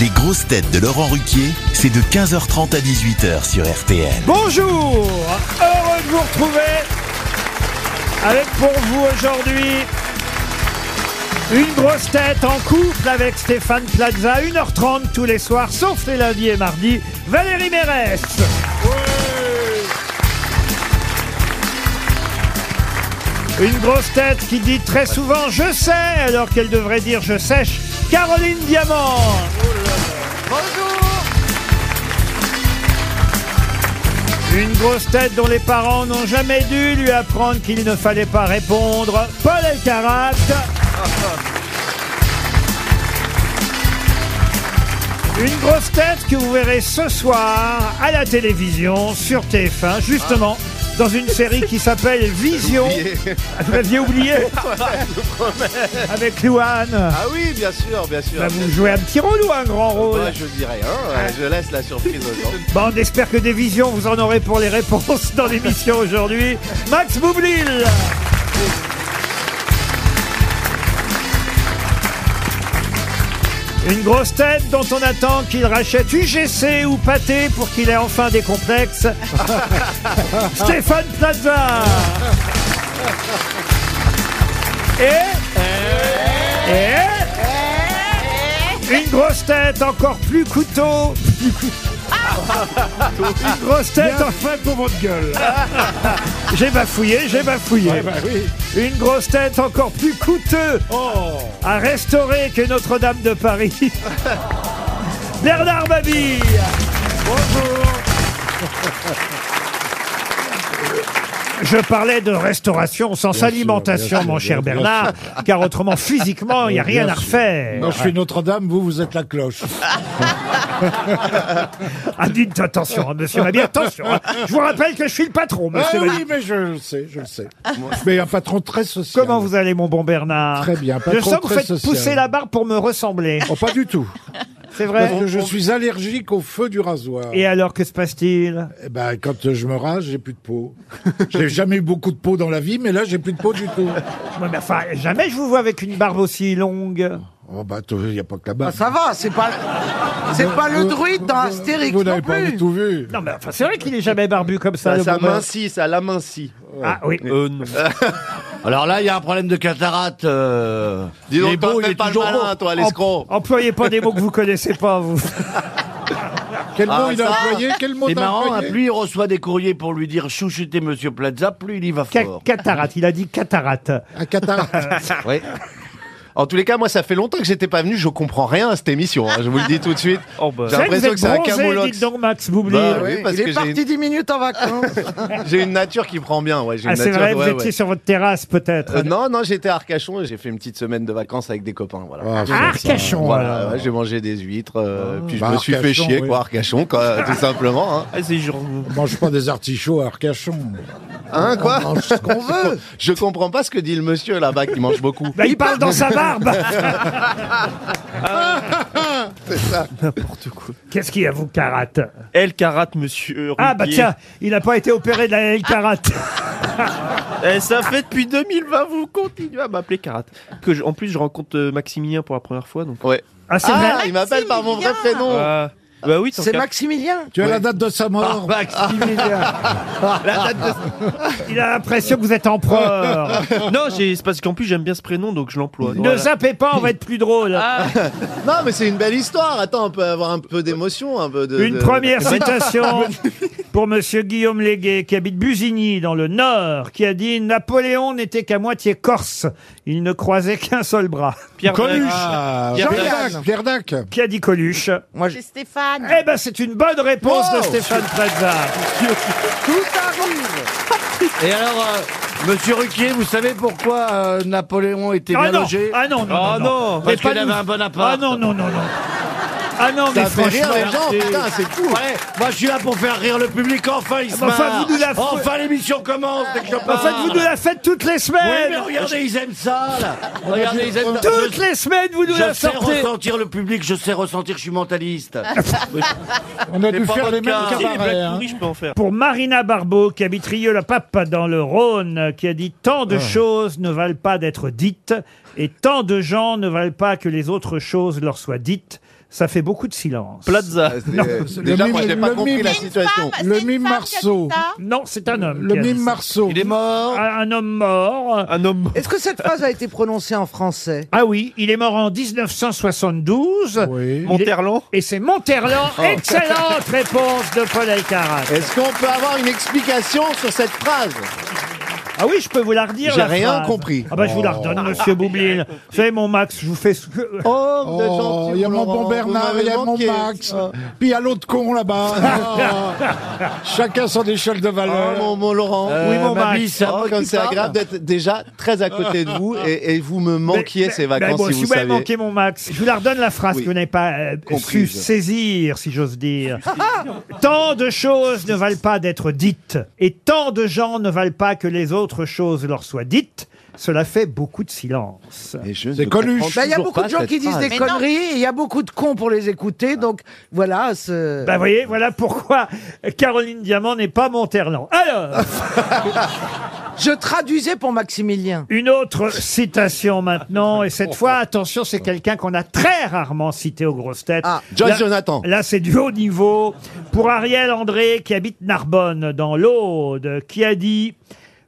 Les grosses têtes de Laurent Ruquier, c'est de 15h30 à 18h sur RTL. Bonjour Heureux de vous retrouver avec pour vous aujourd'hui une grosse tête en couple avec Stéphane Plaza, 1h30 tous les soirs, sauf les lundis et mardis, Valérie Mérès. Une grosse tête qui dit très souvent je sais alors qu'elle devrait dire je sèche, Caroline Diamant. Une grosse tête dont les parents n'ont jamais dû lui apprendre qu'il ne fallait pas répondre. Paul Elkarat. Une grosse tête que vous verrez ce soir à la télévision sur TF1, justement, dans une série qui s'appelle Vision. Ah, Vous l'aviez oublié Avec Louane. Ah oui, bien sûr, bien sûr. Bah, vous jouez un petit rôle Ah. ou un grand rôle Ouais, je dirais, hein, ouais, je laisse la surprise aux gens. Bon, on espère que des visions, vous en aurez pour les réponses dans l'émission aujourd'hui. Max Boublil Une grosse tête dont on attend qu'il rachète UGC ou Pâté pour qu'il ait enfin des complexes. Stéphane Plaza Et... Et... Une grosse tête encore plus couteau. Plus cou- Ah. Une grosse tête en Faites pour votre gueule. J'ai bafouillé, j'ai bafouillé. Ah, bah Une grosse tête encore plus coûteux Oh. à restaurer que Notre-Dame de Paris. Bernard Mabille Bonjour Je parlais de restauration sans alimentation, bien mon sûr, cher bien Bernard, car autrement, physiquement, il n'y a rien bien à sûr. refaire. Moi, je suis Notre-Dame, vous, vous êtes la cloche. Ah, dites attention, hein, monsieur Mabille, attention. hein. Je vous rappelle que je suis le patron, Ah monsieur Mabille. oui, mais je le sais, je le sais. Mais euh, un patron très social. Comment vous allez, mon bon Bernard Très bien, Je patron sens que vous très faites social. pousser la barre pour me ressembler. Oh, pas du tout. C'est Parce vrai que je suis allergique au feu du rasoir. Et alors, que se passe-t-il Eh ben, quand je me rase, j'ai plus de peau. J'ai jamais eu beaucoup de peau dans la vie, mais là, j'ai plus de peau du tout. Ouais, mais enfin, jamais je vous vois avec une barbe aussi longue. Oh, bah, il n'y a pas que la Ah, bas Ça va, c'est pas, c'est pas le druide dans Astérix Vous non n'avez pas plus. du tout vu. Non, mais enfin, c'est vrai qu'il est jamais barbu comme ça. Ça, le ça bonhomme. m'incie, ça l'amincit. Ah oui. Euh, Alors là, il y a un problème de cataracte. euh, Dis il est donc, beau, toi, il fais est pas le toujours beau. malin, toi, l'escroc. Employez pas des mots que vous connaissez pas, vous. Quel mot il a Ah, ça- employé Quel mot C'est t'as marrant, hein, employé plus il reçoit des courriers pour lui dire chouchoutez Monsieur Plaza, plus il y va Ca- fort. Cataracte, il a dit cataracte. Un cataracte. Ouais. En tous les cas, moi, ça fait longtemps que j'étais pas venu, je comprends rien à cette émission, hein, je vous le dis tout de suite. J'ai Oh, bah. C'est vrai que vous l'impression que êtes c'est un bronzé, dites camoulox. donc, Max Boublil. Bah oui, Il parce que est j'ai parti une, 10 minutes en vacances. j'ai une nature qui prend bien, ouais, j'ai une ah, c'est nature- vrai, vous ouais, étiez ouais. sur votre terrasse, peut-être. Euh, non, non, j'étais à Arcachon et j'ai fait une petite semaine de vacances avec des copains, voilà. Ah, Ah, Arcachon, Voilà, alors. Ah. ouais, j'ai mangé des huîtres, euh, puis je Bah, me suis fait Arcachon, chier, oui. quoi, Arcachon, quoi, tout simplement. Hein, mange pas des artichauts à Arcachon. Hein, quoi Mange ce qu'on veut. Je comprends pas ce que dit le monsieur là-bas qui mange beaucoup. Bah, il parle dans sa barbe. Ah, N'importe quoi. Qu'est-ce qu'il y a, vous, carate Elle carate, monsieur. Ah, bah Ruquier. tiens, il n'a pas été opéré de la L carate. Eh, ça fait depuis 2020, vous continuez à m'appeler carate. Que je- en plus, je rencontre euh, Maximilien pour la première fois, donc. Ouais. Ah, c'est Ah, vrai. il m'appelle par mon vrai prénom. Ah, bah oui, tant C'est qu'à- Maximilien. Tu as la date de sa mort. Ah, Il a l'impression que vous êtes empereur. Non, j'ai- c'est parce qu'en plus, j'aime bien ce prénom, donc je l'emploie. Ne Voilà. zappez pas, on va être plus drôle. Ah. Non, mais c'est une belle histoire. Attends, on peut avoir un peu d'émotion, un peu de. Une de- première citation pour Monsieur Guillaume Légué, qui habite Busigny, dans le Nord, qui a dit « Napoléon n'était qu'à moitié corse. Il ne croisait qu'un seul bras. Pierre Dac. Ah, Pierre Jean-Yann. Dac, Pierre Dac. » Qui a dit Coluche C'est Stéphane. Eh ben, c'est une bonne réponse de Wow Stéphane Plaza. Tout arrive. Et alors, euh, Monsieur Ruquier, vous savez pourquoi euh, Napoléon était Ah bien non, logé ah non, non, Ah non. Mais Parce qu'il pas avait nous- un bon appart. Ah non, non, non, non. Ah non, mais Ça fait rire les franchement... gens, putain, c'est cool. Ouais, moi je suis là pour faire rire le public, enfin il se Ah, Mais enfin, marre. vous nous la fou- Enfin l'émission commence dès que je En parle. fait, vous nous la faites toutes les Oui, semaines mais regardez, ils aiment ça là. Regardez, ils aiment ça. Je- Toutes les semaines, vous nous Je la sais sortez ressentir le public, je sais ressentir, je suis mentaliste. On a Mais dû pas faire les votre mêmes cas. Si, les cabarets. blagues hein. pourries, je peux en faire. pour Marina Barbeau, qui habite Rieux-la-Pape dans le Rhône, qui a dit Tant Ah. de choses ne valent pas d'être dites, et tant de gens ne valent pas que les autres choses leur soient dites. ça fait beaucoup de silence. Plaza. Ah, Non. euh, Déjà, moi, je n'ai pas compris la situation. Le mime Marceau. Non, c'est un homme. Le mime Marceau. Il est mort. Un homme mort. Un homme Est-ce que cette phrase a été prononcée en français Ah oui, il est mort en 1972. Monterland. Et c'est Monterland. Oh. Excellente réponse de Paul Alcarat. Est-ce qu'on peut avoir une explication sur cette phrase Ah oui, je peux vous la redire. J'ai la rien phrase. compris. Ah bah je vous la Oh. redonne, monsieur Boublil. Vous savez, mon Max, je vous fais ce que. Oh, Oh, il y a mon bon Bernard, il y a mon Max, Ah. puis il y a l'autre con là-bas. Oh. Chacun son échelle de valeur. Oh, mon, mon Laurent. oui, mon Max. Oh, comme c'est agréable d'être déjà très à côté de vous Ah. et, et vous me Mais- manquiez mais- ces mais vacances bon, si si vous m'avez savez. manqué mon Max, je vous la redonne la phrase Oui. que vous n'avez pas euh, su Comprise. saisir, si j'ose dire. tant de choses ne valent pas d'être dites, et tant de gens ne valent pas que les autres choses leur soient dites. Cela fait beaucoup de silence. Et je ne C'est Coluche. comprends Bah, Il y a toujours beaucoup de pas gens cette qui disent phrase. des Mais non. conneries et il y a beaucoup de cons pour les écouter. Donc voilà. ce- Bah, vous voyez, voilà pourquoi Caroline Diamant n'est pas Monterland. Alors, Je traduisais pour Maximilien. une autre citation maintenant, et cette fois, attention, c'est quelqu'un qu'on a très rarement cité aux grosses têtes. Ah, John Là- Jonathan. Là, c'est du haut niveau. Pour Ariel André, qui habite Narbonne, dans l'Aude, qui a dit «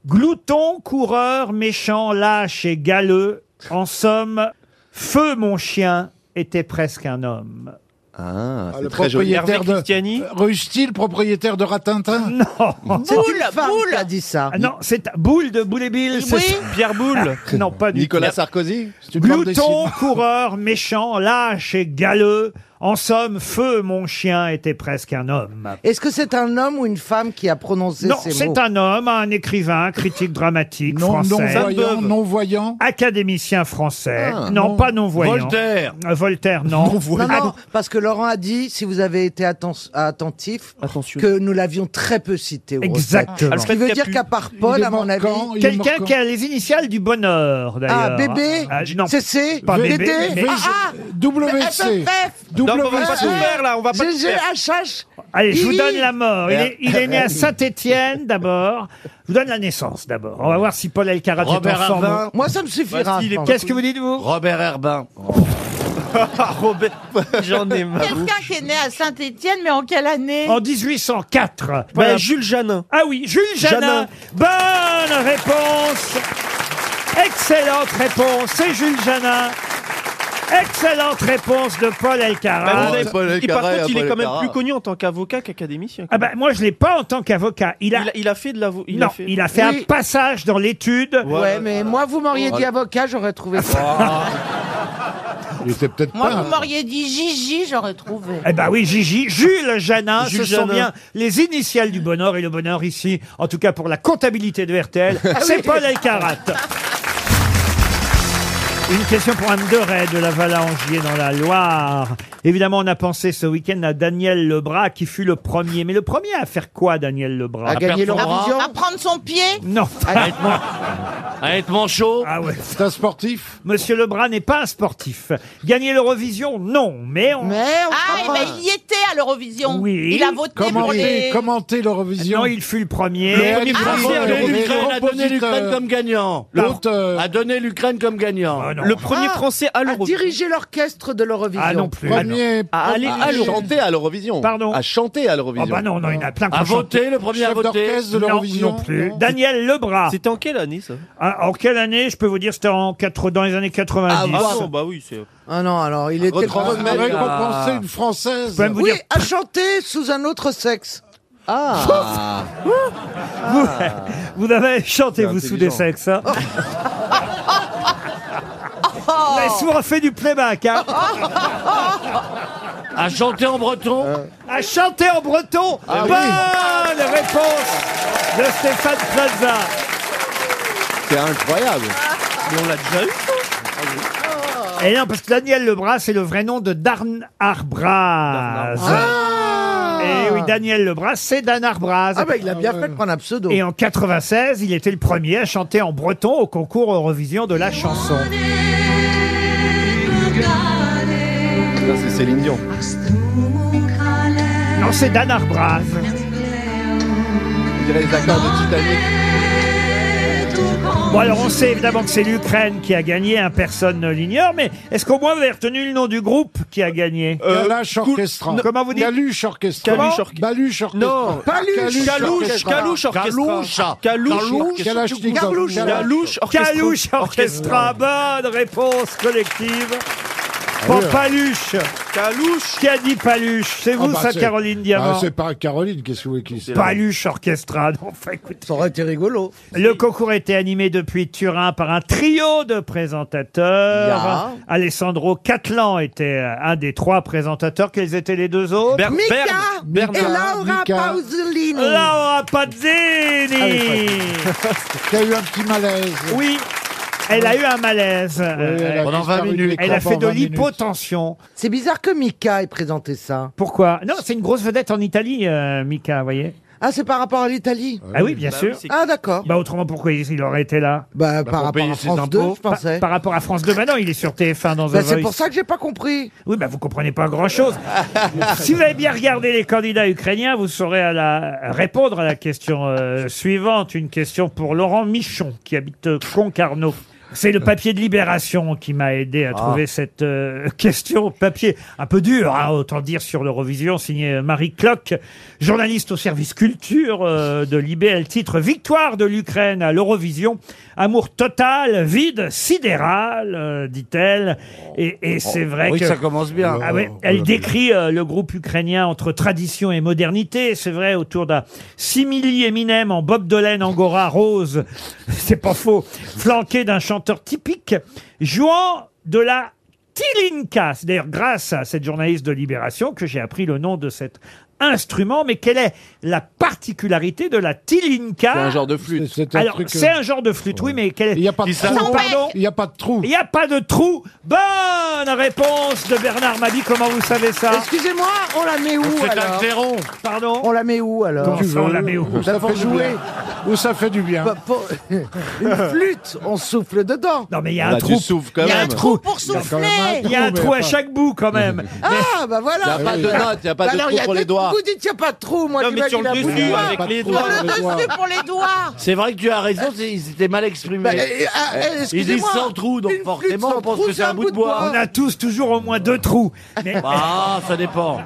Glouton, coureur, méchant, lâche et galeux, en somme, feu mon chien était presque un homme. Ah, Ah, c'est le très joli. propriétaire Hervé de Christiani. Rustil, propriétaire de Ratintin. Non, C'est Boule, une femme boule. qui a dit ça. Ah non c'est Boule de Boule et Bill. c'est Oui. Pierre Boulle. ça Non, pas du Nicolas Sarkozy Ah. C'est une bande Glouton, dessinée. coureur, méchant, lâche et galeux, en somme, feu mon chien était presque un homme. Est-ce que c'est un homme ou une femme qui a prononcé Non, ces mots c'est un homme, un écrivain, critique dramatique Non, français. non-voyant, non-voyant. académien français. Ah, non, non. pas non-voyant. Voltaire. Euh, Voltaire, non. Non, Ah, non, parce que Laurent a dit, si vous avez été atten- attentif, Attention. que nous l'avions très peu cité. au Exactement. Ce qui veut dire Capu. qu'à part Il Paul, est à mon mort avis. quand Il est mort Quelqu'un quand qui a les initiales du bonheur, Ah, d'ailleurs. bébé Ah, non, CC Pas bébé, DD, mais- Ah, WC. Non, mais on va pas tout WC. faire là, on va pas tout GG, faire. HH Allez, je vous Lily. donne la mort. Il est, il est né à Saint-Étienne, d'abord. Je vous donne la naissance, d'abord. On va voir si Paul Elkarat est Robert ensemble. Herbin. Moi, ça me suffira. Bah, s'il est je pense. Qu'est-ce que vous dites, vous Robert Herbin. Ah, Robert, j'en ai marre. Quelqu'un qui est né à Saint-Étienne, mais en quelle année En 1804. Bah, Voilà. Jules Janin. Ah oui, Jules Janin. Janin. Bonne réponse. Excellente réponse. C'est Jules Janin. Excellente réponse de Paul Elkarat. Bah, vous avez- c'est Paul et par Elkarat, contre, il est Paul quand même Elkarat. plus connu en tant qu'avocat qu'académicien. Ah bah, moi je l'ai pas en tant qu'avocat. Il il, a, a, il a fait de l'avocat. non, il a fait Oui. un passage dans l'étude. Ouais, mais moi, vous m'auriez dit avocat, j'aurais trouvé ça. Il était peut-être Moi, pas. vous m'auriez dit Gigi, j'aurais trouvé. ah. Eh ben oui, Gigi, Jules Janin, Jules ce sont Janin. bien les initiales du bonheur et le bonheur ici, en tout cas pour la comptabilité de Ah RTL, c'est Paul Elkarat. Une question pour Anne de Ray de la Valangier dans la Loire. Évidemment, on a pensé ce week-end à Daniel Lebras qui fut le premier. Mais le premier à faire quoi, Daniel Lebras À gagner l'Eurovision. À prendre son pied Non. Ah, À être manchot. Ah ouais. C'est un sportif. Monsieur Lebras n'est pas un sportif. Gagner l'Eurovision, non. Mais on, Mais on Ah, eh prend- ben, il y était à l'Eurovision. Oui. Il a voté pour Commenter, les... commenter l'Eurovision. Non, il fut le premier. Le Ah, Bravo, si, à donner Olivier l'Ukraine, à Robotit, donner l'Ukraine euh, comme gagnant. L'autre. À donner l'Ukraine comme gagnant. Ah, non. Le premier Ah, français à à l'Eurovision. diriger l'orchestre de l'Eurovision. Ah non plus. Ah, non. Premier. À aller à à l'Eurovision. chanter à l'Eurovision. Pardon À chanter à Ah l'Eurovision. bah non, non, il y en a plein qui À ont chanté. voter, le premier à Chef voter. d'orchestre de Non, l'Eurovision. non plus. Daniel Lebras. C'était en quelle année ça Ah, en quelle année Je peux vous dire, c'était en quatre- dans les années 90. Ah, je non, bah oui, c'est. Ah non, alors, il était... Votre- Ah, le- ah, Récompenser une française. peux même vous Oui, dire, à chanter sous un autre sexe. Ah. Ah. vous, vous avez chanté, vous, sous des sexes. hein. Vous avez souvent fait du playback. Hein. Ah, À chanter en breton. À Ah, chanter en breton. Bonne réponse de Stéphane Plaza. C'est incroyable. Mais on l'a déjà eu Et Ah Eh non, parce que Daniel Lebras, c'est le vrai nom de Darn Arbraz. Et oui, Daniel Lebras, c'est Dan Arbraz. Ah bah, il a bien fait de prendre un pseudo. Et en 96, il était le premier à chanter en breton au concours Eurovision de la chanson. Putain, C'est Céline Dion. Non, c'est Dan Arbraz. On dirait les accords de Titanic. Tout grand Bon, alors on sait évidemment que c'est l'Ukraine qui a gagné, hein, personne ne l'ignore, mais est-ce qu'au moins vous avez retenu le nom du groupe qui a gagné Kalash Orchestra. Euh, Comment vous dites Caluche Orchestra. Caluche Comment Orchestra. Baluche Orchestra. Non. Caluche Calouche, Orchestra. Calouche Orchestra. Ah, bah, Calouche Orchestra. Kalachnikov. Calouche Orchestra. Calouche Orchestra, bonne réponse collective. Pour Paluche, Calouche. qui a dit Paluche C'est Ah vous, bah, ça, c'est- Caroline Ah, Diamant c'est pas Caroline, qu'est-ce que vous voulez qu'il dise Paluche Orchestra, non, enfin, écoute. Ça aurait été rigolo. Le concours était animé depuis Turin par un trio de présentateurs. Ya. Alessandro Catlan était euh, un des trois présentateurs. Quels étaient les deux autres Ber- Mika Berne- et Bernard. Laura Mika. Pausini. Laura Pazzini Il y a eu un petit malaise. Oui, elle a eu un malaise. Euh, Pendant 20 minutes. elle a fait de l'hypotension. C'est bizarre que Mika ait présenté ça. Pourquoi Non, c'est une grosse vedette en Italie, euh, Mika, vous voyez Ah, c'est par rapport à l'Italie Ah oui, bien sûr. Ah, d'accord. Bah autrement, pourquoi il il aurait été là Bah, par pour rapport payer à ses France 2, impôts. je Par- pensais. par rapport à France 2, maintenant, il est sur TF1 dans un Bah, c'est pour ça que j'ai pas compris. Oui, bah vous comprenez pas grand-chose. si vous avez bien regardé les candidats ukrainiens, vous saurez à la- à répondre à la question euh, suivante. Une question pour Laurent Michon, qui habite euh, Concarneau. C'est le papier de Libération qui m'a aidé Ah. à trouver cette euh, question. Papier un peu dur, hein, autant dire, sur l'Eurovision, signé euh, Marie Cloc, journaliste au service culture euh, de Libé. Elle titre « Victoire de l'Ukraine à l'Eurovision. Amour total, vide, sidéral euh, dit-elle. Et, et c'est vrai Oh, Oui, que... ça commence bien. Oh. Ah ouais, elle décrit euh, le groupe ukrainien entre tradition et modernité, c'est vrai, autour d'un simili Eminem en Bob Dolan, Angora Rose, c'est pas faux, flanqué d'un chanteur typique, jouant de la tilinka. C'est d'ailleurs grâce à cette journaliste de Libération que j'ai appris le nom de cet instrument, mais quelle est la particularité de la tilinka C'est un genre de C'est- flûte. c'est un Alors, truc, c'est euh, un genre de flûte, oui, mais quelle Il est... n'y a pas de Qui ça- trou. Pardon Il n'y a pas de trou. il n'y a pas de trou. Bonne réponse de Bernard Mabi. Comment vous savez ça Excusez-moi, on la met Ah, où C'est un alors clairon. Pardon On la met où alors Comment ça, on la met où Où ça fait du bien. Où ça fait du bien. Pas- pas- Bah, Une flûte, on souffle dedans. Non, mais il y a On un a du trou. souffle Il quand y a un même. trou pour quand même souffler. un Il y a un Non, mais trou à pas- chaque bout quand même. Ah, bah Il n'y voilà. a pas de note, il n'y a pas Bah de alors, il y trou a pour deux les doigts. Vous dites, il n'y a pas de trou, moi Non, qui mais sur imagine le un trou. dessus, boulard, avec pas de les trou. Pour doigts. le dessus, pour les doigts. C'est vrai que tu as raison, c'est- ils étaient mal Bah, exprimés. eh, ah, eh, Ils disent excusez-moi. sans trou, donc Une flûte forcément, sans on pense trou, que c'est un bout de bois. On a tous toujours au moins deux trous. Mais Ah, ça dépend.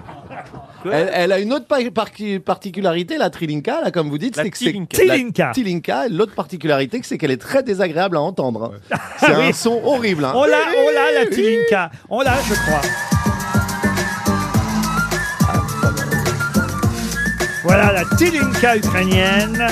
Elle, elle a une autre pa- par- particularité, la Trilinka, là, comme vous dites, La c'est que c'est Tilinka. la Tilinka. Tilinka, et L'autre particularité, c'est qu'elle est très désagréable à entendre. hein. C'est Ah oui. Oh un son horrible. hein. on l'a, on l'a, la Tilinka. On l'a, je crois. Voilà la Tilinka ukrainienne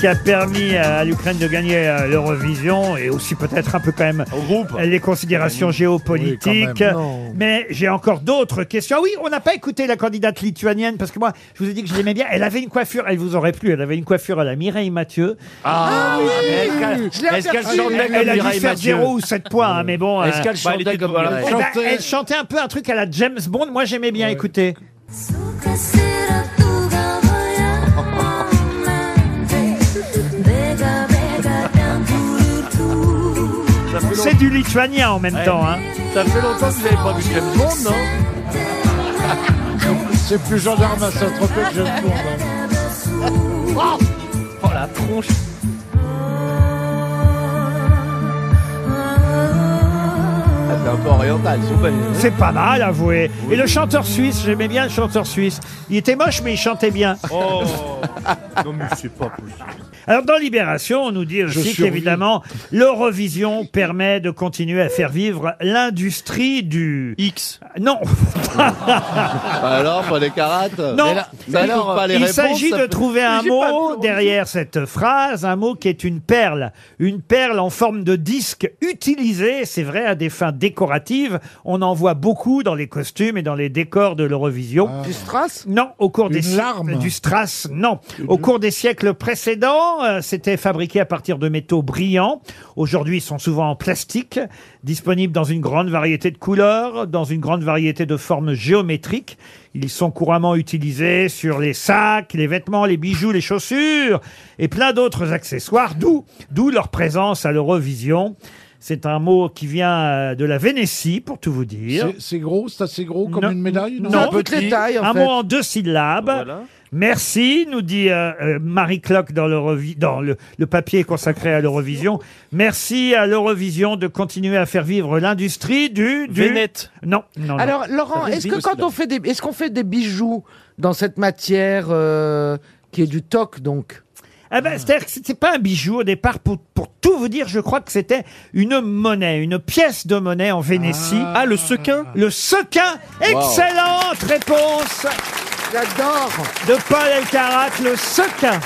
qui a permis à l'Ukraine de gagner euh, l'Eurovision et aussi peut-être un peu quand même euh, les considérations Oui, géopolitiques. quand même, mais j'ai encore d'autres questions. Ah Oui, on n'a pas écouté la candidate lituanienne parce que moi, je vous ai dit que je l'aimais bien. Elle avait une coiffure, elle vous aurait plu, elle avait une coiffure à la Mireille Mathieu. Ah, oui, mais est-ce qu'elle- Je l'ai Est-ce qu'elle aperçu. chantait Elle, comme a dû Mireille faire Mathieu 0 ou 7 points, hein, mais bon. euh, Est-ce qu'elle Bah, elle chantait était- comme voilà. Mireille eh ben, chantait- elle chantait un peu un truc à la James Bond. Moi, j'aimais bien écouter. C'est du lituanien en même temps. Hein. Ça fait longtemps que vous n'avez pas vu James Bond, non C'est plus gendarme à Saint-Tropez que je ne tourne. Oh la tronche. Ah, C'est un peu oriental. ils sont pas- C'est pas mal, avouez. Et le chanteur suisse, j'aimais bien le chanteur suisse. Il était moche, mais il chantait bien. Oh. Non, mais c'est pas possible. Alors dans Libération, on nous dit aussi survis. qu'évidemment, l'Eurovision permet de continuer à faire vivre l'industrie du... X. Non, Bah Alors, pas les carates. Non. Mais là- ça Mais trouve pas les il réponses, s'agit ça de peut- trouver un J'ai pas mot derrière cette phrase, un mot qui est une perle. Une perle en forme de disque utilisée, c'est vrai, à des fins décoratives. On en voit beaucoup dans les costumes et dans les décors de l'Eurovision. Du Strass Non, au cours des Une si- larme. du strass, non. Au cours des siècles précédents, euh, c'était fabriqué à partir de métaux brillants. Aujourd'hui, ils sont souvent en plastique, disponibles dans une grande variété de couleurs, dans une grande variété de formes géométriques. Ils sont couramment utilisés sur les sacs, les vêtements, les bijoux, les chaussures et plein d'autres accessoires, d'où d'où leur présence à l'Eurovision. C'est un mot qui vient euh, de la Vénétie, pour tout vous dire. C'est- C'est gros, c'est assez gros comme Non. une médaille Non. Toutes les tailles, en Un fait. mot en deux syllabes. Voilà. Merci, nous dit euh, euh, Marie Cloque dans, l'Eurovi- dans le, le papier consacré à l'Eurovision. Merci à l'Eurovision de continuer à faire vivre l'industrie du... du... Vénète. Non, non, non. Alors, Laurent, est-ce que quand on fait des, est-ce qu'on fait des bijoux dans cette matière euh, qui est du toc, donc Ah ben, c'est-à-dire que c'était pas un bijou au départ. Pour, pour tout vous dire, je crois que c'était une monnaie, une pièce de monnaie en Vénétie. Ah, le sequin Le sequin, excellente réponse J'adore, de Paul Elkarat, le sequin.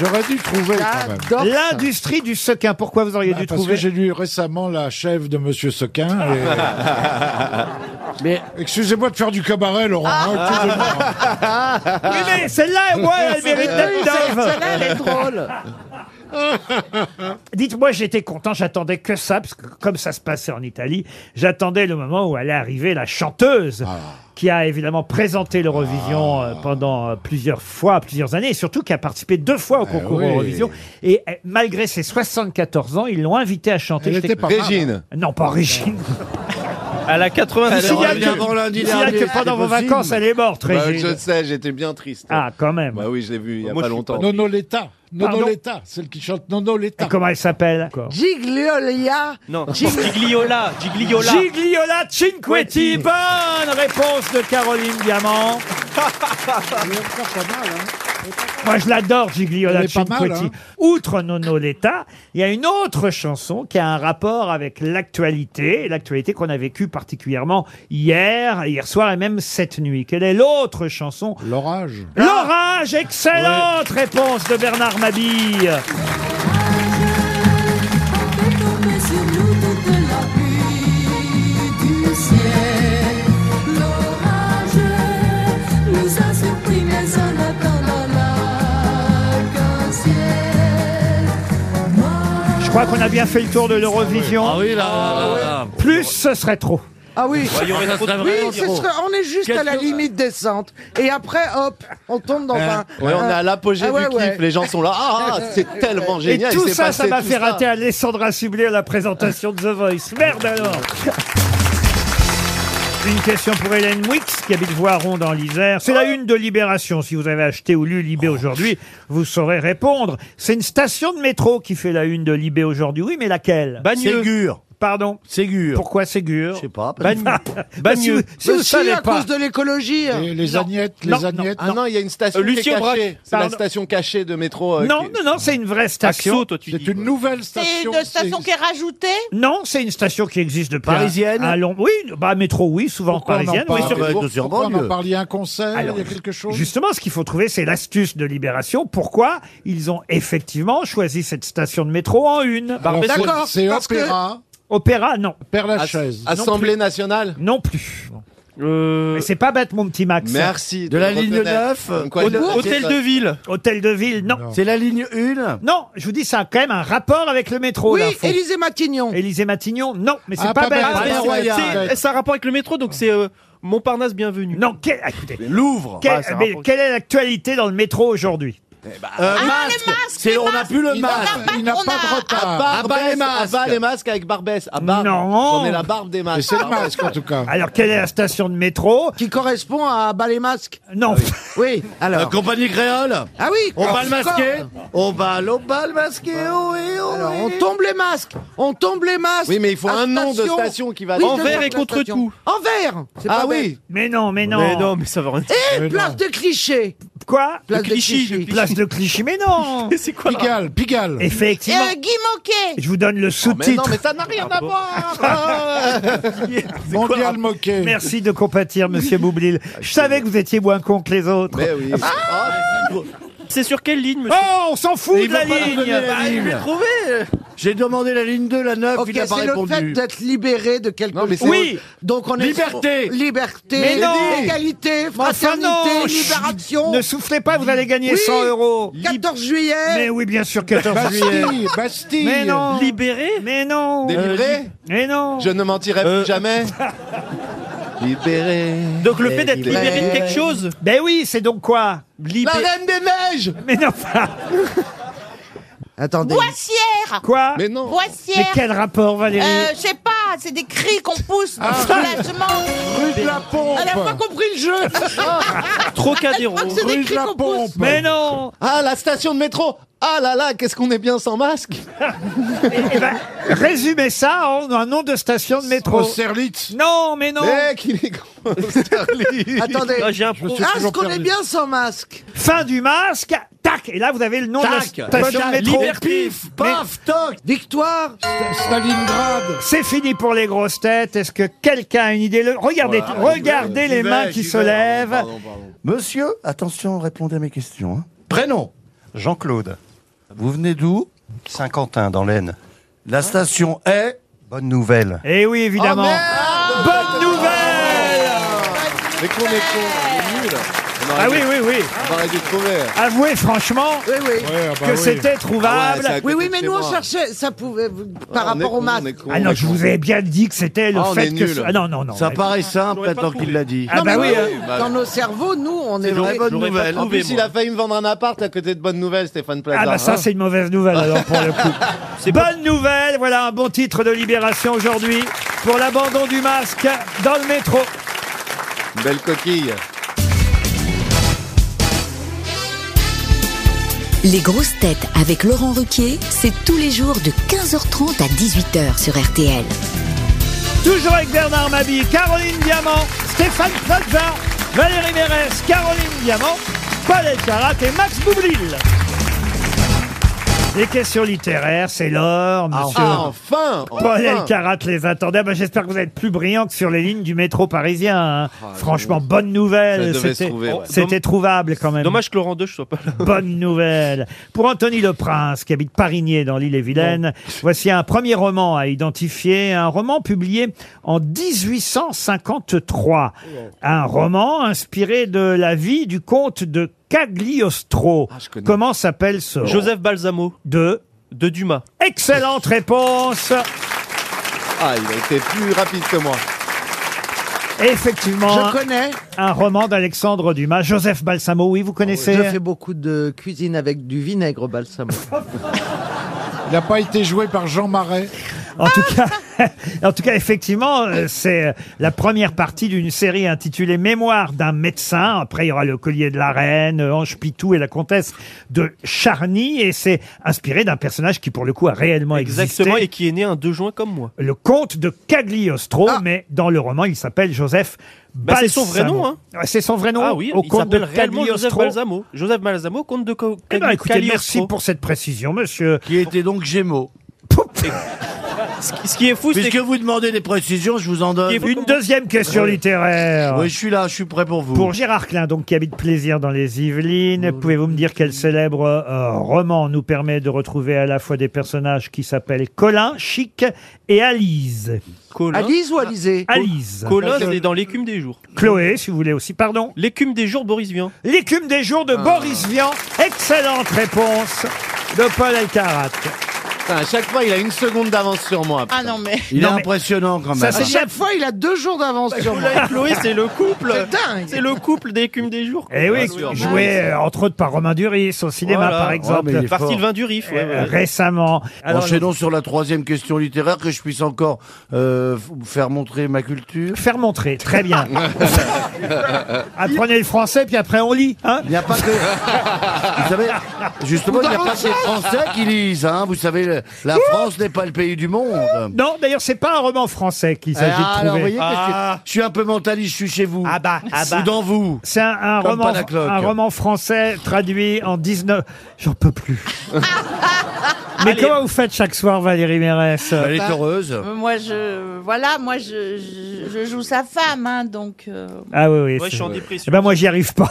J'aurais dû trouver quand même. j'adore. ça. L'industrie du sequin. Pourquoi vous auriez Ah, dû parce trouver que j'ai lu récemment la chef de Monsieur Sequin. et- Mais- Excusez-moi de faire du cabaret, Laurent. hein, excusez-moi. Ah. Oui, mais celle-là, ouais, elle mérite d'être neuve. Celle-là, elle est drôle. Dites-moi, j'étais content, j'attendais que ça, parce que comme ça se passait en Italie, j'attendais le moment où allait arriver la chanteuse, qui a évidemment présenté Ah. l'Eurovision euh, pendant euh, plusieurs fois, plusieurs années, et surtout qui a participé deux fois au concours oui. Eurovision. Et euh, malgré ses 74 ans, ils l'ont invitée à chanter. Elle J'étais- était pas mal. hein. Régine. Non, pas Régine. À la 90 Il y a revient que- avant lundi il y a dernier, que pendant c'est vos possible. vacances, elle est morte, Bah, Régine. je sais, j'étais bien triste. Ah, quand même. Bah oui, je l'ai vu il y a Moi, pas je suis longtemps. Nono Letta. Pardon Nono Letta, celle qui chante Nono Et Letta. comment elle s'appelle Gigliolia. Non, Gigliola, Gigliola. Gigliola Cinquetti. Bonne réponse de Caroline Diamant. Moi, je l'adore, Gigliola Elle est pas mal, Cinquetti. hein. Outre Nono Letta, il y a une autre chanson qui a un rapport avec l'actualité, l'actualité qu'on a vécue particulièrement hier, hier soir et même cette nuit. Quelle est l'autre chanson Ah. L'orage. L'orage, excellente réponse de Bernard Mabille. Fait tomber sur nous toute la pluie du ciel. L'orage nous a surpris, mais en attendant l'arc-en-ciel. Je crois qu'on a bien fait le tour de l'Eurovision. Ah oui, là, là, là, là. Plus, ce serait trop. Ah oui. Il y aurait trop de- Oui, c'est ce- on est juste à la limite descente. Et après, hop, on tombe dans un. Euh, Hein euh, Ouais, on est à l'apogée Ah ouais, du ouais. kiff. Les gens sont là. Ah, ah, c'est tellement Et génial. tout il s'est ça, passé ça m'a tout fait ça. rater Alessandra Sublet à la présentation de The Voice. Merde alors Une question pour Hélène Wix, qui habite Voiron dans l'Isère. C'est la une de Libération. Si vous avez acheté ou lu Libé aujourd'hui, vous saurez répondre. C'est une station de métro qui fait la une de Libé aujourd'hui. Oui, mais laquelle Bagneux. Ségur. Pardon Ségur. Pourquoi Ségur Je sais pas. parce- Bagneux. Bah, si vous, si Mais vous si, savez à pas. cause de l'écologie. Et les agnettes, Non, les non. agnettes. Ah non, il y a une station Euh, qui est Lucien Braque, cachée. C'est la pardon. station cachée de métro. euh, Non, qui- non, non, c'est une vraie station. Axo, toi, tu C'est dis. une nouvelle C'est station. une station c'est- qui est rajoutée Non, c'est une station qui existe depuis un- Parisienne un long- Oui, bah métro, oui, souvent Pourquoi on en parisienne. oui, parle sur- Ouais, de Pourquoi on en Surbanlieue. parle Il y a un concert, Alors, il y a quelque chose. Justement, ce qu'il faut trouver, c'est l'astuce de Libération. Pourquoi ils ont effectivement choisi cette station de métro en une Alors, c'est- D'accord, C'est parce que- opéra, Opéra, non. Père As- Lachaise. Assemblée nationale. Non plus. Euh, Mais c'est pas bête, mon petit Max. Merci. De la ligne 9, Hôtel de ville. Hôtel de ville, non. Non. C'est la ligne 1. Non, je vous dis, ça a quand même un rapport avec le métro, Oui, l'info. Élysée Matignon. Élysée Matignon, non. Mais c'est Ah, pas, pas bête. bête. Ah, mais Palais c'est- Royal. c'est- C'est un rapport avec le métro, donc c'est euh, Montparnasse bienvenue. Non, quel- ah, écoutez. Louvre. quel- Ah, c'est un mais rapport- quelle est l'actualité dans le métro aujourd'hui Euh, Ah, masque. les masques, C'est- les on n'a masques. plus le Il en a masque. pas- Il n'a on pas a- de retard. Ah, bah, les les masques. masques. Abat les masques avec Barbès. Ah, barbe. Non. On est la barbe des Et masques. c'est le masque, en tout cas. Alors, quelle est la station de métro Qui correspond à Bas les masques. Non. Ah Oui, Euh, alors. compagnie créole. Ah oui. On va le encore. masquer. On va, on va le masquer. Oh, eh, oh, Alors, eh. on tombe les masques. On tombe les masques. Oui, mais il faut À un nom de station qui va. Oui, En je vert marque et la contre station. tout. En vert. c'est Ah pas oui. Mais non, mais non. Mais non, mais ça va rien dire. bête. Et place de cliché. Quoi Place de Clichy, cliché. le Place de Clichy, mais non. C'est quoi là Pigalle, Pigalle. Et Effectivement. euh, Guy Moquet Je vous donne le Oh, Mais non, sous-titre. Ah mais ça n'a rien à voir. Mondial moqué. Merci de compatir, monsieur Boublil. Ah, Je savais que vous étiez moins con que les autres. Ah Mais oui. C'est sur quelle ligne, monsieur Oh, on s'en fout Mais de il la veut pas nous donner la Bah, ligne Bah, ligne. Trouvé J'ai demandé la ligne 2, la 9, Ok, il n'a pas c'est le fait répondu. d'être libéré de quelque Non, mais c'est- chose. Oui. Donc on est Liberté. liberté, Mais non. égalité, Mais enfin, fraternité, non libération. Ne soufflez pas, vous allez gagner Oui. 100 euros. 14 juillet. Mais oui, bien sûr, 14 juillet. Bastille, Bastille. Mais non. Libéré Mais non. Délivré Mais non. Euh, Je ne mentirai Euh, plus jamais. Libéré. Donc le fait d'être libéré de quelque chose Ben oui, c'est donc quoi La Libéré. reine des neiges Mais non, enfin, Attendez. Boissière quoi Mais non. Mais Ah. Boissière quel rapport, Valérie Ah. Euh, Je sais pas, pas, c'est des cris qu'on pousse de soulagement. Rue de la pompe. Elle n'a pas compris le jeu. Trocadéro. Elle croit que c'est des Rue de cris la qu'on pousse. pompe. Mais non Ah, la station de métro Ah là là, qu'est-ce qu'on est bien sans masque Eh ben, Résumez ça en un nom de station de métro. Austerlitz. Non, mais non Mec, il est grand, Sterling. Attendez. Ah, j'ai un pro. Ah, ce toujours qu'on est perdu. bien sans masque. Fin du masque, tac Et là, vous avez le nom de la station de métro. Pif, paf, toc. Victoire. Stalingrad. C'est fini pour les grosses têtes. Est-ce que quelqu'un a une idée Le- Regardez, regardez les mains qui se lèvent. Monsieur, attention, répondez à mes questions. hein. Prénom Jean-Claude. Vous venez d'où Saint-Quentin, dans l'Aisne. La station est Bonne nouvelle. Et Eh oui, évidemment. Bonne nouvelle Mais qu'on est con, on est nul Ah oui, oui, oui. On aurait dû trouver Avouez franchement Oui, oui. ah que c'était trouvable. bah Ouais, ça- Oui, oui, mais Chez nous, on moi. cherchait. Ça pouvait. vous- Ah, Par on rapport est au con, on masque. est con, Ah on non, est je con. vous ai bien dit que c'était le Ah, on fait est que... nul. ce- Ah non, non, non. Ça Ouais. paraît simple J'aurais pas maintenant qu'il trouvé. l'a dit. Ah bah oui, hein. Dans nos cerveaux, nous, on est. vrai. vrai- Bonne J'aurais pas nouvelle. En trouvé, plus, il moi. a failli me vendre un appart à côté de Bonne Nouvelle, Stéphane Plaza. Ah bah ça, Hein c'est une mauvaise nouvelle alors pour le coup. C'est pas- Bonne nouvelle, voilà un bon titre de Libération aujourd'hui pour l'abandon du masque dans le métro. Une Belle coquille. Les grosses têtes avec Laurent Ruquier, c'est tous les jours de 15h30 à 18h sur RTL. Toujours avec Bernard Mabille, Caroline Diamant, Stéphane Plaza, Valérie Mérès, Caroline Diamant, Paul Elkarat et Max Boublil. Les questions littéraires, c'est l'or, monsieur. Ah, enfin Paul enfin. Elkarat les attendait. Ah bah, J'espère que vous êtes plus brillants que sur les lignes du métro parisien. hein. Franchement, bonne nouvelle. Ah, Ça devait se C'était trouver, ouais. c'était trouvable quand même. Dommage que Laurent Deux soit pas là. Bonne nouvelle. Pour Anthony Le Prince, qui habite Parigné dans l'île et Vilaine, voici un premier roman à identifier, un roman publié en 1853. Oh. Un roman inspiré de la vie du comte de Cagliostro. Ah, je connais. Comment s'appelle ce Joseph Balsamo de de Dumas. Excellente réponse. Ah, il a été plus rapide que moi. Effectivement, Je un, connais. Oh, un roman d'Alexandre Dumas. Joseph Balsamo, oui, vous connaissez Je fais beaucoup de cuisine avec du vinaigre au balsamo. Il n'a pas été joué par Jean Marais. En tout cas, en tout cas, effectivement, euh, c'est euh, la première partie d'une série intitulée Mémoire d'un médecin. Après, il y aura le collier de la reine, euh, Ange Pitou et la comtesse de Charny. Et c'est inspiré d'un personnage qui, pour le coup, a réellement Exactement, et existé. qui est né un 2 juin comme moi. Le comte de Cagliostro, Ah. mais dans le roman, il s'appelle Joseph Bah, Balsamo. c'est son vrai nom, hein. Ouais, C'est son vrai nom. Ah oui, au il comte de s'appelle réellement Joseph Cagliostro. Balsamo. Joseph Balsamo, comte de Co- Eh ben, écoutez, Cagliostro. merci pour cette précision, monsieur. Qui était donc Gémeaux. Ce qui- Ce qui est fou, c'est Puisque que vous demandez des précisions, je vous en donne. Une deuxième question littéraire. Oui, je suis là, je suis prêt pour vous. Pour Gérard Klein, donc, qui habite Plaisir dans les Yvelines, pouvez-vous me dire quel célèbre euh, roman nous permet de retrouver à la fois des personnages qui s'appellent Colin, Chic et Ah, Alise Colin, Alice ou Alizé Alise. Colin, c'est dans l'écume des jours. Chloé, si vous voulez aussi, pardon. L'écume des jours, Boris Vian. Ah. L'écume des jours de Boris Vian. Excellente réponse de Paul Alcarat. Putain, à chaque fois, il a une seconde d'avance sur moi. Ah non, mais. Il Non, est mais- impressionnant quand Ça, même. À c'est chaque fois, il a deux jours d'avance sur moi. Colin et Chloé, c'est le couple. C'est dingue. C'est le couple d'écume des jours. Ah, Eh oui, Oh, sûr. joué euh, entre autres par Romain Duris au cinéma, Voilà. par Ouais, exemple. mais il est fort. Par Sylvain Durif. ouais, Euh, ouais. Récemment. Alors, Enchaînons sur la troisième question littéraire que je puisse encore euh, f- faire montrer ma culture. faire montrer, très bien. Apprenez le français, puis après on lit. Hein Il n'y a pas que. vous savez, justement, il n'y a pas que les Français qui lisent. Hein. Vous savez, le- la France n'est pas le pays du monde. Non, d'ailleurs, c'est pas un roman français qu'il s'agit Ah, de alors, vous trouver. voyez, qu'est-ce que- je suis un peu mentaliste, je suis chez vous. Ah bah, ah bah. Ou dans vous. C'est un, un Comme roman, Panacloc. un roman français traduit en 19... J'en peux plus. Mais comment vous faites chaque soir, Valérie Mérès Elle est heureuse. Euh, Moi, je. Voilà, moi, je, je, je joue sa femme, hein, donc. euh, Ah oui, oui. Moi, je c'est- suis en Eh dépression. ben moi, j'y arrive pas.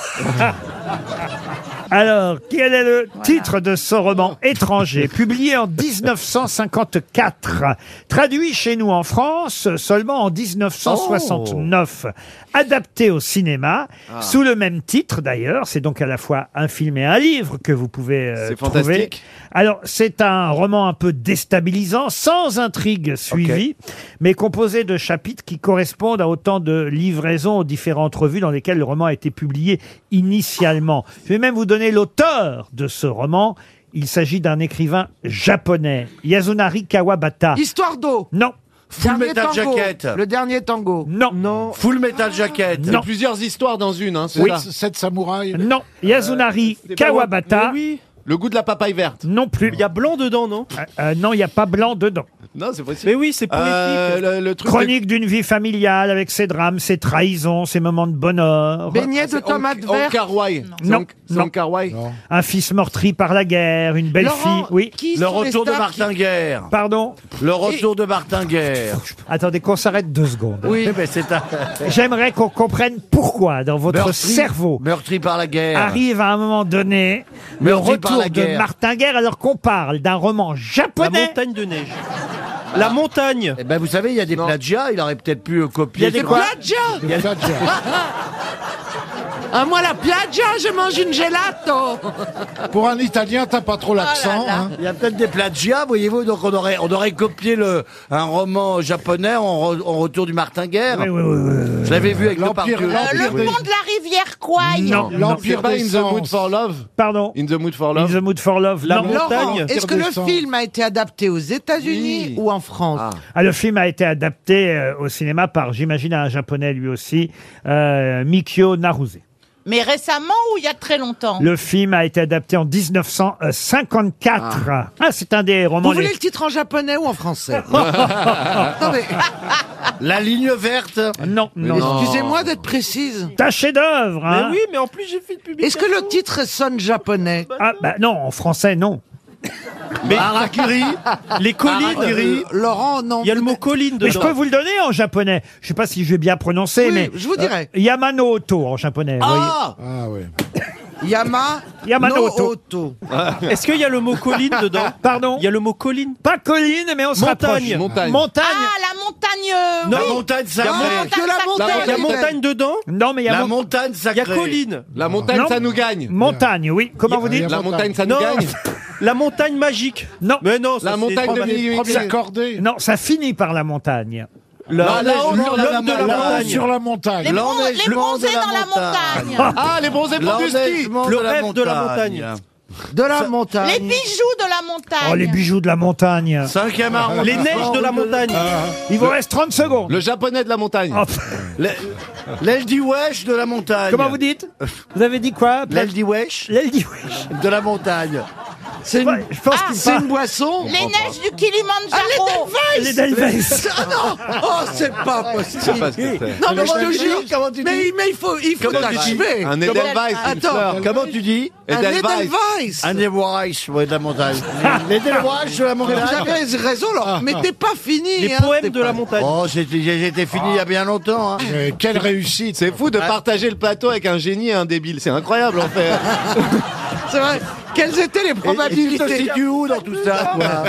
Alors, quel est le titre de ce roman étranger, publié en 1954, traduit chez nous en France seulement en 1969, adapté au cinéma, sous le même titre d'ailleurs, c'est donc à la fois un film et un livre que vous pouvez euh, C'est trouver. fantastique. Alors, c'est un roman un peu déstabilisant, sans intrigue suivie, mais composé de chapitres qui correspondent à autant de livraisons aux différentes revues dans lesquelles le roman a été publié initialement. Je vais même vous donner l'auteur de ce roman. Il s'agit d'un écrivain japonais, Yasunari Kawabata. Histoire d'eau. Non, Full Metal Jacket. dernier tango. Non. Non. Full Metal Jacket. Il y a plusieurs histoires dans une, hein, c'est Oui. ça. Sept samouraïs. Non. Yasunari C'était pas- Kawabata. Mais oui. Le goût de la papaye verte. Non plus. Il y a blanc dedans, non Euh, euh, non, il n'y a pas blanc dedans. Non, c'est possible. Mais oui, c'est politique. Euh, le, le truc. Chronique d'une vie familiale avec ses drames, ses trahisons, ses moments de bonheur. Ah, Beignet Ah, de tomates vertes. Carway. Non, non. Carway. Un fils meurtri par la guerre, une belle Laurent, fille. Oui. qui Le sont les retour de stars Martin Guerre. Pardon Ah, Le retour de Martin Guerre. Attendez qu'on s'arrête deux secondes. Oui, mais c'est un. J'aimerais qu'on comprenne pourquoi dans votre Meurtri- cerveau Meurtri par la guerre. arrive à un moment donné le Meurtri par retour la de guerre. Martin Guerre alors qu'on parle d'un roman La japonais. montagne de neige. La montagne. Eh ben, vous savez, il y a des plagiats, il aurait peut-être pu euh, Il y copier. a des sur un- Piaggia Ah, moi, la Piaggia, je mange une gelato Pour un Italien, t'as pas Oh trop l'accent. hein. Il y a peut-être des plagiats, voyez-vous, donc on aurait, on aurait copié le, un roman japonais en, re- en retour du Martin Guerre. Oui, oui, oui, oui, oui. Je l'avais vu avec le L'Empire- Le l'Empire des- pont de la rivière Kouai. Non, non. L'Empire Pas des In the Mood Sens. for Love. Pardon. In the Mood for In Love. the mood for love. La non. montagne. Laurent, Montagne. est-ce que le Descends. film a été adapté aux États-Unis Oui. ou en France Ah, le film a été adapté euh, au cinéma par, j'imagine, un japonais lui aussi, euh, Mikio Naruse. Mais récemment ou il y a très longtemps Le film a été adapté en 1954. Ah, c'est un des romans. Vous voulez les- le titre en japonais ou en français Non, mais, La ligne verte. Non, non. Oh. non. Excusez-moi d'être précise. C'est un chef-d'œuvre. Mais hein. oui, mais en plus j'ai fait une Est-ce publication. que le titre sonne japonais Ah bah non, en français non. Mais Harakiri. les collines. Laurent, non. Il y a le mot colline Mais je dedans. peux vous le donner en japonais. Je sais pas si je vais bien prononcer, Oui, mais je vous dirai. euh, Yamano Oto en japonais. vous voyez. Ah Ah ouais. Yama Yama no no Oto. Oto. Est-ce qu'il y a le mot colline dedans Pardon Il y a le mot colline. Pas colline, mais on se Montagne. rapproche. Montagne. Montagne. Ah, la montagne. euh, Non, La oui. montagne La sacrée. montagne. Que la La Il y a montagne montagne dedans. Non, mais il y a La mon- montagne Il y sacrée. a colline. La montagne, Non. ça nous gagne. montagne, oui. Comment vous Il y a- dites il La montagne, ça nous Non. gagne. La montagne magique. Non. Mais non. ça, La c'est montagne de traumatisme. minuit. Première cordée. Non, ça finit par la montagne. La- Non, là, L'homme non, là, de là, la Là-haut montagne. sur la Les, montagne. bron- les L'enneigement bronzés de la dans la montagne. montagne. Ah, les bronzés pour du ski. L'enneigement Le de la rêve de la montagne. montagne. De la Les montagne. bijoux de la montagne. Oh, les bijoux de la montagne. Cinquième arrondissement. Ah. Les neiges de la montagne. Il vous reste 30 secondes. Le japonais de la montagne. Oh, L'aile du wesh de la montagne. Comment vous dites Vous avez dit quoi L'aile du wesh L'aile dit de la montagne. C'est une, Je pense Ah, qu'il c'est parle. une boisson Les neiges du Kilimanjaro. Les Delves. Ah non Oh, c'est pas possible Je sais pas ce que c'est. Non, mais je te Comment tu jure dis Comment tu mais, dis mais il faut, il faut Comment tu t'achever Un Comment- Edelweiss, une Attends, fleur. Comment tu dis un Edelweiss. Edelweiss Un des Wesh, ouais, de la montagne. Les Wesh de la Vous montagne. Ah. avez raison, Laurent, mais t'es pas fini Les hein, poèmes t'es de la pas- montagne. Oh, j'étais j'étais fini il y a bien longtemps. hein. Euh, Quelle réussite. C'est fou de partager le plateau avec un génie et un débile. C'est incroyable, en fait. C'est vrai. Quelles étaient Et- les et tu te probabilités situes où dans tout ça toi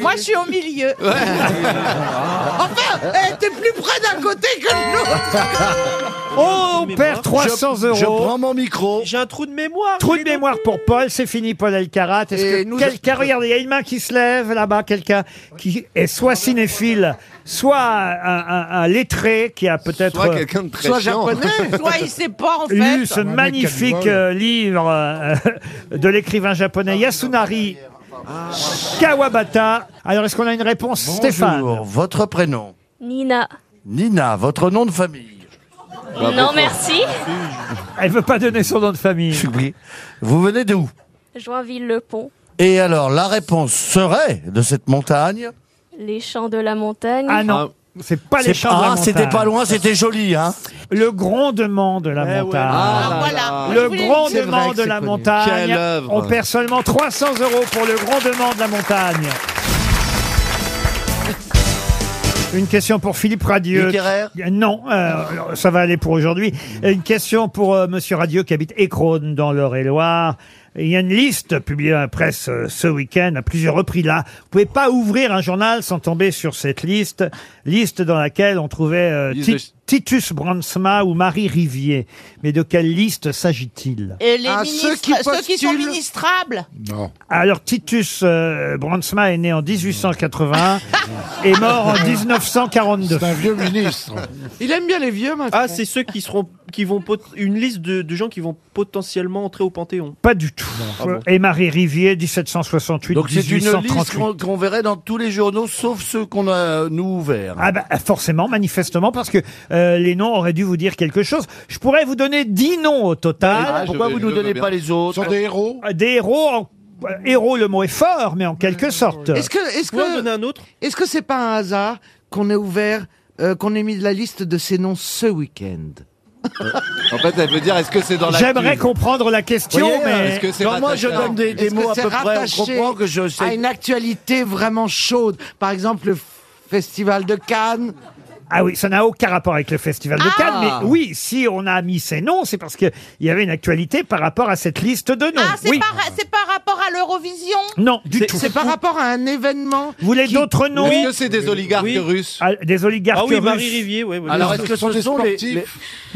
Moi, je suis au milieu. Enfin, eh, t'es plus près d'un côté que de l'autre Oh, on Mais perd 300 Je euros. prends mon micro. J'ai un trou de mémoire. Trou de mémoire pour Paul, c'est fini Paul Alcarat. Est-ce Et que nous- quelqu'un, regardez, il y a une main qui se lève là-bas, quelqu'un qui est soit cinéphile, soit un, un- un lettré qui a peut-être Soit euh, quelqu'un de très Soit chiant. japonais Toi, il sait pas, en fait. lu ce mais magnifique quel vol. euh, livre euh, de l'écrivain japonais Yasunari Kawabata. Alors, est-ce qu'on a une réponse, Stéphane Bonjour, votre prénom. Nina. Nina, votre nom de famille. Bah, non, merci. Elle veut pas donner son nom de famille. oublié. Vous venez de où Joinville-le-Pont. Et alors, la réponse serait de cette montagne. Les champs de la montagne. Ah non, c'est pas les C'est- champs de la ah, c'était montagne. pas loin, c'était joli, hein. Le grondement de la Eh ouais. montagne. Ah, voilà. Je Le voulais C'est vrai grondement que de c'est la connu. montagne. Quelle œuvre. On perd seulement 300 euros pour le grondement de la montagne. Une question pour Philippe Radieux. Littéraire. Non, euh, ça va aller pour aujourd'hui. Mm. Une question pour euh, Monsieur Radieux qui habite Écrone dans l'Eure-et-Loire. Il y a une liste publiée à la presse euh, ce week-end à plusieurs reprises là. Vous pouvez pas ouvrir un journal sans tomber sur cette liste, liste dans laquelle on trouvait euh, Liste Ti- de ch- Titus Bransma ou Marie Rivier. Mais de quelle liste s'agit-il Et les Ah, ministres, ceux qui ceux qui sont postulent. ministrables. Non. Alors Titus euh, Brandsma est né en 1881 et mort en 1942. C'est un vieux ministre. Il aime bien les vieux, maintenant. Ah, c'est ceux qui seront qui vont pot- une liste de, de gens qui vont potentiellement entrer au Panthéon. Pas du tout. Ah bon. Et Marie Rivier, 1768 Donc c'est une liste 1838. qu'on qu'on verrait dans tous les journaux, sauf ceux qu'on a nous ouverts. Ah bah, forcément, manifestement, parce que euh, les noms auraient dû vous dire quelque chose. Je pourrais vous donner 10 noms au total. Ah, pourquoi Je- vous nous je veux donnez bien. pas les autres Ce sont des héros Des héros, en- euh, héros, le mot est fort, mais en quelque sorte. Est-ce que, est-ce que, est-ce que c'est pas un hasard qu'on ait ouvert, euh, qu'on ait mis la liste de ces noms ce week-end En fait, elle veut dire est-ce que c'est dans la. J'aimerais comprendre la question, Vous voyez, mais... Est-ce que c'est Quand moi, je rattaché donne des- des Est-ce mots que à c'est peu près, on rattaché comprend que je sais- À une actualité vraiment chaude, par exemple le f- festival de Cannes. Ah oui, ça n'a aucun rapport avec le Festival de Cannes, Ah. mais oui, si on a mis ces noms, c'est parce qu'il y avait une actualité par rapport à cette liste de noms. Ah, c'est oui. par, c'est par rapport à l'Eurovision Non, du tout. C'est par rapport à un événement. Vous voulez d'autres noms Est-ce que c'est des oligarques russes Ah, Des oligarques Ah oui, russes. Marie Rivier, ouais, ouais. Alors est-ce que ce sont les, les-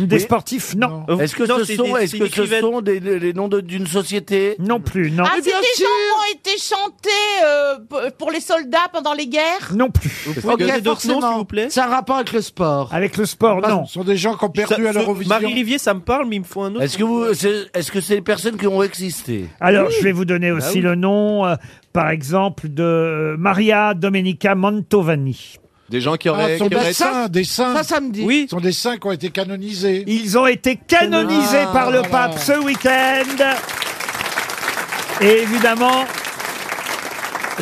Des sportifs, non. les- Est-ce que Non, ce c'est sont, des- est-ce c'est que des ce écrivaines. sont des- les, les noms de- d'une société Non plus, non. Ah, Mais c'est des bien gens qui ont été chantés euh, p- pour les soldats pendant les guerres Non plus. Vous pouvez Ok, donner d'autres noms, s'il forcément. vous plaît C'est un rapport avec le sport. Avec le sport, Oh, non. Ce sont des gens qui ont Ça- perdu à ce- l'Eurovision. Marie Rivier, ça me parle, mais il me faut un autre. Est-ce que vous, c'est- est-ce que c'est les personnes qui ont existé Alors, je vais vous donner aussi oui. le nom, euh, par exemple, de euh, Maria Domenica Mantovani. Des gens qui Ah, auraient. ce sont qui auraient- des saints, des saints. bah Ça, ça me dit. Oui. Ce sont des saints qui ont été canonisés. Ils ont été canonisés Ah, par le voilà. pape ce week-end. Et évidemment,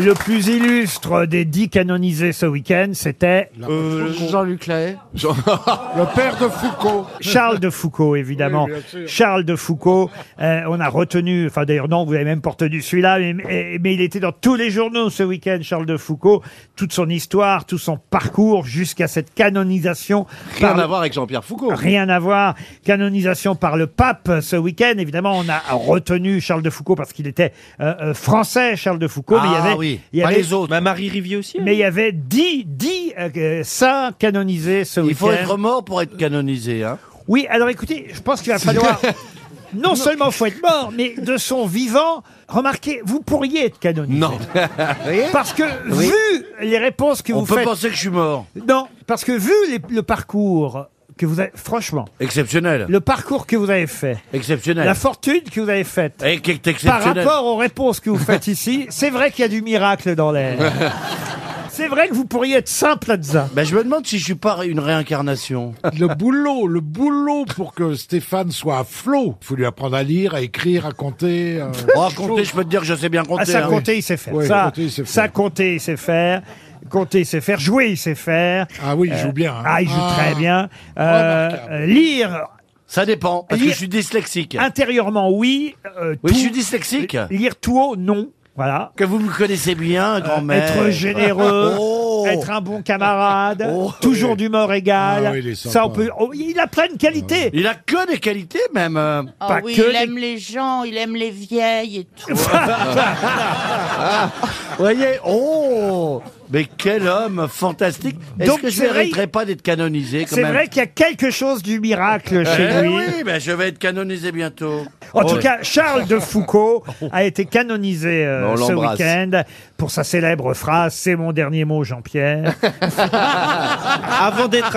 le plus illustre des dix canonisés ce week-end, c'était Euh, Jean-Luc Lahaye. Le père de Foucault. Charles de Foucault, évidemment. Oui, bien sûr. Charles de Foucault, euh, on a retenu, enfin d'ailleurs non, vous avez même pas retenu celui-là, mais, mais, mais il était dans tous les journaux ce week-end, Charles de Foucault, toute son histoire, tout son parcours jusqu'à cette canonisation. par Rien le- à voir avec Jean-Pierre Foucault. Rien à voir. Canonisation par le pape ce week-end. Évidemment, on a retenu Charles de Foucault parce qu'il était euh, euh, français, Charles de Foucault. mais il y Ah avait, oui, il y pas avait- les autres. Ma Bah, Marie Rivier aussi. hein. mais il y avait dix, dix euh, euh, saints canonisés ce Il faut week-end. être mort pour être canonisé. Hein. Oui, alors écoutez, je pense qu'il va falloir. Non seulement faut être mort, mais de son vivant, remarquez, vous pourriez être canonisé. Non. Ah. Parce que vu les réponses que On vous peut faites, penser que je suis mort. non, parce que vu les- le parcours que vous avez, franchement, Exceptionnel. le parcours que vous avez fait, Exceptionnel. la fortune que vous avez faite, Eh, qui est par exceptionnel. rapport aux réponses que vous faites ici, c'est vrai qu'il y a du miracle dans l'air. C'est vrai que vous pourriez être saint Plaza. Ben, je me demande si je suis pas une réincarnation. Le boulot, le boulot pour que Stéphane soit à flot. Il faut lui apprendre à lire, à écrire, à compter. euh, Oh, compter, je peux te dire que je sais bien compter. Ah, ça hein. compter, il sait faire. Oui, ça, compter, il sait faire. ça compter, il sait faire. Compter, il sait faire. Jouer, il sait faire. Ah oui, il joue bien. hein. Ah, il joue Ah. très bien. Euh, Remarquable. lire Ça dépend, parce que Lire- je suis dyslexique. intérieorement, oui. euh, Oui, tout- je suis dyslexique. Lire tout haut, non. Voilà. Euh, Que vous me connaissez bien, grand-mère. Être généreux, Oh. être un bon camarade, Oh. toujours d'humeur égale. Ah oui, il est ça, on sympa. peut. oh, il a plein de qualités. Il a que des qualités, même. euh. Ah Pas oui, que il les- aime les gens, il aime les vieilles et tout. Vous voyez, oh Mais quel homme fantastique Est-ce Donc, que je c'est vrai- mériterais pas d'être canonisé, quand C'est même vrai qu'il y a quelque chose du miracle Eh chez lui. oui, Oh. ben je vais être canonisé bientôt. En tout Ouais. cas, Charles de Foucault Oh. a été canonisé euh, On ce l'embrasse. week-end pour sa célèbre phrase C'est mon dernier mot, Jean-Pierre. Avant d'être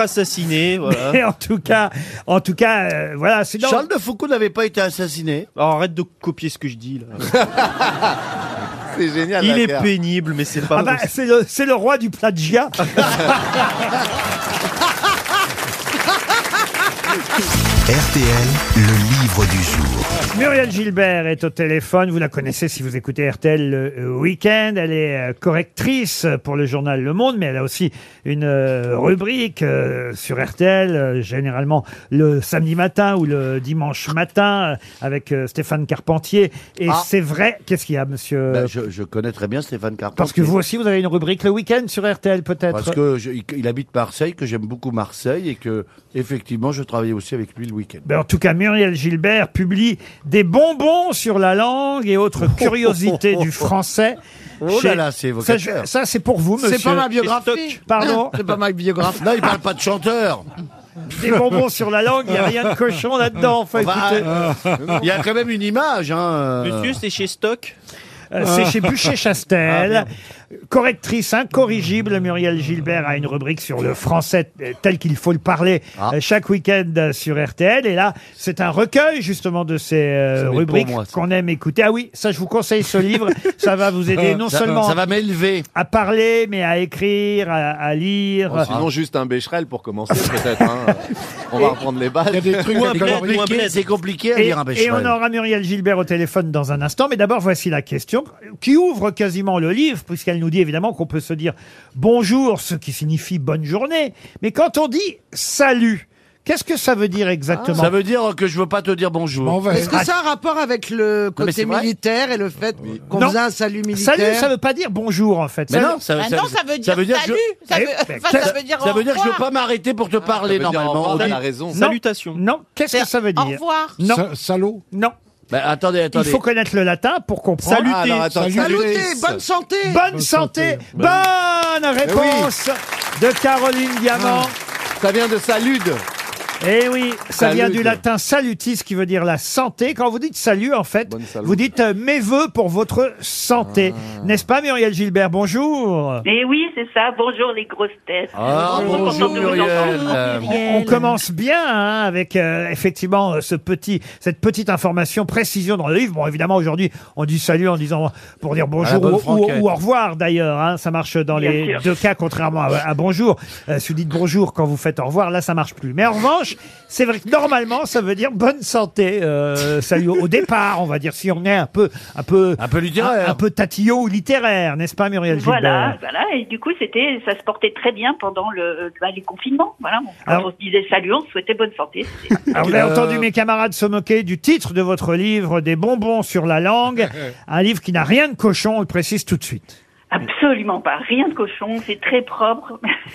assassiné, voilà. Et en tout cas, en tout cas, euh, voilà, c'est dans- Charles de Foucault n'avait pas été assassiné. Alors, arrête de copier ce que je dis là. C'est génial. Il la est guerre. pénible, mais c'est pas Ah bah, possible. c'est le, c'est le roi du plagiat. RTL, le livre du jour. Muriel Gilbert est au téléphone. Vous la connaissez si vous écoutez RTL le euh, week-end. Elle est euh, correctrice pour le journal Le Monde, mais elle a aussi une euh, rubrique euh, sur RTL, euh, généralement le samedi matin ou le dimanche matin, euh, avec euh, Stéphane Carpentier. Et Ah. c'est vrai. Qu'est-ce qu'il y a, monsieur Ben, je, je connais très bien Stéphane Carpentier. euh, Parce que vous aussi, vous avez une rubrique le week-end sur RTL, Parce peut-être. que je- il- il habite Marseille, que j'aime beaucoup Marseille et que effectivement je travaillais aussi avec lui le week-end. Ben, en tout cas, Muriel Gilbert publie des bonbons sur la langue et autres curiosités du français. Oh Chez- là là, c'est Ça, je- évocateur. ça, c'est pour vous, monsieur. C'est pas ma biographie. Stock. Pardon. C'est pas ma biographie. Non, il parle pas de chanteur. Des bonbons sur la langue, il n'y a rien de cochon là-dedans. Enfin, Enfin, Bah, écoutez, euh, il y a quand même une image. Hein. euh. Ah. Monsieur, c'est chez Stock. Ah, euh, c'est chez Bûcher Chastel. Correctrice incorrigible, Muriel Gilbert a une rubrique sur le français euh, tel qu'il faut le parler Ah. euh, chaque week-end euh, sur RTL. Et là, c'est un recueil justement de ces euh, Ça m'est pour rubriques moi, ça. qu'on aime écouter. Ah oui, ça je vous conseille ce livre, ça va vous aider non Ça- seulement ça va m'élever à parler, mais à écrire, à, à lire. Oh, Bon, sinon, juste un Becherel pour commencer, peut-être. hein. On va reprendre les bases. compliqué et, et on aura Muriel Gilbert au téléphone dans un instant. Mais d'abord, voici la question qui ouvre quasiment le livre, puisqu'elle nous dit évidemment qu'on peut se dire bonjour, ce qui signifie bonne journée. Mais quand on dit salut, qu'est-ce que ça veut dire exactement Ça veut dire que je veux pas te dire bonjour. Est-ce Ah, que ça a un rapport avec le mais côté c'est vrai. militaire et le fait qu'on Non. faisait un salut militaire Salut, ça veut pas dire bonjour en fait. Mais non, ça- Ah ça- non, ça veut dire ça veut dire salut. que- Ça veut- Eh, enfin, ça veut dire au revoir. Ah, ça veut dire au revoir, elle a raison. Non, Salutations. Non, qu'est-ce que ça veut dire revoir. Non. Sa- salaud Non. attendez, attendez. Il faut connaître le latin pour comprendre. Saluter. Ah, alors, attends, Saluter, saluter. bonne santé. Bonne santé. Bah Bonne réponse de Caroline Diamant. Ça vient de salude. Eh oui, ça Salude. vient du latin salutis qui veut dire la santé. Quand vous dites salut, en fait, vous dites euh, mes voeux pour votre santé. N'est-ce pas, Muriel Gilbert Bonjour. Eh oui, c'est ça. Bonjour les grosses têtes. Ah, Je suis contente bonjour, de vous Muriel. entendre. Euh, On, on commence bien hein, avec euh, effectivement euh, ce petit, cette petite information, précision dans le livre. Bon, évidemment, aujourd'hui, on dit salut en disant pour dire bonjour À la bonne ou, ou- franquette. ou au revoir d'ailleurs. hein. ça marche dans Bien les sûr. deux cas, contrairement à, à bonjour. Euh, si vous dites bonjour quand vous faites au revoir, là, ça marche plus. Mais en revanche, c'est vrai que normalement, ça veut dire bonne santé. euh, salut au départ, on va dire si on est un peu, un peu, un peu littéraire. un, peu tatillot ou littéraire, n'est-ce pas, Muriel Gilbert Voilà, voilà. Et du coup, c'était, ça se portait très bien pendant le, bah, les confinements. Voilà. Bon, Quand Alors- on se disait salut, on se souhaitait bonne santé. Euh, Alors, Ah, vous avez entendu mes camarades se moquer du titre de votre livre, Des bonbons sur la langue. un livre qui n'a rien de cochon, on le précise tout de suite. Absolument pas. Rien de cochon. C'est très propre.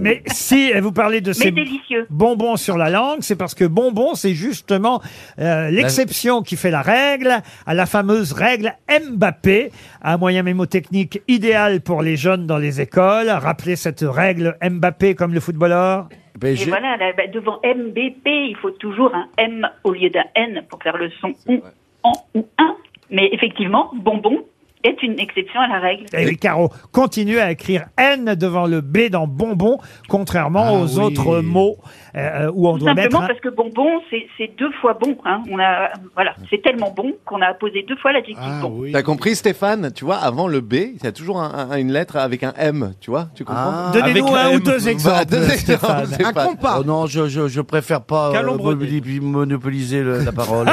Mais si euh, vous parlez de Mais ces délicieux. bonbons sur la langue, c'est parce que bonbon, c'est justement euh, l'exception qui fait la règle, à la fameuse règle Mbappé, un moyen mémotechnique idéal pour les jeunes dans les écoles. Rappelez cette règle Mbappé comme le footballeur. Et voilà, là, bah, devant MBP, il faut toujours un M au lieu d'un N pour faire le son ou, en ou un. Mais effectivement, bonbon est une exception à la règle. Et oui, Caro continue à écrire N devant le B dans bonbon, contrairement aux autres mots euh, où on Tout doit mettre. simplement un- parce que bonbon, c'est c'est deux fois bon. hein. On a, voilà, c'est tellement bon qu'on a posé deux fois l'adjectif Ah, bon. T'as compris, Stéphane Tu vois, avant le B, il y a toujours un- un- une lettre avec un M, tu vois Tu comprends Donnez-nous Ah. Avec un M. ou deux Bah, exemples, deux exemples, Stéphane. Stéphane. Oh non, je, je, je préfère pas euh, monopoli- monopoliser le- la parole.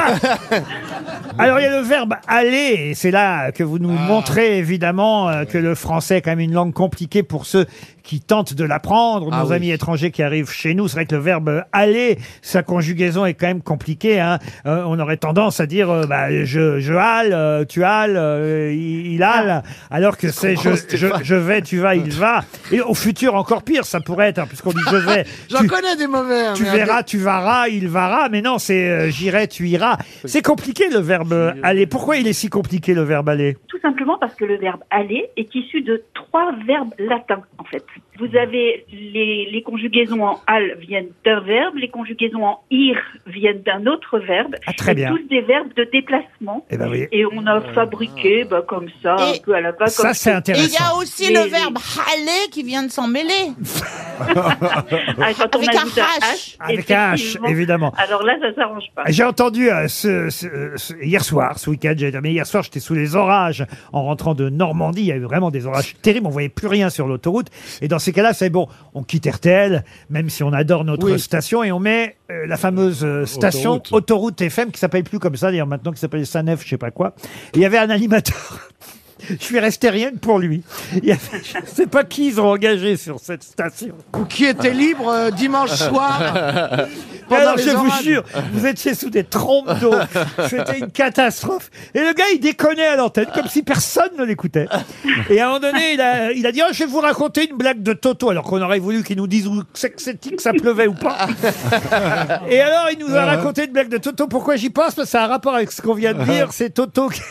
Alors il y a le verbe aller, et c'est là que vous nous Ah. montrez évidemment euh, que le français est quand même une langue compliquée pour ceux qui tentent de l'apprendre. Ah Nos oui. amis étrangers qui arrivent chez nous, c'est vrai que le verbe aller, sa conjugaison est quand même compliquée. hein. Euh, on aurait tendance à dire euh, bah, je, je halle, euh, tu halles, euh, il, il halle, alors que c'est je, Ah. comprends, je, Stéphane. je vais, tu vas, il va. Et au futur encore pire, ça pourrait être, hein, puisqu'on dit je vais. J'en tu- connais des mauvais. hein, tu merde. verras, tu verras, il verra, mais non, c'est euh, j'irai, tu iras. C'est compliqué le verbe euh, aller. Pourquoi il est si compliqué le verbe aller Tout simplement parce que le verbe aller est issu de trois verbes latins, en fait. Vous avez les, les conjugaisons en al viennent d'un verbe, les conjugaisons en ir viennent d'un autre verbe. Ah, très et bien. tous des verbes de déplacement. Eh ben oui. Et on a fabriqué bah, comme ça, un peu à la va ça, c'est intéressant. Et il y a aussi Mais- le verbe haler qui vient de s'en mêler. Ah, quand on Avec ajoute un un H, H. Avec un H, effectivement. évidemment. Alors là, ça s'arrange Ah, pas. J'ai entendu euh, ce- ce- ce- hier soir, ce week-end, j'ai mais hier soir, j'étais sous les orages en rentrant de Normandie. Il y a eu vraiment des orages terribles. On voyait plus rien sur l'autoroute. Et dans ces cas-là, c'est bon, on quitte RTL, même si on adore notre station, et on met euh, la fameuse euh, station autoroute. Autoroute. FM qui s'appelle plus comme ça d'ailleurs maintenant, qui s'appelle Sanef, je sais pas quoi. Et il y avait un animateur. Je suis resté rien que pour lui. Il y avait- je ne sais pas qui ils ont engagé sur cette station. Ou qui était libre euh, dimanche soir pendant Alors, les je vous orages. jure, vous étiez sous des trompes d'eau. C'était une catastrophe. Et le gars, il déconnait à l'antenne, comme si personne ne l'écoutait. Et à un moment donné, il a, il a dit Oh, Je vais vous raconter une blague de Toto, alors qu'on aurait voulu qu'il nous dise où c'est que c'était que ça pleuvait ou pas. Et alors, il nous a raconté une blague de Toto. Pourquoi j'y pense Parce que ça a un rapport avec ce qu'on vient de dire. C'est Toto qui.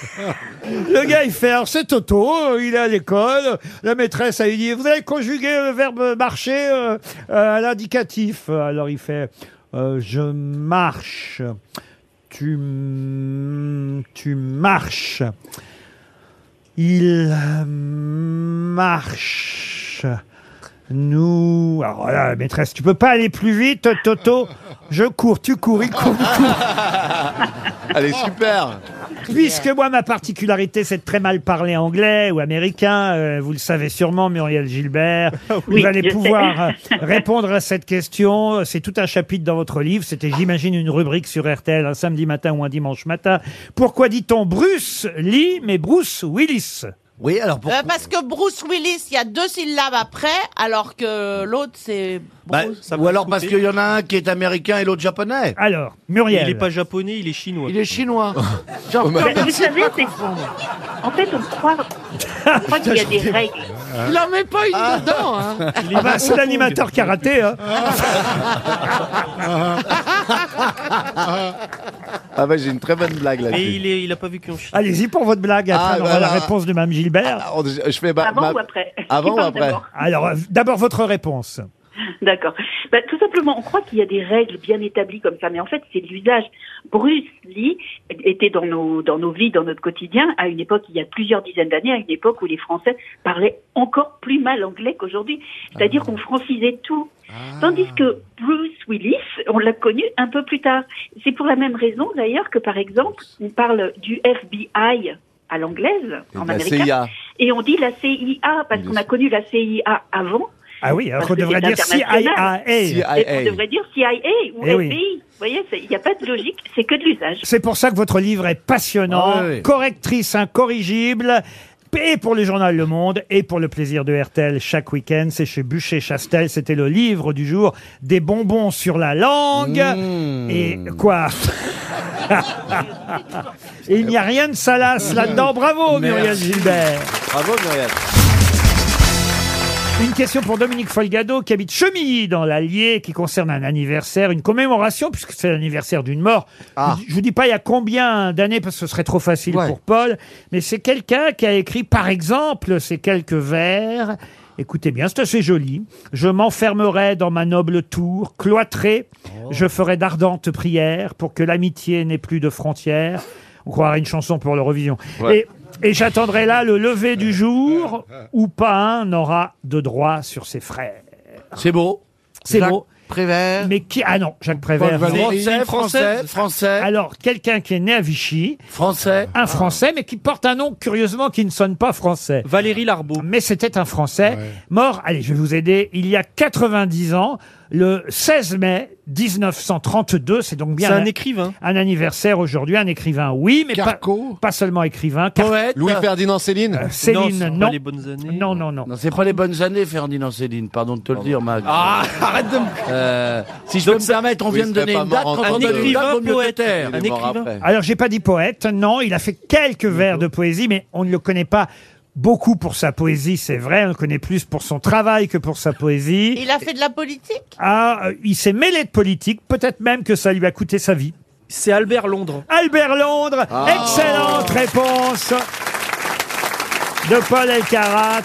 Le gars, il fait, alors c'est Toto, euh, il est à l'école, la maîtresse a lui dit, vous allez conjuguer le verbe marcher euh, euh, à l'indicatif. Alors il fait, euh, je marche, tu, m- tu marches. Il marche. Nous. Alors là, la maîtresse, tu peux pas aller plus vite, Toto. Je cours, tu cours, il court, il court. Allez, super. Puisque moi, ma particularité, c'est de très mal parler anglais ou américain, euh, vous le savez sûrement, Muriel Gilbert, Oui, vous allez je sais. pouvoir euh, répondre à cette question. C'est tout un chapitre dans votre livre. C'était, j'imagine, une rubrique sur RTL un samedi matin ou un dimanche matin. Pourquoi dit-on Bruce Lee, mais Bruce Willis Oui, alors Euh, parce que Bruce Willis, il y a deux syllabes après, alors que l'autre, c'est... Bah, ou alors parce qu'il y en a un qui est américain et l'autre japonais. Alors, Muriel. Il est pas japonais, il est chinois. Il est chinois. Genre, Oh, mais- personne Vous sait savez, pas c'est- En fait, on croit, on croit qu'il y a des règles. hein. Il en met pas une dedans, hein. Ah bah, c'est l'animateur qui a raté. hein. Ah bah j'ai une très bonne blague là. Mais il, est, il a pas vécu en Chine. Allez-y pour votre blague. Après, Ah, on bah, aura la bah. réponse de Mme Gilbert. Je fais bah, Avant ma- ou après Avant ou Non, après d'abord. Alors, euh, d'abord votre réponse. D'accord. Bah, tout simplement, on croit qu'il y a des règles bien établies comme ça, mais en fait, c'est de l'usage. Bruce Lee était dans nos, dans nos vies, dans notre quotidien, à une époque, il y a plusieurs dizaines d'années, à une époque où les Français parlaient encore plus mal anglais qu'aujourd'hui. C'est-à-dire qu'on francisait tout. Tandis que Bruce Willis, on l'a connu un peu plus tard. C'est pour la même raison, d'ailleurs, que par exemple, on parle du FBI à l'anglaise, Et en de la américain, CIA. et on dit la CIA, parce qu'on a connu la CIA avant, Ah oui, alors parce qu'on que devrait c'est dire international. CIA. Et on devrait dire CIA ou Eh oui. FBI. Vous voyez, c'est- il n'y a pas de logique, c'est que de l'usage. C'est pour ça que votre livre est passionnant, Ah oui. correctrice incorrigible. Et pour le journal Le Monde et pour le plaisir de RTL chaque week-end, c'est chez Bûcher Chastel. C'était le livre du jour des bonbons sur la langue. Mmh. Et quoi Et il n'y a rien de salace là-dedans. Bravo Muriel Merci. Gilbert. Bravo Muriel. Une question pour Dominique Folgado qui habite Chemilly dans l'Allier qui concerne un anniversaire, une commémoration puisque c'est l'anniversaire d'une mort. Je, je vous dis pas il y a combien d'années parce que ce serait trop facile pour Paul, mais c'est quelqu'un qui a écrit par exemple ces quelques vers. Écoutez bien, c'est assez joli. Je m'enfermerai dans ma noble tour, cloîtrée. Je ferai d'ardentes prières pour que l'amitié n'ait plus de frontières. On croirait une chanson pour l'Eurovision. Ouais. Et- et j'attendrai là le lever du jour où pas un n'aura de droit sur ses frères. C'est beau. C'est Jacques beau. Prévert. Mais qui Ah non, Jacques Prévert. Paul non. Valéry. Français, français, français. Ah, Alors, quelqu'un qui est né à Vichy. Français. Un français, mais qui porte un nom, curieusement, qui ne sonne pas français. Valérie Larbeau. Mais c'était un français mort, allez, je vais vous aider, il y a 90 ans, le 16 mai 1932. C'est donc bien. C'est un écrivain. Un anniversaire aujourd'hui, un écrivain, oui, mais pas, pas seulement écrivain. Poète. Louis-Ferdinand Céline Euh, Céline, non. les bonnes années. Non, non, non. Non, c'est pas les bonnes années, Ferdinand Céline, pardon de te le dire, Max. Ah, arrête de me. Euh, si je peux me permettre, on Oui, vient ce de serait donner pas une date. marrant Quand de- on donne une date, vaut mieux poète, te taire. un Il est mort écrivain. après. Alors, j'ai pas dit poète, non, il a fait quelques vers de poésie, mais on ne le connaît pas beaucoup pour sa poésie, c'est vrai, on le connaît plus pour son travail que pour sa poésie. Il a fait de la politique Ah, euh, il s'est mêlé de politique, peut-être même que ça lui a coûté sa vie. C'est Albert Londres. Albert Londres, Ah. excellente réponse de Paul Elkarat,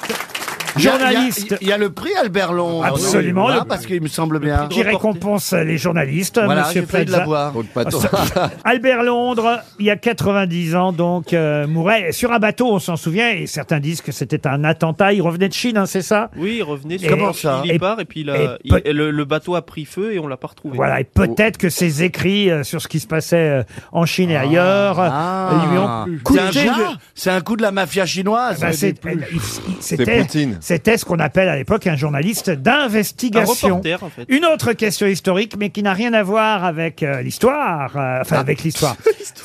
journaliste. Il y, a le prix Albert Long. Absolument, le- parce qu'il me semble bien. qui récompense les journalistes, Voilà, Monsieur j'ai failli Plaza. l'avoir. Faut le pas trop. Ça- Albert Londres, il y a 90 ans, donc euh, mourait sur un bateau, on s'en souvient, et certains disent que c'était un attentat. Il revenait de Chine, hein, c'est ça Oui, il revenait. Et- Comment ça Il Et- y part et puis il a- et peut- il- le, le bateau a pris feu et on l'a pas retrouvé. Voilà, et peut-être que ses écrits euh, sur ce qui se passait euh, en Chine et ailleurs euh, lui ont Ah. C'est coûté. un genre- C'est un coup de la mafia chinoise. Bah, c'est- il- il- c'était, Poutine. c'était ce qu'on appelle à l'époque un journaliste d'investigation. Un reporter, en fait. Une autre question historique, mais qui n'a rien à voir avec euh, l'histoire, euh, Ah. enfin avec l'histoire.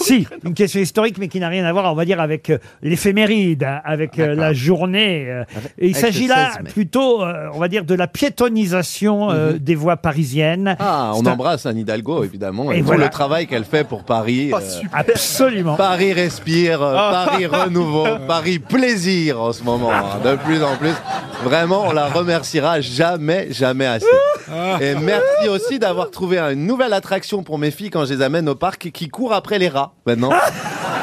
si, une question historique, mais qui n'a rien à voir, on va dire, avec euh, l'éphéméride, hein, avec euh, la journée. euh. Et il avec le s'agit là 16 mai. plutôt, euh, on va dire, de la piétonisation euh, des voies parisiennes. Mhm. Ah, on C'est un- embrasse Anne Hidalgo évidemment et, Et tout voilà. le travail qu'elle fait pour Paris. euh, Absolument. Paris respire, euh, Ah. Paris renouveau, Paris plaisir en ce moment, hein, de plus en plus. Vraiment, on la remerciera jamais, jamais assez. Ah. Et merci aussi d'avoir trouvé une nouvelle attraction pour mes filles quand je les amène au parc qui courent après les rats maintenant. Ah.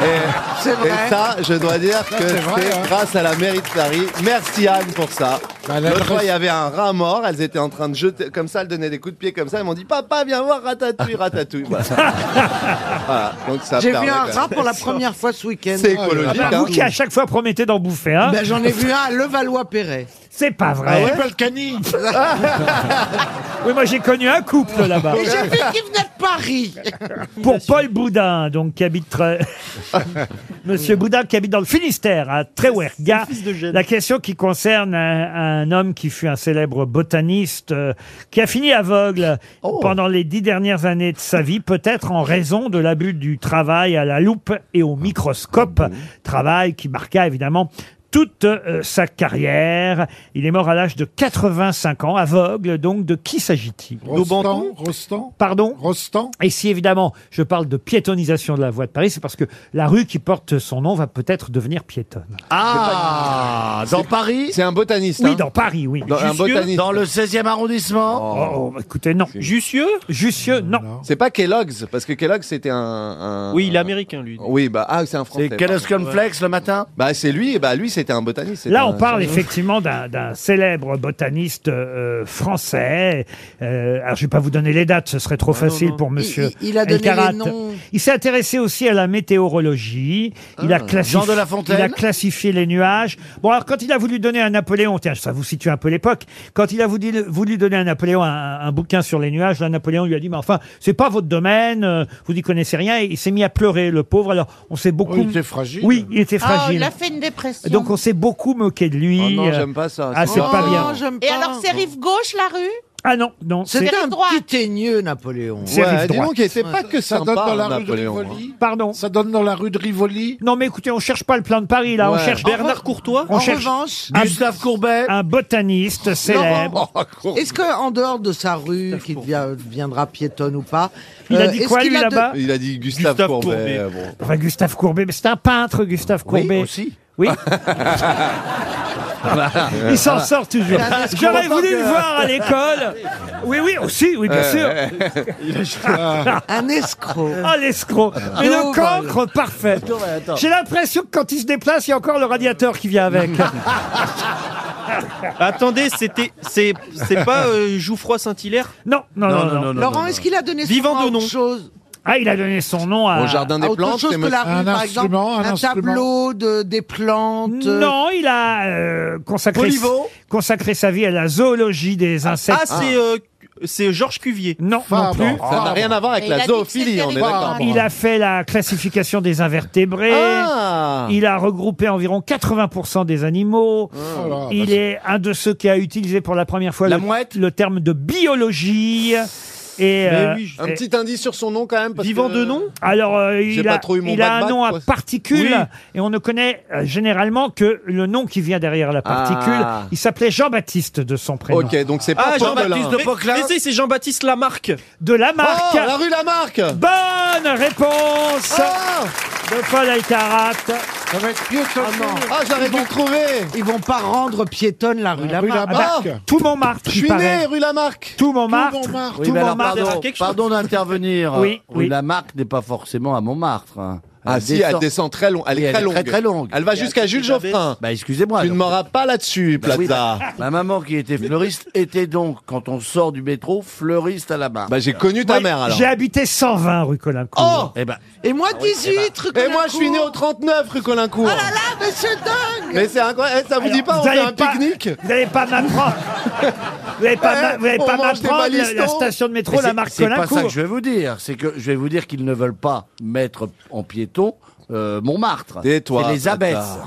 Et, C'est vrai. et ça, je dois dire Ça, que c'est vrai, c'est hein. grâce à la mairie de Paris. Merci Anne pour ça. L'autre fois, il y avait un rat mort, elles étaient en train de jeter comme ça, elles donnaient des coups de pied comme ça, elles m'ont dit Papa, viens voir Ratatouille, Ah. Ratatouille. Voilà. Voilà, Ah, donc ça J'ai vu permet un quand rat même. pour la première fois ce week-end. C'est écologique, hein. Ah, bah, Vous qui à chaque fois promettez d'en bouffer hein. un. Ben, j'en ai vu un à Levallois-Perret. C'est pas vrai. Ah ouais Balkany Oui, moi j'ai connu un couple là-bas. Et j'ai vu qu'il venait de Paris. Pour Paul Boudin, donc qui habite très- Monsieur Boudin qui habite dans le Finistère, à Tréouerga. La question qui concerne un, un homme qui fut un célèbre botaniste, euh, qui a fini aveugle pendant les dix dernières années de sa vie, peut-être en raison de l'abus du travail à la loupe et au microscope, travail qui marqua évidemment toute euh, sa carrière. Il est mort à l'âge de 85 ans, aveugle, donc de qui s'agit-il Rostand, Rostand. Pardon Rostand. Et si évidemment je parle de piétonisation de la voie de Paris, c'est parce que la rue qui porte son nom va peut-être devenir piétonne. Ah, dans Paris C'est un botaniste. Oui, dans Paris, oui. hein. Dans, un botaniste. dans le 16e arrondissement Oh, bah, écoutez, non. Jussieu Jussieu, non. C'est pas Kellogg's, parce que Kellogg's c'était un, un- Oui, il est américain, lui. Oui, bah, ah, c'est un français. C'est Kellogg's pardon. Cornflakes le matin Bah, c'est lui, et bah, lui, c'était un botaniste. c'était Là, on un- parle effectivement d'un d'un célèbre botaniste euh, français. Euh, alors, je vais pas vous donner les dates, ce serait trop facile pour monsieur. il- il a donné les Elkarat. noms. Il s'est intéressé aussi à la météorologie. Il, a classifié, Jean de La Fontaine. il a classifié les nuages. Bon, alors, quand il a voulu donner à Napoléon, tiens, ça vous situe un peu l'époque, quand il a voulu, voulu donner à Napoléon un, un bouquin sur les nuages, là, Napoléon lui a dit, mais enfin, c'est pas votre domaine, euh, vous n'y connaissez rien, et il s'est mis à pleurer, le pauvre. Alors, on s'est beaucoup. il était fragile. Oui, il était Ah, il fragile. a fait une dépression. Donc on s'est beaucoup moqué de lui. Oh non, Euh, j'aime pas ça. Ah, c'est Oh pas non, bien. Et alors, c'est rive gauche, la rue Ah non, non. C'était c'est- un petit teigneux, Napoléon. C'est Ouais, rive dis droite. donc, il était pas que Ça donne sympa, dans la rue de hein. Napoléon. Rivoli. Pardon. Ça donne dans la rue de Rivoli. Non mais écoutez, on cherche pas le plan de Paris là, on Ouais. cherche Bernard Courtois on en cherche Ah, revanche, un, Gustave Courbet un botaniste célèbre. Laurent, est-ce qu'en dehors de sa rue, qui devient- deviendra piétonne ou pas, Il a euh, dit est-ce quoi, qu'il lui, a de- là-bas Il a dit Gustave, Gustave Courbet. Courbet. euh, bon. Enfin, Gustave Courbet, mais c'est un peintre, Gustave Courbet. aussi. Oui, il s'en sort toujours. Ah, J'aurais voulu le voir à l'école. Oui, oui, aussi, oui, Euh, bien sûr. Un escroc. Ah, l'escroc. Mais le Dommage. cancre parfait. J'ai l'impression que quand il se déplace, il y a encore le radiateur qui vient avec. Oh. Attendez, c'était, c'est, c'est pas euh, Jouffroy Saint-Hilaire Non, non, non, non. Laurent, est-ce qu'il a donné son Vivant nom à ou non autre chose Ah, il a donné son nom à. Au jardin à des autre plantes, chose c'est que la rue, Un par exemple, instrument, un un, instrument. tableau de, des plantes. Non, il a euh, consacré, Poliveau consacré sa vie à la zoologie des insectes. Ah, c'est, euh, c'est Georges Cuvier. Non, non Fabre. plus. Ah, Ça n'a rien à voir Et avec il a la dit que zoophilie, c'était on est rigolo. d'accord. Il a fait la classification des invertébrés. Ah Il a regroupé environ 80% des animaux. Ah. Voilà, il bah, est un de ceux qui a utilisé pour la première fois La le, mouette le terme de biologie. Et, euh, Mais oui, je- euh, Un et- petit indice sur son nom quand même. Parce Vivant que- de nom Alors, euh, il, pas a, trop eu mon il a bac un maths, nom à quoi. particules et on ne connaît euh, généralement que le nom qui vient derrière la particule. Ah. Il s'appelait Jean-Baptiste de son prénom. Ok, donc c'est pas Ah, Jean-Baptiste Jean-Baptiste de Poquelin. Mais si, c'est Jean-Baptiste Lamarck. De la Oh, marque. la rue Lamarck Bonne réponse Ah, de Paul Alcarat. Ça va être piétonnant. ah j'aurais dû le trouver Ils vont pas rendre piétonne la rue Rue là-bas. Ah Lamarck. bah, tout Montmartre, Je il suis né, paraît. rue Lamarque Tout Montmartre. Montmartre. Oui, Tout mais alors, Montmartre. pardon, quelque chose. pardon d'intervenir. Oui, Rue oui. Lamarck n'est pas forcément à Montmartre. hein. Ah Elle si, elle descend- descend très longue. Elle Oui, est elle très est longue. très, très longue. Elle va Et jusqu'à à Jules Sylvabès. Geoffrin. Bah excusez-moi. Tu ne alors. m'auras pas là-dessus, Bah oui, Plaza. bah, ma maman qui était fleuriste était donc, quand on sort du métro, fleuriste à la barre. Bah j'ai connu ta Moi, mère alors. J'ai habité 120 rue Colincourt. Oh Eh ben, Et moi, 18 eh rue Et moi je suis né au Colincourt. 39 rue Colincourt. Ah là, mais c'est dingue Mais c'est incroyable. Eh, Ça vous dit pas, on fait un pique-nique Vous n'allez pas m'apprendre. vous n'allez pas, Hein Eh, m'a- vous n'allez on pas mange des m'apprendre la, balistons. la station de métro mais la c'est- marque C'est pas ça que Colincourt. je vais vous dire. C'est que je vais vous dire qu'ils ne veulent pas mettre en piéton euh, Montmartre. Tais-toi, C'est les Plaza. abesses.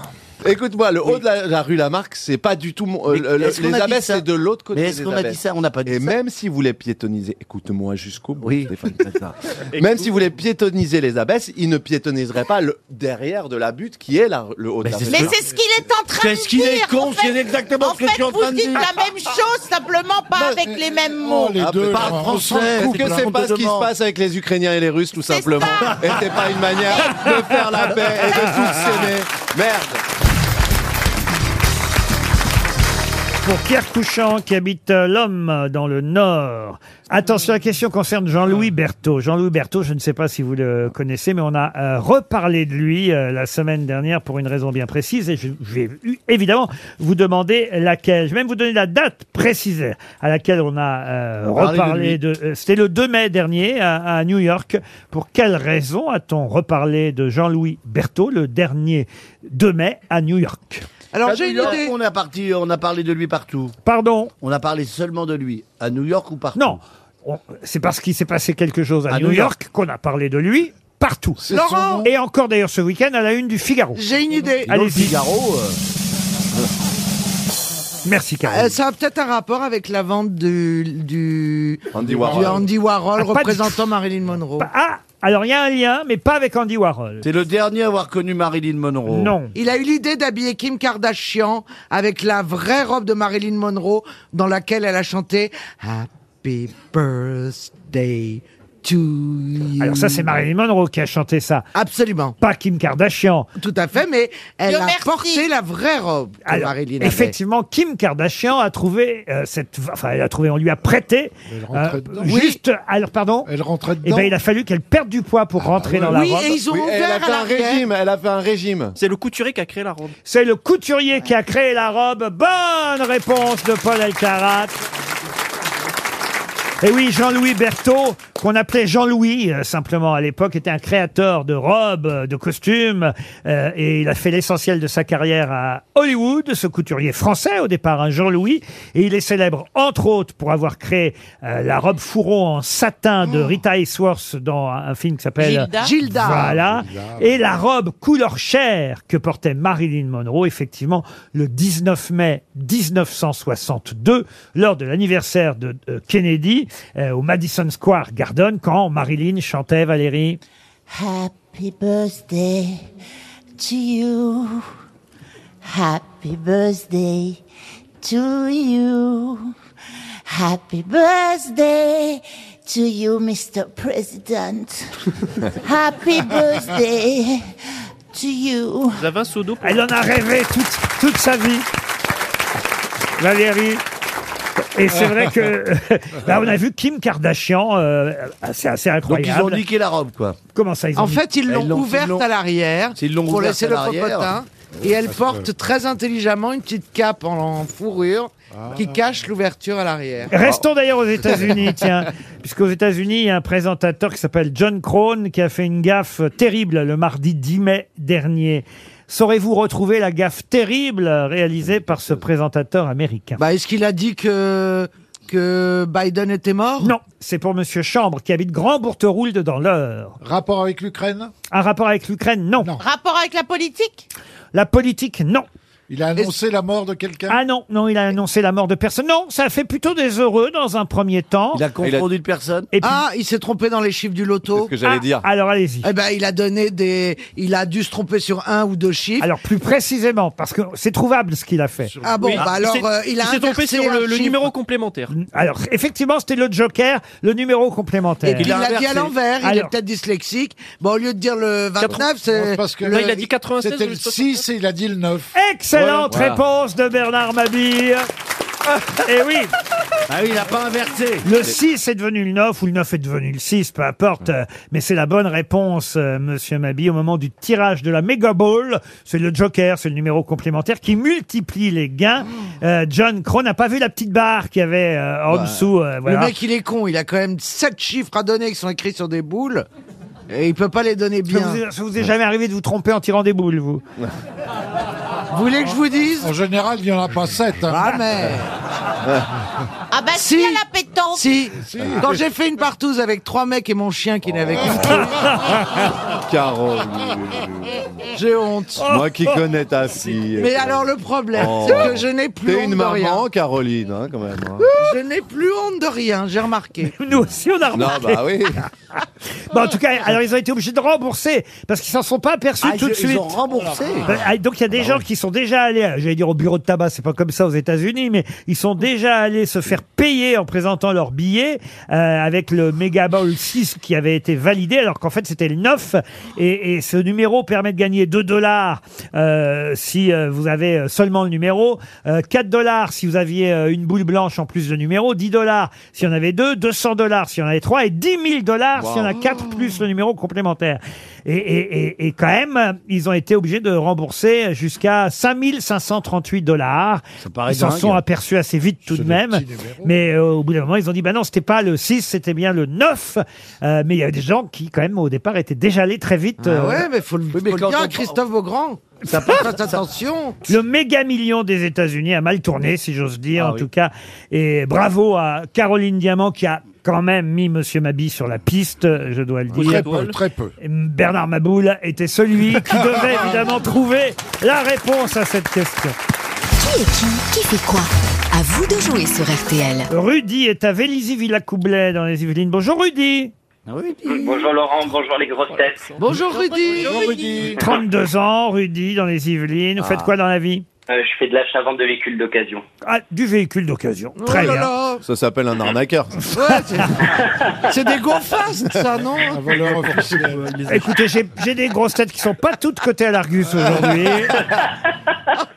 Écoute-moi, le haut de la, la rue Lamarck, c'est pas du tout mon- euh, Mais le- le- est-ce qu'on a les dit abesses, ça c'est de l'autre côté. Mais est-ce des qu'on a dit abesses. ça On n'a pas dit Et ça. même si vous voulez piétoniser, écoute-moi jusqu'au bout. Oui. Stéphane Plaza. même si vous voulez piétoniser les abesses, ils ne piétoniseraient pas le derrière de la butte qui est la- le haut de Mais la c'est rue. Mais c'est ce qu'il est en train de dire Qu'est-ce qu'il est con, En c'est fait- exactement en ce que je fait, suis en train vous de dites dire. Ah, la même chose, simplement pas avec oh, les hein. mêmes mots. les Ah, deux, parle là, on français. s'en Est-ce fout, que là. c'est on pas te ce qui se demande. passe avec les Ukrainiens et les Russes, tout C'est simplement ça. Et c'est pas une manière de faire la paix et de tous s'aimer Merde pour Pierre Couchant qui habite euh, l'Homme dans le Nord. Attention, la question concerne Jean-Louis Berthaud. Jean-Louis Berthaud, je ne sais pas si vous le connaissez, mais on a euh, reparlé de lui euh, la semaine dernière pour une raison bien précise et je, je vais eu- évidemment vous demander laquelle. Je vais même vous donner la date précise à laquelle on a euh, Parlé de reparlé lui. de, euh, c'était le 2 mai dernier à, à New York. Pour quelle raison a-t-on reparlé de Jean-Louis Berthaud le dernier 2 mai à New York à New York, On a, parti, on a parlé de lui partout. Pardon On a parlé seulement de lui. À New York ou partout Non. C'est parce qu'il s'est passé quelque chose à, À New, New York, qu'on a parlé de lui partout. C'est Laurent son- Et encore d'ailleurs ce week-end à la une du Figaro. J'ai une idée. Allez, euh. Merci Karine. Euh, ça a peut-être un rapport avec la vente du, du, Andy du Warhol. Andy Warhol, Ah, pas du représentant Marilyn Monroe. Ah, alors il y a un lien, mais pas avec Andy Warhol. C'est le dernier à avoir connu Marilyn Monroe. Non. Il a eu l'idée d'habiller Kim Kardashian avec la vraie robe de Marilyn Monroe dans laquelle elle a chanté Happy Birthday to You. Alors ça c'est Marilyn Monroe qui a chanté ça. Absolument. Pas Kim Kardashian. Tout à fait, mais elle Dieu a merci. porté la vraie robe que Alors, Marilyn avait. effectivement, Kim Kardashian a trouvé euh, cette, enfin, elle a trouvé, on lui a prêté. rentrait euh, dedans. juste, alors pardon. Elle rentrait dedans. ben, il a fallu qu'elle perde du poids pour rentrer dans la robe. Ah, bah Oui, elle a fait un régime, elle a fait un régime. C'est le couturier qui a créé la robe. C'est le couturier qui a créé la robe. Bonne réponse de Paul Alcarat. Et oui, Jean-Louis Berthaud, qu'on appelait Jean-Louis euh, simplement à l'époque, était un créateur de robes, euh, de costumes, euh, et il a fait l'essentiel de sa carrière à Hollywood, ce couturier français au départ, un Jean-Louis, et il est célèbre entre autres pour avoir créé euh, la robe fourreau en satin de Rita Hayworth dans un un film qui s'appelle Gilda. Gilda. Voilà. Gilda, Et la robe couleur chair que portait Marilyn Monroe, effectivement, le 19 mai 1962, lors de l'anniversaire de euh, Kennedy, euh, au Madison Square Garden, quand Marilyn chantait Valérie. Happy birthday to you. Happy birthday to you. Happy birthday to you, Mr. President. Happy birthday to you. Vous avez un seau d'eau pour- Elle en a rêvé toute, toute sa vie. Valérie. Et c'est vrai que là, on a vu Kim Kardashian, euh, c'est assez Donc incroyable. ils ont niqué la robe, quoi. Comment ça ils ont En fait, ils l'ont ouverte à l'arrière Ils l'ont pour ouverte laisser à le l'arrière. popotin. Et elle Parce porte que- très intelligemment une petite cape en en fourrure qui cache l'ouverture à l'arrière. Restons d'ailleurs aux États-Unis, tiens, puisque aux États-Unis, il y a un présentateur qui s'appelle John Crone qui a fait une gaffe terrible le mardi 10 mai dernier. Saurez-vous retrouver la gaffe terrible réalisée par ce présentateur américain Bah, est-ce qu'il a dit que que Biden était mort Non, c'est pour Monsieur Chambre qui habite Grand Bourteroulde dans l'Eure. Rapport avec l'Ukraine Un rapport avec l'Ukraine Non. Rapport avec la politique La politique Non. Il a annoncé la mort de quelqu'un Ah non, non, il a annoncé la mort de personne. Non, ça a fait plutôt des heureux dans un premier temps. Il a confondu une personne. Et puis- Ah, il s'est trompé dans les chiffres du loto. que j'allais Ah, dire. alors, allez-y. Eh ben, il a donné des, il a dû se tromper sur un ou deux chiffres. Alors plus précisément, parce que c'est trouvable ce qu'il a fait. Ah bon, Oui. bah alors s'est- euh, il a s'est trompé inversé sur un le, le chiffre. numéro complémentaire. Alors, effectivement, c'était le Joker, le numéro complémentaire. Et puis il l'a dit à l'envers, il est Alors, peut-être dyslexique. Bon, au lieu de dire le 29, c'est. Parce que le- le- C'était le 6 et il a dit le 9. Excellente Voilà. réponse de Bernard Mabille. Et Eh oui. Ah oui, il n'a pas inversé. Le 6 est devenu le 9 ou le 9 est devenu le 6, peu importe. euh, Mais c'est la bonne réponse, euh, monsieur Mabille, au moment du tirage de la Mega Ball. C'est le Joker, c'est le numéro complémentaire qui multiplie les gains. Oh. Euh, John Crow n'a pas vu la petite barre qu'il y avait euh, en Ouais. dessous. euh, voilà. Bah, Le mec, il est con. Il a quand même sept chiffres à donner qui sont écrits sur des boules. Et il peut pas les Ça donner bien. vous, est, ça vous est jamais arrivé de vous tromper en tirant des boules, vous Vous voulez que je vous dise En général, il n'y en a pas hein. 7. Ah, mais. Ah bah si, à la pétanque Si. Quand j'ai fait une partouze avec trois mecs et mon chien qui n'avait qu'une boule, Oh. Carole. j'ai honte. Moi qui connais ta fille. Mais alors, le problème, Oh. c'est que je n'ai plus T'es honte une de rien. maman, Caroline, hein, quand même. hein. Je n'ai plus honte de rien, j'ai remarqué. Nous aussi, on a Non, remarqué. bah oui. Bah, en tout cas, alors ils ont été obligés de rembourser parce qu'ils s'en sont pas aperçus Ah, tout de ils- ils suite. ont remboursé. Bah, ah, Donc il y a des gens qui sont déjà allés, euh, j'allais dire au bureau de tabac, c'est pas comme ça aux États-Unis, mais ils sont déjà allés se faire payer en présentant leur billet euh, avec le Mega Bowl 6 qui avait été validé alors qu'en fait c'était le 9 et, et ce numéro permet de gagner 2 dollars euh, si euh, vous avez euh, seulement le numéro, euh, 4 dollars si vous aviez euh, une boule blanche en plus de numéro, 10 dollars si on avait deux, 200 dollars si on avait trois et 10 000 dollars si on a quatre plus le numéro complémentaire. Et, et- et- et quand même, euh, ils ont été obligés de rembourser jusqu'à 5538 dollars. paraît Ils s'en dingue. sont aperçus assez vite tout de même. Mais euh, au bout d'un moment, ils ont dit, bah non, c'était pas le 6, c'était bien le 9. Euh, mais il y a des gens qui, quand même, au départ, étaient déjà allés très vite. Ah euh, ouais, mais faut le, faut le quand dire à on- Christophe Beaugrand. ça Faites attention. le méga million des États-Unis a mal tourné, si j'ose dire, Ah en tout cas. Et bravo à Caroline Diamant qui a quand même mis Monsieur Mabi sur la piste, je dois le dire. Très peu, très peu. Bernard Maboul était celui qui devait évidemment trouver la réponse à cette question. Qui est qui Qui fait quoi À vous de jouer sur RTL. Rudy est à vélizy villacoublay dans les Yvelines. Bonjour Rudy Bonjour Laurent, bonjour les grosses têtes. Bonjour Rudy Bonjour Rudy. 32 ans, Rudy dans les Yvelines. Ah. Vous faites quoi dans la vie Euh, je fais de l'achat-vente de véhicules d'occasion. ah, Du véhicule d'occasion. Oh Très bien. Ça s'appelle un arnaqueur. C'est des gonfastes, ça, non Écoutez, j'ai j'ai des grosses têtes qui sont pas toutes cotées à Ah. l'Argus aujourd'hui.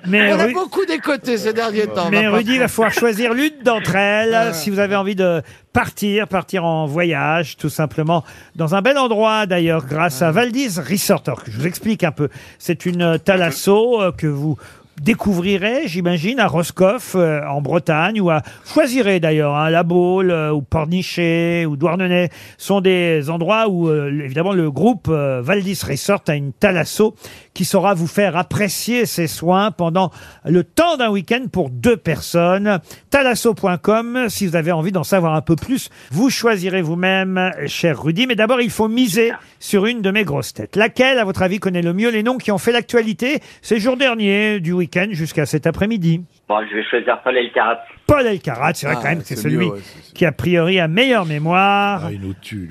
Mais, On a Ru- beaucoup décoté ces derniers temps. mais on va Rudy, il pas- va Ah. falloir choisir l'une d'entre elles si vous avez envie de partir, partir en voyage, tout simplement, dans un bel endroit d'ailleurs, grâce Ah. à Valdis Resort. Alors, que je vous explique un peu. C'est une euh, thalasso euh, que vous découvrirez, j'imagine, à Roscoff, euh, en Bretagne, ou à choisirez d'ailleurs, hein, La Baule, euh, ou Pornichet, ou Douarnenez, sont des endroits où, euh, évidemment, le groupe euh, Valdis Resort a une thalasso qui saura vous faire apprécier ses soins pendant le temps d'un week-end pour deux personnes. Thalasso.com, si vous avez envie d'en savoir un peu plus, vous choisirez vous-même, cher Rudy. Mais d'abord, il faut miser sur une de mes grosses têtes. Laquelle, à votre avis, connaît le mieux les noms qui ont fait l'actualité ces jours derniers, du week-end jusqu'à cet après-midi Bon, je vais choisir Paul Elkarat. Paul Elkarat, c'est vrai Ah, quand même que c'est c'est celui mieux, ouais, qui a priori a meilleure mémoire.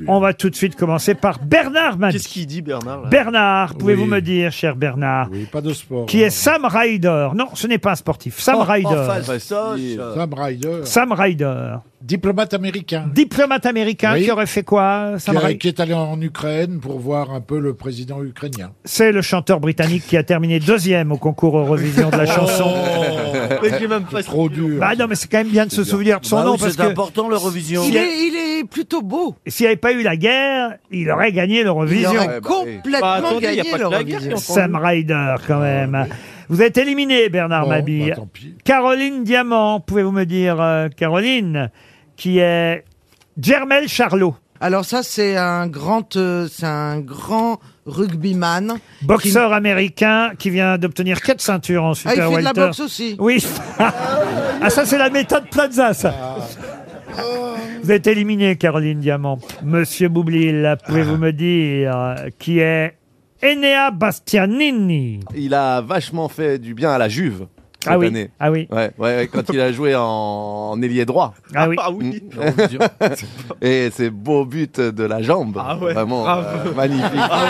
On va tout de suite commencer par Bernard Mabie. Qu'est-ce qu'il dit, Bernard là Bernard, pouvez-vous Oui. me dire, cher Bernard, Pas de Oh, sport. qui est Sam Ryder Non, ce n'est pas un sportif. Sam Oh, Ryder. Sam Ryder. Sam Ryder. Diplomate américain. Diplomate américain Oui. qui aurait fait quoi Sam qui, Ryder a- qui est allé en Ukraine pour voir un peu le président ukrainien. C'est le chanteur britannique qui a terminé deuxième au concours Eurovision Oh. de la chanson. Mais j'ai même pas- Trop dur. Bah non, mais c'est quand même bien de se souvenir de son Bah oui, nom parce c'est que important, l'Eurovision. s'il Il y a- est, il est plutôt beau. S'il n'y avait pas eu la guerre, il aurait gagné l'Eurovision. Il aurait Ouais, bah, complètement Bah, attendez, gagné il y a pas que la l'Eurovision. Ah, guerre qui en Sam prend Ryder, quand même. Vous êtes éliminé, Bernard Bon, Mabille. bah, tant pis. Caroline Diamant, pouvez-vous me dire, euh, Caroline, qui est Germel Charlot Alors ça, c'est un grand, euh, c'est un grand rugbyman. Boxeur américain qui vient d'obtenir quatre ceintures en super Ah, il fait de la welter. boxe aussi. Oui. ah, ça, c'est la méthode Plaza, ça. Ah. Vous êtes éliminé, Caroline Diamant. Monsieur Boublil, pouvez-vous me dire euh, qui est Enea Bastianini Il a vachement fait du bien à la Juve. Cette Ah oui, année. ah oui. Ouais, ouais, ouais, quand il a joué en, en ailier droit. Mm. Ah oui. Et ses beaux buts de la jambe. Ah ouais, Vraiment bravo. euh, magnifique. Ah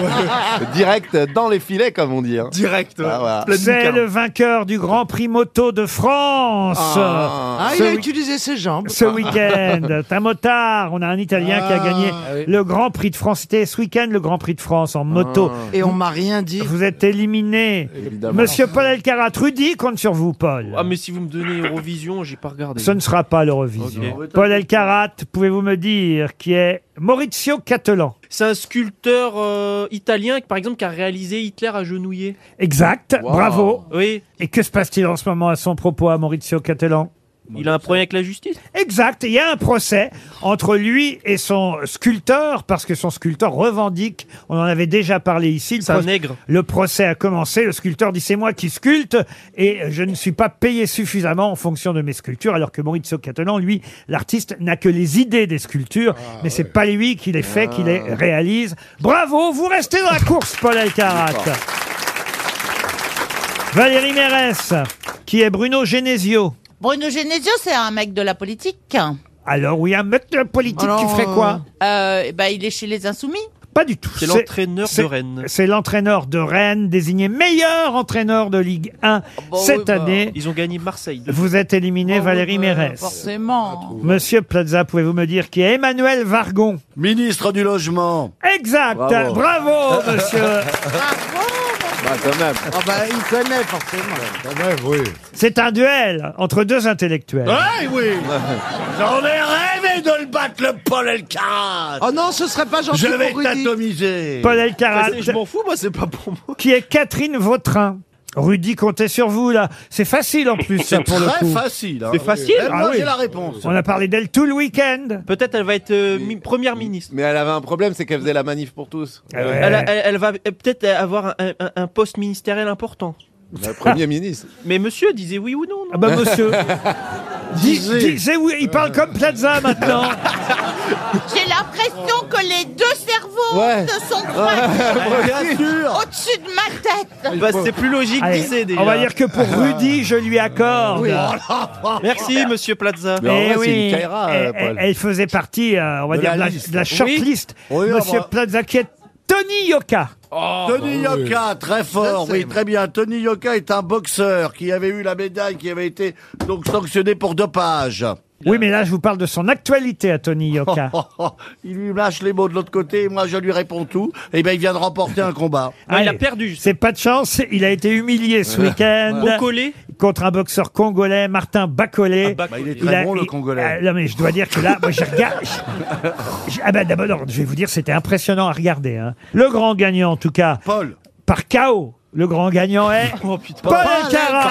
Direct dans les filets, comme on dit. hein. Direct, ouais. Ah, voilà. C'est le vainqueur du Grand Prix Moto de France. Ah, Ce il a week- utilisé ses jambes. Ah. ce week-end. un motard. On a un Italien qui a gagné le Grand Prix de France. C'était ce week-end le Grand Prix de France en moto. Ah. Et on m'a rien dit. Vous êtes éliminé. Monsieur Paul Elkarat, Rudy compte sur vous, Paul. euh, Ah, mais si vous me donnez Eurovision, j'ai pas regardé. Ce ne sera pas l'Eurovision. Ok. Paul Elkarat, pouvez-vous me dire qui est Maurizio Cattelan C'est un sculpteur euh, italien, par exemple, qui a réalisé Hitler agenouillé. Exact, Wow. bravo. Oui. Et que se passe-t-il en ce moment à son propos à Maurizio Cattelan Il a un problème avec la justice. Exact, il y a un procès entre lui et son sculpteur, parce que son sculpteur revendique, on en avait déjà parlé ici. le C'est un proc- nègre. Le procès a commencé, le sculpteur dit c'est moi qui sculpte et je ne suis pas payé suffisamment en fonction de mes sculptures, alors que Maurizio Cattelan, lui, l'artiste, n'a que les idées des sculptures, mais c'est pas lui qui les fait, qui les réalise. Bravo, vous restez dans la course, Paul Alcarat. Valérie Mérès, qui est Bruno Genesio. Bruno Genesio, c'est un mec de la politique. Alors oui, un mec de la politique qui ferait quoi euh, eh ben, Il est chez les Insoumis. Pas du tout. C'est euh, l'entraîneur c'est- de Rennes. C'est l'entraîneur de Rennes, désigné meilleur entraîneur de Ligue 1 Bon, cette oui, bah, année. Ils ont Ah gagné Marseille. Vous êtes éliminé, bah, Valérie Mérès. Forcément. Monsieur Plaza, pouvez-vous me dire qui est Emmanuel Vargon Ministre du Logement. Exact. Bravo, Bravo. monsieur. Bah, quand même. Ah bah, il connaît forcément. C'est un duel entre deux intellectuels. Ouais, oui. J'en ai rêvé de le battre, le Paul Elkarat. Oh non, ce serait pas gentil Je vais pour Rudy. t'atomiser. Paul Elkarat. Je m'en fous, moi, c'est pas pour moi. Qui est Catherine Vautrin. Rudy, comptez sur vous, là. C'est facile, en plus, ça, pour le Très coup. facile, hein. C'est facile. Ah Moi, oui. j'ai la réponse. On a parlé d'elle tout le hein. week-end. Peut-être elle va être euh, mi- première ministre. Mais elle avait un problème, c'est qu'elle faisait la manif pour tous. Ah ouais. Elle, a- elle- elle va euh, peut-être avoir un, un- un poste ministériel important. Le Premier ministre. Mais monsieur disait oui ou non, non Ah bah, monsieur. Dis- Disait oui, il parle comme Plaza, maintenant. J'ai l'impression que les deux cerveaux Ouais. se sont Ouais, croisés bien sûr. au-dessus de ma tête. Bah, c'est plus logique, Allez, disait déjà. On va dire que pour Rudy, je lui accorde. Oui. Merci, monsieur Plaza. Mais en Eh vrai, c'est oui. une caïra, Elle- euh, Paul. elle, elle faisait partie, euh, on va De dire, la de la, liste. de la shortlist. Oui. Oui, Monsieur bah- Plaza, qui est Tony Yoka. Ah, Tony bah Yoka, très fort, oui, très bien. Tony Yoka est un boxeur qui avait eu la médaille, qui avait été donc sanctionné pour dopage. Oui, mais là, je vous parle de son actualité à Tony Yoka. Oh, oh, il lui lâche les mots de l'autre côté, et moi je lui réponds tout, et bien il vient de remporter un combat. Ah, il a Allez. perdu. C'est pas de chance, il a été humilié ce week-end. Bon collé. Contre un boxeur congolais, Martin Bacolé. Ah, Bacolé. Bah, il euh, est très bon, le Congolais. Ah, non, mais je dois dire que là, moi, je regarde. je- je- Ah ben d'abord, non, je vais vous dire, c'était impressionnant à regarder. hein. Le grand gagnant, en tout cas, Paul. par KO, le grand gagnant est Oh putain. Paul Elkarat.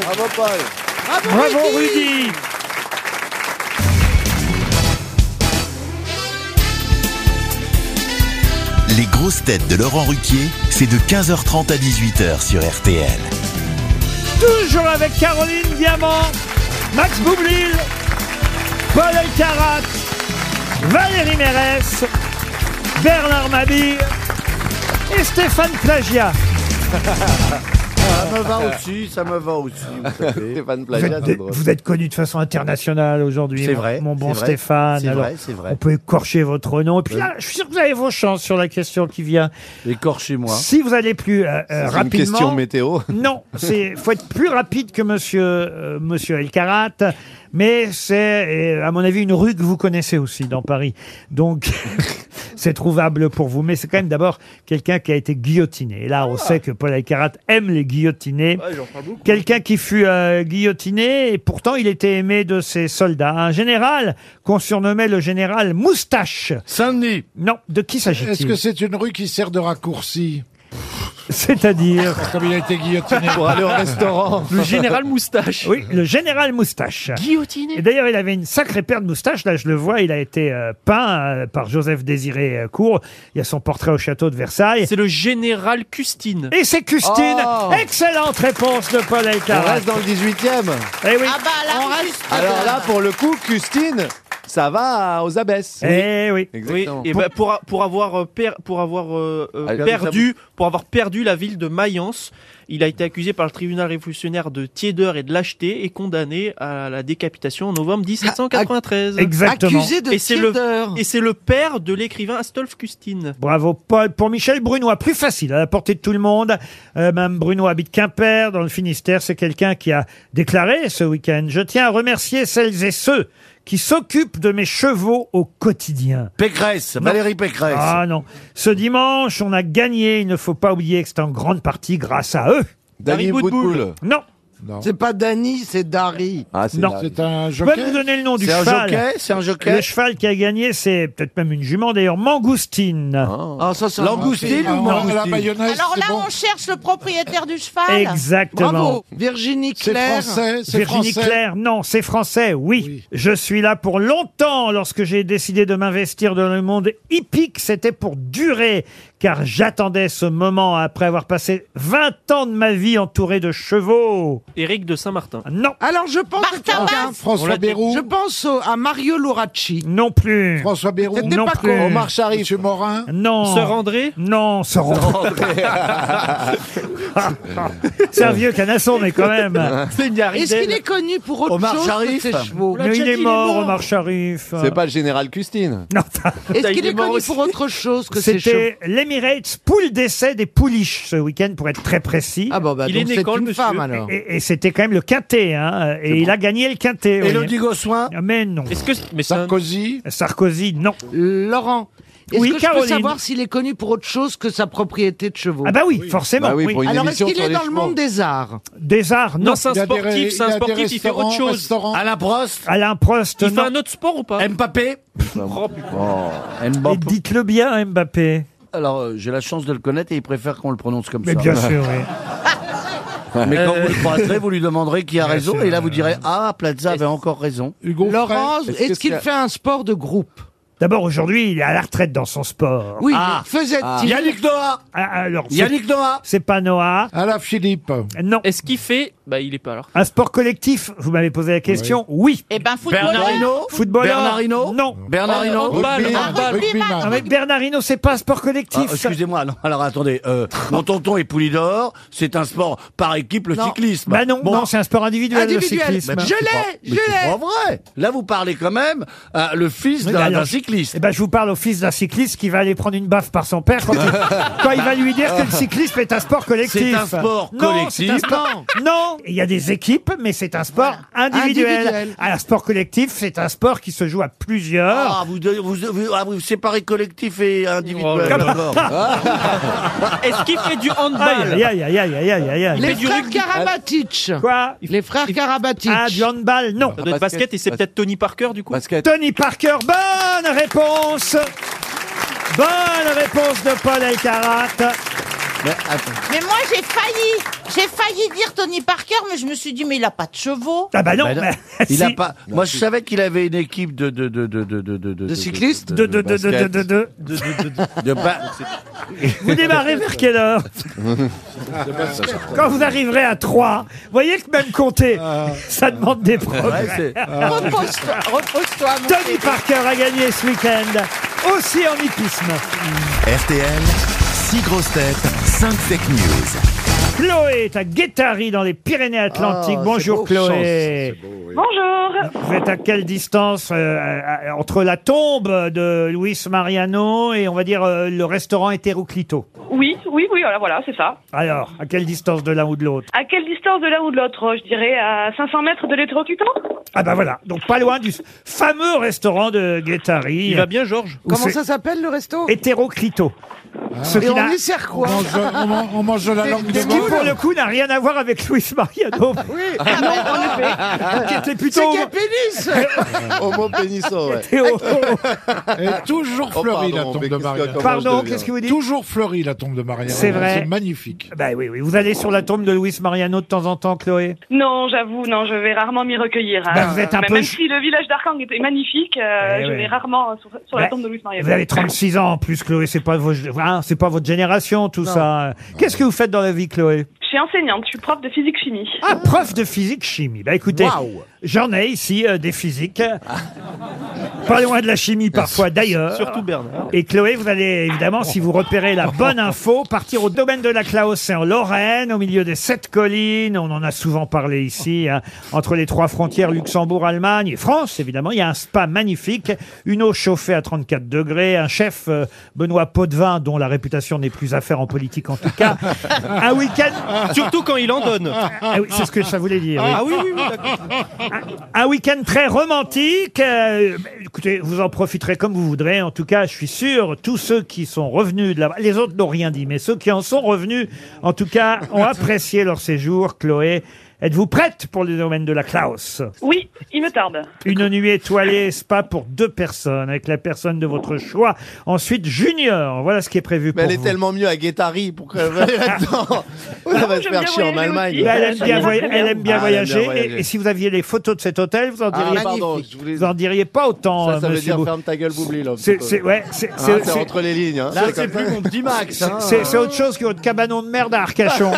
Bravo, Paul. Bravo, Rudy Les grosses têtes de Laurent Ruquier, c'est de 15h30 à 18h sur RTL. Toujours avec Caroline Diamant, Max Boublil, Paul Elkarat, Valérie Mérès, Bernard Mabille et Stéphane Plagia. Ça me va aussi, ça me va aussi. vous savez. Stéphane Vous Plagiat, êtes, c'est de- drôle. vous êtes connu de façon internationale aujourd'hui, C'est mon- vrai, mon bon c'est vrai, Stéphane. c'est Alors, vrai, c'est vrai. Euh, On peut écorcher votre nom. Et puis ah, là, je suis sûr que vous avez vos chances sur la question qui vient. Écorchez-moi. Si vous allez plus euh, euh, C'est une rapidement... question météo. Non, c'est faut être plus rapide que Monsieur euh, Monsieur Elkarat, mais c'est euh, à mon avis une rue que vous connaissez aussi dans Paris, donc c'est trouvable pour vous. Mais c'est quand même d'abord quelqu'un qui a été guillotiné. Et là, on sait que Paul Elkarat aime les guillotinés. Ouais, Ah. j'en parle beaucoup. Quelqu'un qui fut euh, guillotiné et pourtant il était aimé de ses soldats. Un général qu'on surnommait le général Moustache. Saint-Denis. Non, de qui Est-ce que s'agit-il c'est une rue qui sert de raccourci C'est-à-dire Comme il a été guillotiné. Pour aller au restaurant. Le général moustache. Oui, le général Moustache. Et Guillotiné. d'ailleurs, il avait une sacrée paire de moustaches. Là, je le vois, il a été euh, peint euh, par Joseph Désiré euh, Cour. Il y a son portrait au château de Versailles. C'est le général Custine. Et c'est Custine. Oh. Excellente réponse de Paul On Elkarat. reste dans le 18e. Ah, Eh oui. Ah bah là, On reste- Alors là, pour le coup, Custine, ça va aux abesses. Eh oui. Exactement. Oui, et ben, pour, a- pour avoir, euh, per- pour avoir euh, euh, Ah, perdu perdu, pour avoir perdu la ville de Mayence, il a été accusé par le tribunal révolutionnaire de tiédeur et de lâcheté et condamné à la décapitation en novembre 1793. Ah, Exactement. Accusé de Et c'est le- tiédeur. Et c'est le père de l'écrivain Astolphe Custine. Bravo Paul. Pour Michel Brunois, plus facile, à la portée de tout le monde. Euh, Mme Brunois habite Quimper, dans le Finistère. C'est quelqu'un qui a déclaré ce week-end « Je tiens à remercier celles et ceux qui s'occupent de mes chevaux au quotidien ». Pécresse, Valérie Pécresse. Ah non. Ce dimanche, on a gagné. Il ne faut pas oublier que c'est en grande partie grâce à eux. Danny Dari Boutboul. Boutboul. Non. C'est pas Dany, c'est Dari. Ah, c'est Non. là. C'est un Je peux vous jockey donner le nom du C'est un cheval. jockey, c'est un Le jockey. cheval qui a gagné, c'est peut-être même une jument d'ailleurs, Mangoustine. Ah, ça, c'est un- Langoustine Ah, ou la- La Mangoustine mayonnaise, Alors là, c'est bon. on cherche le propriétaire du cheval. Exactement. Bravo. Virginie C'est Claire. français, c'est Virginie français. Claire, non, c'est français, oui. Oui. Je suis là pour longtemps lorsque j'ai décidé de m'investir dans le monde hippique. C'était pour durer, car j'attendais ce moment après avoir passé 20 ans de ma vie entouré de chevaux. Éric de Saint-Martin. Ah, Non, Alors, je pense, Martin à, Bass. On François l'a dit. Bérou. je pense au- à Mario Loracci. non plus. François Bérou. C'était non pas plus. con. Omar Sharif. Monsieur Morin. Non. Sœur André Non, se rendre. C'est un vieux canasson, mais quand même. C'est Est-ce qu'il est connu pour autre Omar chose Sharif. que ses chevaux Mais il est mort, Omar Sharif. C'est pas le général Custine. Non, Est-ce Il qu'il est est mort connu aussi. pour autre chose que ses chevaux c'était l'Emirates poule d'essai des pouliches ce week-end, pour être très précis. Ah bon, bah, Il est donc né c'est quand, le une monsieur femme, alors. Et, et c'était quand même le quintet, hein. Et il a gagné le quintet. oui. Élodie Gossoin. Mais non. Est-ce que. Mais c'est un- Sarkozy. Sarkozy, non. Laurent, Est-ce Oui, que je Caroline. peux savoir s'il est connu pour autre chose que sa propriété de chevaux Ah bah oui, Oui. forcément, Bah oui, oui. pour une Alors est-ce émission qu'il sur est les dans le chevaux. monde des arts Des arts, non. Non, c'est un Il a des sportif, ré- c'est un il a des sportif, il fait autre restaurants, chose. restaurants. Alain Prost Alain Prost, Il fait non. un autre sport ou pas Mbappé Oh putain. Et dites-le bien, hein, Mbappé. Alors, euh, j'ai la chance de le connaître et il préfère qu'on le prononce comme Mais ça. bien sûr, oui. Mais quand Euh, vous le croiserez, vous lui demanderez qui a Bien raison sûr, et là vous euh, direz Ah, Plaza avait encore raison. Hugo Laurent, est-ce qu'il fait un sport de groupe D'abord, aujourd'hui, il est à la retraite dans son sport. Oui, Ah. mais faisait-il- Ah. Yannick Noah Alors, c'est- Yannick Noah C'est pas Noah. Alain Philippe. Non. Est-ce qu'il fait Bah, il est pas alors. Un sport collectif Vous m'avez posé la question. Oui. Eh ben, footballeur. Bernardino Footballeur. Bernardino Non. Bernardino Handball, Rugbyman. handball. Rugbyman. Ah, mais Bernardino, c'est pas un sport Ah, collectif. ça. Excusez-moi, non, alors attendez, euh, mon tonton est Poulidor, c'est un sport par équipe, le Non. cyclisme. Bah non, non, c'est un sport individuel, le Individuel. cyclisme. Mais Je c'est l'ai, pas- je mais c'est l'ai. pas vrai. Là, vous parlez quand même euh, le fils Oui, d'un alors, d'un cycliste. Eh ben, je vous parle au fils d'un cycliste qui va aller prendre une baffe par son père quand il, quand il va lui dire que le cyclisme est un sport collectif. C'est un sport non, collectif. c'est un sport- Non, il y a des équipes, mais c'est un sport individuel. Ah, Individuel. Un sport collectif, c'est un sport qui se joue à plusieurs. Oh Ah, vous, deux- vous, vous- ah, vous séparez collectif et individuel. là là. d'accord. Est-ce qu'il fait du handball Aïe, aïe, aïe, aïe, aïe, aïe, aïe, aïe. Les du frères rugby. Karabatic Quoi Les frères Karabatic Ah, du handball, non. Ça doit être basket, et c'est peut-être Tony Parker du coup. Tony Parker, bonne réponse Bonne réponse de Paul Elkarat. Mais moi, j'ai failli, j'ai failli dire Tony Parker, mais je me suis dit, mais il a pas de chevaux. Ah bah non, Bah non. mais- il si. a pas. Moi, je savais qu'il avait une équipe de de de de de de de de cyclistes De, de, de, de, de, basket. de, de. De ba- Vous démarrez vers quelle heure Ah. Quand vous arriverez à 3, voyez que même compter, ça demande des Ouais, progrès. c'est- Ah. Repose-toi, repose-toi, mon Tony Parker a gagné ce week-end, aussi en hippisme. RTL, 6 grosses têtes, 5 fake news. Chloé est à Guétari dans les Pyrénées-Atlantiques. Ah, Bonjour c'est beau. Chloé. Bonjour. Vous êtes à quelle distance euh, euh, entre la tombe de Luis Mariano et on va dire euh, le restaurant Hétéroclito Oui, oui, oui, voilà, voilà, c'est ça. Alors, à quelle distance de l'un ou de l'autre À quelle distance de l'un ou de l'autre Je dirais à 500 mètres de l'hétéroclitant Ah bah voilà, donc pas loin du fameux restaurant de Guétari. Il va bien, Georges Comment ça s'appelle le resto Hétéroclito. Ce Et qui n'a- on y sert quoi On mange- on man- on mange de la Ce langue de qui, bœuf. pour le coup, n'a rien à voir avec Luis Mariano. Oui, Ah. Ah non, en effet. Qui était plutôt- C'est quel pénis Homo pénisso, ouais. Théo. Et toujours Oh, fleurie pardon, la tombe de mais qu'est-ce que- Marianne. comment Pardon, je deviens qu'est-ce que vous dites Toujours fleurie la tombe de Marianne. C'est vrai. C'est magnifique. Bah oui, oui. Vous allez sur la tombe de Luis Mariano de temps en temps, Chloé Non, j'avoue, non, je vais rarement m'y recueillir. hein. Bah, vous êtes un Mais peu Même ch- si le village d'Arkang était magnifique, euh, Eh je ouais. vais rarement sur, sur la Bah, tombe de Louis Mariano. Vous avez 36 ans en plus, Chloé. C'est pas, vos... hein, c'est pas votre génération, tout ça. Qu'est-ce que vous faites dans la vie, Chloé Je suis enseignante, je suis prof de physique-chimie. Ah, prof de physique-chimie. Bah écoutez, Waouh. j'en ai ici euh, des physiques. Pas loin de la chimie parfois d'ailleurs. Surtout Bernard. Et Chloé, vous allez évidemment, si vous repérez la bonne info, partir au domaine de la Claus, c'est en Lorraine, au milieu des sept collines. On en a souvent parlé ici, hein. entre les trois frontières Luxembourg, Allemagne et France. Évidemment, il y a un spa magnifique, une eau chauffée à 34 degrés, un chef euh, Benoît Potvin, dont la réputation n'est plus à faire en politique en tout cas. un week-end, Ah. Surtout quand il en donne. Ah oui, c'est ce que ça voulait dire. oui. Ah oui, oui, oui, d'accord. Un week-end très romantique. Euh, écoutez, vous en profiterez comme vous voudrez. En tout cas, je suis sûr, tous ceux qui sont revenus de là les autres n'ont rien dit, mais ceux qui en sont revenus, en tout cas, ont apprécié leur séjour. Chloé, êtes-vous prête pour le domaine de la Klaus Oui, il me tarde. une nuit étoilée, spa pour deux personnes, avec la personne de votre choix. Ensuite, Junior, voilà ce qui est prévu Mais pour elle est vous. tellement mieux à Guétari pour qu'elle va là-dedans. Elle va se j'aime faire bien chier en voyager Allemagne. aussi. Bah, elle aime bien, voy- elle aime bien Ah, elle aime voyager. Et, et si vous aviez les photos de cet hôtel, vous en Ah, diriez, pardon, je voulais- vous en diriez pas autant. Ça, ça euh, veut monsieur dire Bou- ferme ta gueule, boubli, là. un petit C'est- peu. c'est- ouais, c'est- Hein, c'est- c'est c'est- entre les lignes. hein. Là, c'est comme plus ça. mon petit Max. hein. C'est c'est autre chose que votre cabanon de merde à Arcachon.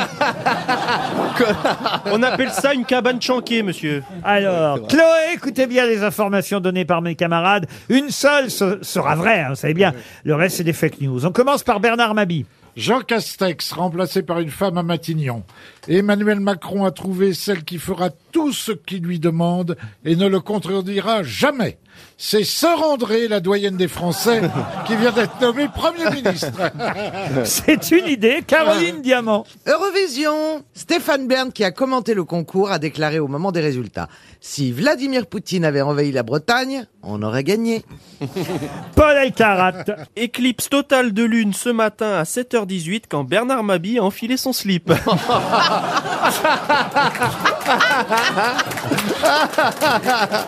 On appelle ça une cabane chanquée, monsieur. Alors, Chloé, écoutez bien les informations données par mes camarades. Une seule se- sera vraie, hein, vous savez bien. Le reste, c'est des fake news. On commence par Bernard Mabi. Jean Castex, remplacé par une femme à Matignon. Emmanuel Macron a trouvé celle qui fera tout ce qu'il lui demande et ne le contredira jamais. c'est Sœur André, la doyenne des Français, qui vient d'être nommée Premier ministre. C'est une idée, Caroline Diamant. Euh, Eurovision Stéphane Bern, qui a commenté le concours, a déclaré au moment des résultats Si Vladimir Poutine avait envahi la Bretagne, on aurait gagné. Paul Elkarat. Éclipse totale de lune ce matin à 7h18 quand Bernard Mabille a enfilé son slip.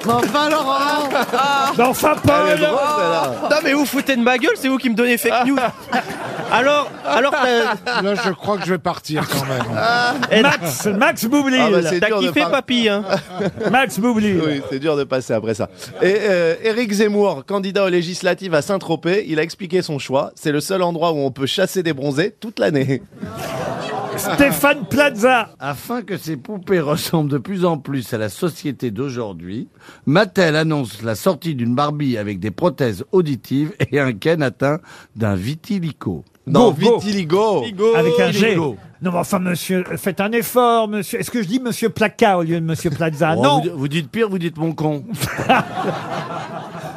Mais enfin, Laurent enfin, Paul Ah. Non, mais vous foutez de ma gueule, c'est vous qui me donnez fake news Alors, alors euh, t'as- Là, je crois que je vais partir quand même. Eh, Max, Max Boublil. Ah bah, c'est T'as dur de kiffé, parler. papy, hein Max Boublil. Oui, c'est dur de passer après ça. Et euh, Éric Zemmour, candidat aux législatives à Saint-Tropez, il a expliqué son choix. C'est le seul endroit où on peut chasser des bronzés toute l'année. Stéphane Plaza. Afin que ces poupées ressemblent de plus en plus à la société d'aujourd'hui, Mattel annonce la sortie d'une Barbie avec des prothèses auditives et un Ken atteint d'un vitiligo. Non, vitiligo. Avec un G. Vitiligo. Non, mais enfin, monsieur, faites un effort, monsieur. Est-ce que je dis monsieur Placa au lieu de monsieur Plaza Oh, Non, Vous, vous dites pire, vous dites mon con.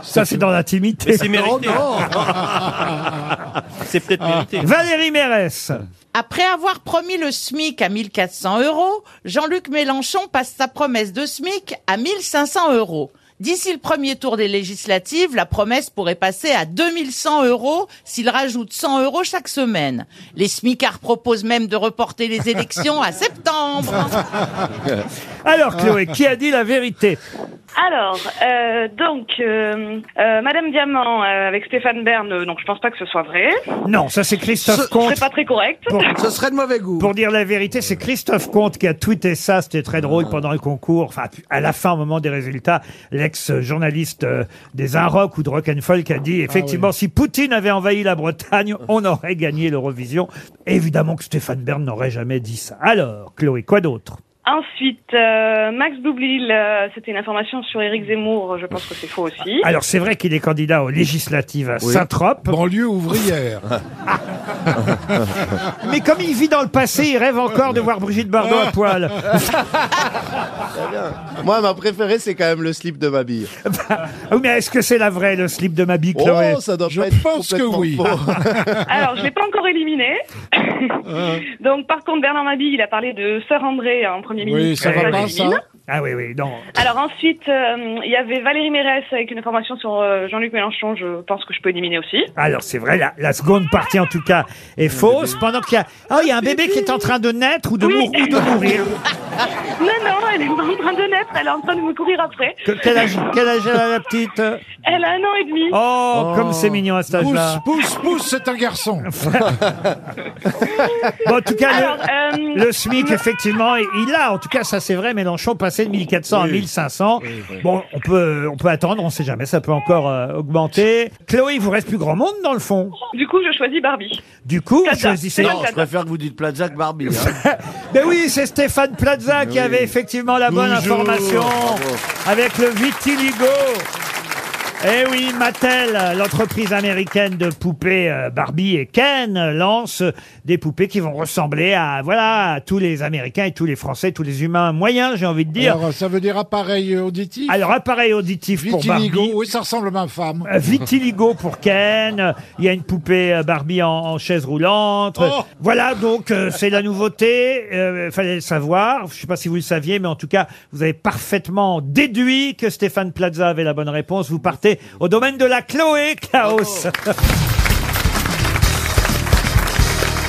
ça c'est dans l'intimité. Oh, hein. C'est peut-être mérité. Valérie Mérès. Après avoir promis le SMIC à 1400 euros, Jean-Luc Mélenchon passe sa promesse de SMIC à 1500 euros. D'ici le premier tour des législatives, la promesse pourrait passer à 2100 euros s'il rajoute 100 euros chaque semaine. Les SMICards proposent même de reporter les élections à septembre. Alors, Chloé, qui a dit la vérité Alors, euh, donc, euh, euh, Madame Diamant euh, avec Stéphane Bern, euh, donc je pense pas que ce soit vrai. Non, ça c'est Christophe Ce Comte. serait pas très correct. Ce serait de mauvais goût. Pour dire la vérité, c'est Christophe Comte qui a tweeté ça. C'était très drôle pendant le concours. Enfin, à la fin, au moment des résultats, l'ex-journaliste euh, des Un Rock ou de Rock'n'Folk a Ah dit effectivement, si Poutine avait envahi la Bretagne, on aurait gagné l'Eurovision. Évidemment que Stéphane Bern n'aurait jamais dit ça. Alors, Chloé, quoi d'autre Ensuite, euh, Max Boublil, euh, c'était une information sur Éric Zemmour, je pense que c'est faux aussi. Alors, c'est vrai qu'il est candidat aux législatives à Saint-Trope. Banlieue ouvrière. Mais comme il vit dans le passé, il rêve encore de voir Brigitte Bardot à poil. Moi, ma préférée, c'est quand même le slip de ma bille. Ah Oui, mais est-ce que c'est la vraie, le slip de ma bille, Chloé Oh, ça doit pas être complètement faux. Alors, je l'ai pas encore éliminé. Ah. donc, par contre, Bernard Mabille, il a parlé de Sœur André en premier ministre. Eh oui. j'élimine. Ah oui, oui, non. Alors ensuite, euh, il y avait Valérie Mérès avec une information sur euh, Jean-Luc Mélenchon, je pense que je peux éliminer aussi. Alors c'est vrai, la, la seconde partie en tout cas est fausse. Pendant qu'il y a, ah, il y a un bébé qui est en train de naître ou de, mou- ou Oh, de mourir. Non, non, elle est pas en train de naître, elle est en train de me courir après. Que- quel âge, quel Oh, âge elle a la petite Oh, Elle a un an et demi. comme c'est mignon à cet Pousse, âge-là. pousse, pousse, c'est un garçon. Bon, en tout cas, Alors, le, euh, le SMIC effectivement, il- il a, en tout cas ça c'est vrai, Mélenchon passé de 1400 à 1500. Bon, on peut, on peut attendre, on sait jamais, ça peut encore euh, augmenter. Chloé, il vous reste plus grand monde dans le fond. Du coup, je choisis Barbie. Du coup, vous Plaza. choisissez. Non, Je préfère que vous dites Plaza que Barbie. hein. Mais oui, c'est Stéphane Plaza qui avait effectivement la bonne Toujours. information avec le vitiligo. Eh oui, Mattel, l'entreprise américaine de poupées euh, Barbie et Ken lance des poupées qui vont ressembler à voilà à tous les Américains et tous les Français, tous les humains moyens, j'ai envie de dire. Alors, ça veut dire appareil auditif Alors appareil auditif pour Barbie. Vitiligo, oui, ça ressemble à ma femme. Euh, Vitiligo pour Ken. Il y a une poupée euh, Barbie en, en chaise roulante. Oh Voilà, donc euh, c'est la nouveauté. Euh, fallait le savoir. Je sais pas si vous le saviez, mais en tout cas, vous avez parfaitement déduit que Stéphane Plaza avait la bonne réponse. Vous partez au domaine de la Chloé Klaus. Oh.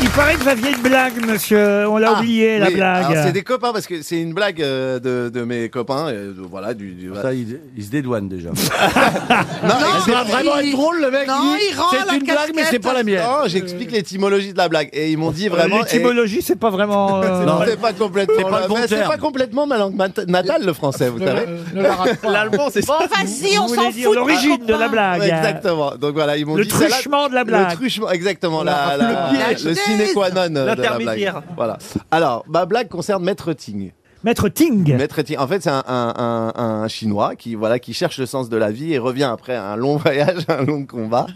Il paraît que vous aviez une blague, monsieur. On l'a Ah, oublié, la oui. Alors, C'est blague. des copains parce que c'est une blague euh, de, de mes copains. euh, de- voilà, du, du- Ça, il, il se dédouane déjà. Non, il doit vraiment être drôle, le mec. Non, il rend la C'est une blague, mais c'est casquette. pas la mienne. Non, j'explique l'étymologie de la blague et ils m'ont dit vraiment. eh, L'étymologie, c'est pas vraiment. euh, c'est- C'est pas C'est complètement. pas le la- bon mais C'est terme. pas complètement ma langue mat- natale le français, vous Ne, savez. la- ne la rate pas. L'allemand, c'est Bon, ça. vas-y, on vous voulez s'en dire fout. l'origine de la blague. Ouais, Exactement. Donc voilà, ils m'ont Le dit celle-là- truchement de la blague. Le truchement, exactement. La, la- Le piège. le sine qua non de la L'intermédiaire. blague. Voilà. Alors, ma blague concerne Maître Ting. Maître Ting. Maître Ting, en fait, c'est un, un- un- un chinois qui voilà qui cherche le sens de la vie et revient après un long voyage, un long combat.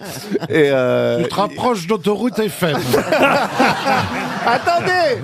Et euh, Tu te rapproches d'autoroute FM. Attendez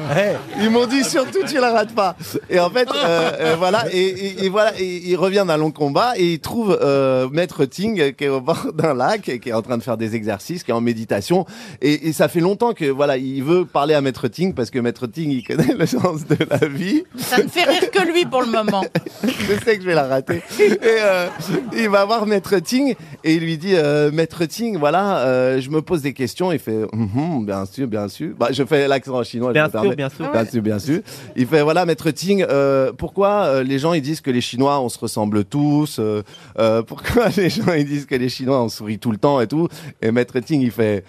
Ils m'ont dit surtout tu la rates pas. Et en fait, euh, euh, voilà, et, et- et voilà, et il revient d'un long combat et il trouve euh, Maître Ting euh, qui est au bord d'un lac et qui est en train de faire des exercices, qui est en méditation. Et, et ça fait longtemps que voilà, il veut parler à Maître Ting parce que Maître Ting il connaît le sens de la vie. Ça ne fait rire que lui pour le moment. Je sais que je vais la rater. Et euh, il va voir Maître Ting et il lui dit euh, Maître Ting, voilà, euh, je me pose des questions. Il fait Mhm, bien sûr, bien sûr. Bah, je fais l'accent chinois. je Bien me sûr, permets. bien sûr. Bien sûr, bien sûr. Il fait voilà, Maître Ting, euh, pourquoi euh, les gens ils disent que les Chinois on se ressemble tous euh, euh, Pourquoi les gens ils disent que les Chinois on sourit tout le temps et tout Et Maître Ting il fait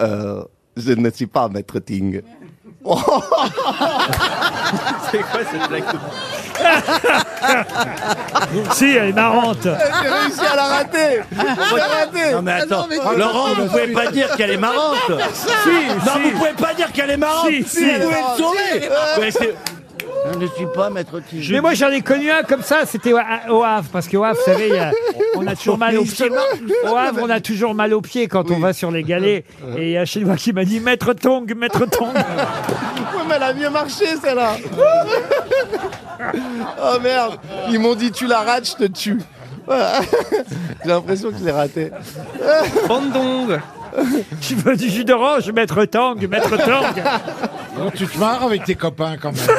Euh, Je ne suis pas Maître Ting. C'est quoi cette blague si, elle est marrante. J'ai réussi à la rater. Ah, Je l'ai raté. Non mais attends, Ah non, mais- Laurent, vous pouvez pas dire qu'elle est marrante. Si, non, si. vous pouvez pas dire qu'elle est marrante. Si, si. Vous pouvez le Si, elle est sauver. marrante. Ouais, c'est- je ne suis pas maître Tigre. Mais moi j'en ai connu un comme ça, c'était au Ha- au Havre, parce qu'au Havre, vous savez, il y a- on a toujours mal aux pieds. Au Havre, on a toujours mal aux pieds quand on va sur les galets. Et il y a un Chinois qui m'a dit Maître Tong, Maître Tong. Ouais, mais elle a mieux marché, celle-là. oh merde, ils m'ont dit tu la rates, je te tue. Voilà. J'ai l'impression que je l'ai raté. Bandong. Tu veux du jus d'orange, Maître Tang, Maître Tang. Non, tu te marres avec tes copains quand même.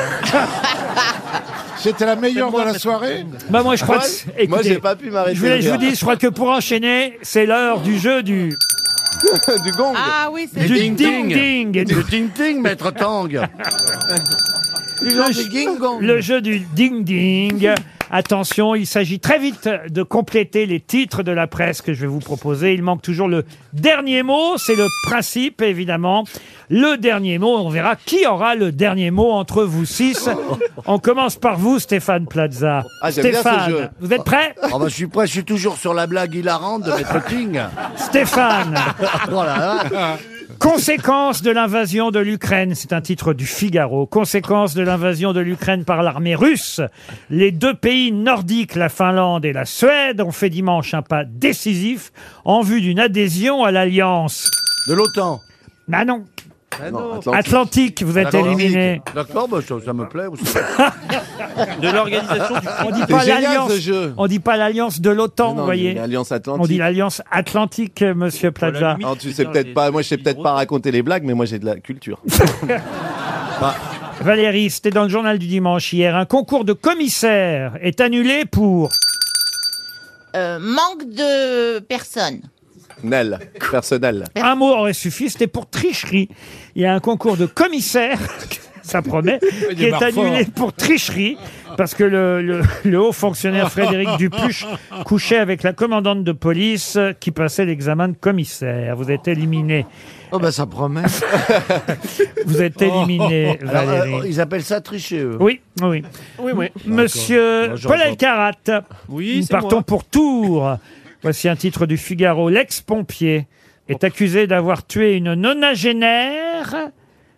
C'était la meilleure de la soirée Bah moi je crois. que- Moi, écoutez, j'ai pas pu m'arrêter Je voulais- de je vous rire. dis, je crois que pour enchaîner, c'est l'heure du jeu du. du gong. Ah oui, c'est Du ding ding. Du ding ding, maître Tang. Ah, Le, jeu- le jeu du ding ding. Attention, il s'agit très vite de compléter les titres de la presse que je vais vous proposer. Il manque toujours le dernier mot, c'est le principe évidemment. Le dernier mot, on verra qui aura le dernier mot entre vous six. On commence par vous, Stéphane Plaza. Ah, j'aime bien ce Stéphane, jeu. vous êtes prêt Ah bah, je suis prêt, je suis toujours sur la blague hilarante de maître Ting. Stéphane. Ah, voilà. hein. Conséquence de l'invasion de l'Ukraine, c'est un titre du Figaro. Conséquence de l'invasion de l'Ukraine par l'armée russe, les deux pays nordiques, la Finlande et la Suède, ont fait dimanche un pas décisif en vue d'une adhésion à l'alliance de l'OTAN. Ah non. Non, Atlantique. Atlantique, vous êtes Atlantique. éliminé. D'accord, bah, ça, ça me plaît. aussi. De l'organisation du On dit C'est pas génial, l'alliance. ce jeu. On dit pas l'alliance de l'OTAN, vous voyez. L'alliance atlantique. On dit l'alliance atlantique, Monsieur Plaza. Alors, tu sais peut-être pas, moi je sais peut-être pas raconter les blagues, mais moi j'ai de la culture. Valérie, c'était dans le journal du dimanche hier. Un concours de commissaires est annulé pour Euh, manque de personnes. Nel, personnel. un mot aurait suffi. C'était pour tricherie. Il y a un concours de commissaires. Ça promet, Il qui est démarre annulé fort. pour tricherie, parce que le, le- le haut fonctionnaire Frédéric Dupuche couchait avec la commandante de police euh, qui passait l'examen de commissaire. Vous êtes éliminé. Oh ben ça promet. Vous êtes éliminé, Oh. Alors, euh, Valérie. ils appellent ça tricher, eux. Oui, oui. Oui, oui. Monsieur D'accord. Paul Elkarat. Oui, Nous c'est partons moi. pour Tours. Voici un titre du Figaro. L'ex-pompier est accusé d'avoir tué une nonagénaire,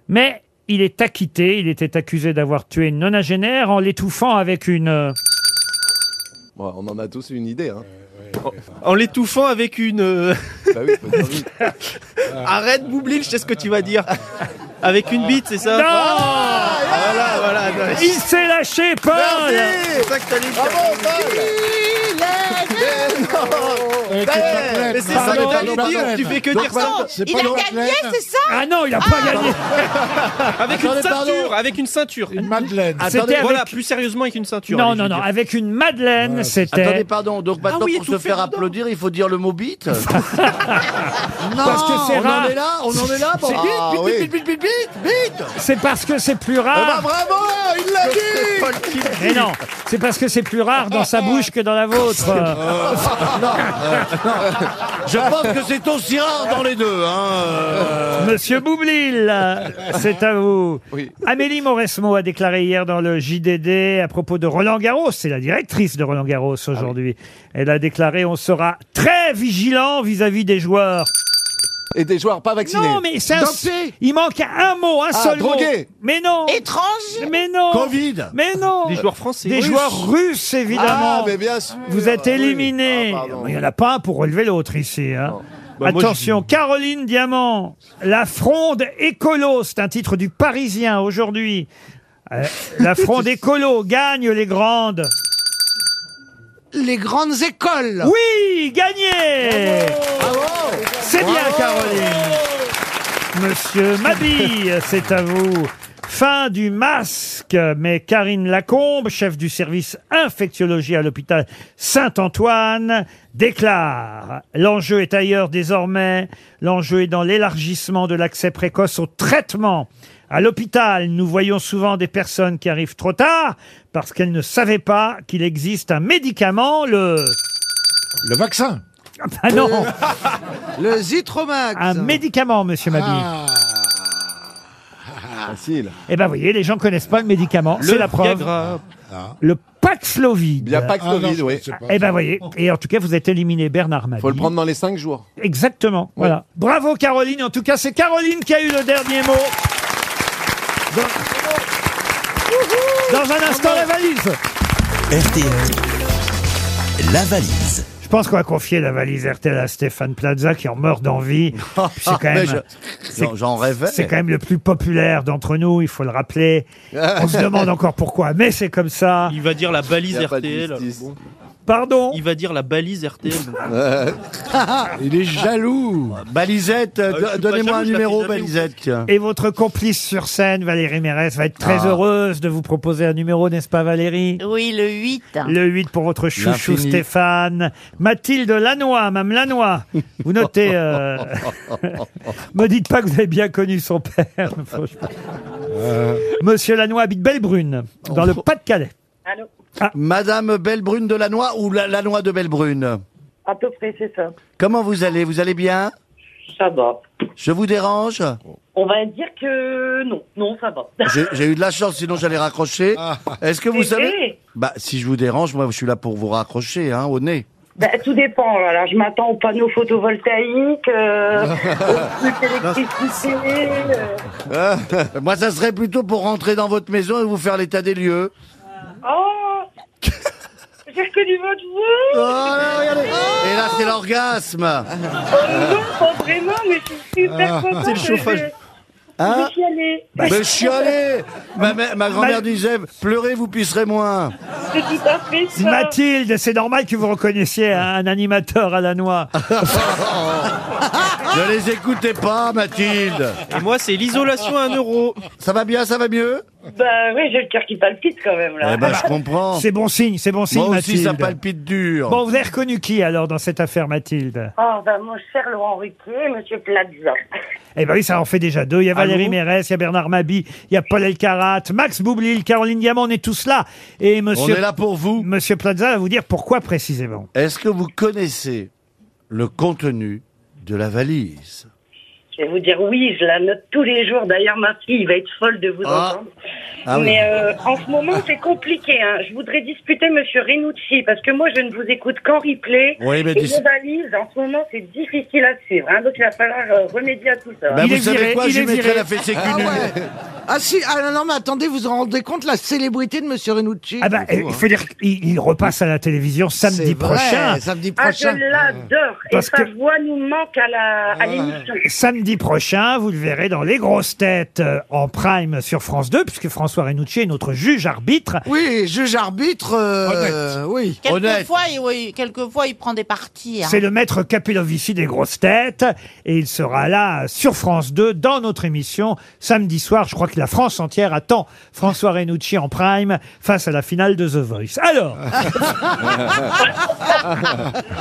mais il est acquitté. Il était accusé d'avoir tué une nonagénaire en l'étouffant avec une... euh, Bon, on en a tous une idée. Hein. En l'étouffant avec une. euh, Bah oui, faut dire vite. Arrête, Boublil, je sais ce que tu vas dire. Avec une bite, c'est ça Ah. Non Voilà, voilà. non. Ah, Il s'est lâché, Paul C'est ça que t'as dit. Ah Eh, tu t'appelles. Mais c'est ça Pardon, que t'allais pardon, dire, pardon. tu fais que Donc, dire pardon, ça. c'est Il pas a Laurent gagné, Claire. c'est ça Ah non, il a pas gagné Avec une Attendez, pardon. ceinture, avec une ceinture. Une madeleine. C'était avec- Voilà, plus sérieusement avec une ceinture. Non, allez, je non, veux non, dire. avec une Madeleine, c'était... Attendez, pardon. Donc maintenant, Ah oui, pour se étouffé faire applaudir, il faut dire le mot bite. non, Parce que c'est on en rare. est là, on en est là. Bon, C'est- bite, Ah, bite, oui. Ah. bite, bite, bite, bite, bite. C'est parce que c'est plus rare. Eh ben, bravo, il l'a dit. Mais non, c'est parce que c'est plus rare dans sa bouche que dans la vôtre. Je pense que c'est aussi rare dans les deux. Euh, Monsieur Boublil, c'est à vous. Amélie Mauresmo a déclaré hier dans le JDD à propos de Roland Garros, c'est la directrice de Roland Garros aujourd'hui. Elle a déclaré on sera très vigilant vis-à-vis des joueurs. Et des joueurs pas vaccinés. Non, mais c'est un- Dopés. il manque un mot, un Ah, seul mot. drogués. Mais non. Étrange. Mais non. Covid. Mais non. Des joueurs français. Des Russes. joueurs russes, évidemment. Ah, mais bien sûr. Vous êtes éliminé. Ah, pardon. Il n'y en a pas un pour relever l'autre ici. hein. Bah, moi, Attention, Caroline Diamant, La fronde écolo, c'est un titre du Parisien aujourd'hui. Euh, la fronde écolo gagne les grandes. Les grandes écoles. Oui, gagné. C'est bien, Caroline. Monsieur Mabille, c'est à vous. Fin du masque, mais Karine Lacombe, chef du service infectiologie à l'hôpital Saint-Antoine, déclare « L'enjeu est ailleurs désormais. L'enjeu est dans l'élargissement de l'accès précoce au traitement. À l'hôpital, nous voyons souvent des personnes qui arrivent trop tard parce qu'elles ne savaient pas qu'il existe un médicament, le... Le vaccin Ah non Le Zitromax. Ah. Un médicament, monsieur Mabille. Ah. Facile. Eh ben, vous voyez, les gens connaissent pas le médicament. Le C'est la preuve. Viagra. Ah. Le Paxlovid. Il y a Paxlovid, Ah, non, je oui. sais pas. Eh ben, voyez. Et en tout cas, vous êtes éliminé, Bernard Mabille. Faut le prendre dans les 5 jours. Exactement. Voilà. Bravo, Caroline. En tout cas, c'est Caroline qui a eu le dernier mot. Dans, dans un instant, la valise. La valise. Je pense qu'on va confier la valise RTL à Stéphane Plaza qui en meurt d'envie. C'est quand Mais même. je- c'est- j'en- j'en rêvais. C'est quand même le plus populaire d'entre nous, il faut le rappeler. On se demande encore pourquoi, mais c'est comme ça. Il va dire la balise Y a pas de RTL. justice. Bon. Pardon Il va dire la balise RTL. donc. Il est jaloux. Balisette, Ah, Euh, je do- suis pas Ah, donnez-moi jaloux, un je numéro, l'ai fait jaloux. Balisette. tiens. Et votre complice sur scène, Valérie Mérès, va être très Ah. heureuse de vous proposer un numéro, n'est-ce pas Valérie Oui, le 8. Le 8 pour votre chouchou L'infini. Stéphane. Mathilde Lannoy, Mme Lannoy. Vous notez... euh, Me dites pas que vous avez bien connu son père. franchement. Monsieur Lannoy habite Bellebrune, Euh, dans le Pas-de-Calais. Ah. Allô Madame Bellebrune de Lannoy ou la, Lannoy de Bellebrune À peu près, c'est ça. Comment vous allez Vous allez bien Ça va. Je vous dérange On va dire que non, non, ça va. J'ai j'ai eu de la chance, sinon j'allais raccrocher. Est-ce que vous Eh, savez eh. Bah, si je vous dérange, moi, je suis là pour vous raccrocher, hein, au nez. Ben, tout dépend. Alors, je m'attends aux panneaux photovoltaïques, euh, aux trucs électricité. euh. moi, ça serait plutôt pour rentrer dans votre maison et vous faire l'état des lieux. Oh J'ai reconnu votre voix Ah, Ah. Et là, c'est l'orgasme. Oh non, pas vraiment, mais je suis super Ah. contente. C'est le chauffage. Je, Hein je suis allée. Bah, Mais chialez Ma, ma- ma grand-mère Mal- disait, pleurez, vous pisserez moins. C'est tout à fait ça. Mathilde, c'est normal que vous reconnaissiez un animateur à Lannoy. Ne les écoutez pas, Mathilde. Et moi, c'est l'isolation à un euro. Ça va bien, ça va mieux Ben oui, j'ai le cœur qui palpite quand même, là. Eh ben, je comprends. C'est bon signe, c'est bon signe, Moi aussi, Mathilde. ça palpite dur. Bon, vous avez reconnu qui alors dans cette affaire, Mathilde Oh, ben, mon cher Laurent Ruquier, monsieur Plaza. Eh ben oui, ça en fait déjà deux. Il Ah y a Valérie bon Mérès, il y a Bernard Mabi, il y a Paul Elkarat, Max Boublil, Caroline Diamant, on est tous là. Et monsieur, On est là pour vous. Monsieur Plaza va vous dire pourquoi précisément. Est-ce que vous connaissez le contenu de la valise Je vais vous dire oui, je la note tous les jours. D'ailleurs, ma fille va être folle de vous Ah. entendre. Ah oui. Mais euh, en ce moment, c'est compliqué. hein. Je voudrais disputer Monsieur Renucci parce que moi, je ne vous écoute qu'en replay. Oui, mais et dis- les valises, en ce moment, c'est difficile à suivre. hein. Donc, il va falloir euh, remédier à tout ça. Bah, Il vous est savez viré, quoi, il je est mettrai viré. la fessée ah, cunule. ouais. ah si, ah non, non, mais attendez, vous vous rendez compte la célébrité de Monsieur Renucci Ah ben, eh, hein. il faut dire qu'il il repasse à la télévision samedi C'est vrai, prochain. samedi Ah, je l'adore. Et Parce sa que- voix nous manque à la- Ah à l'émission. Samedi prochain, vous le verrez dans Les Grosses Têtes euh, en prime sur France 2, puisque François Renucci est notre juge-arbitre. Oui, juge-arbitre, euh, oui. Quelquefois, il, oui, quelquefois, il prend des parties. hein. C'est le maître Capilovici des grosses têtes et il sera là sur France 2 dans notre émission samedi soir. Je crois que la France entière attend François Renucci en prime face à la finale de The Voice. Alors,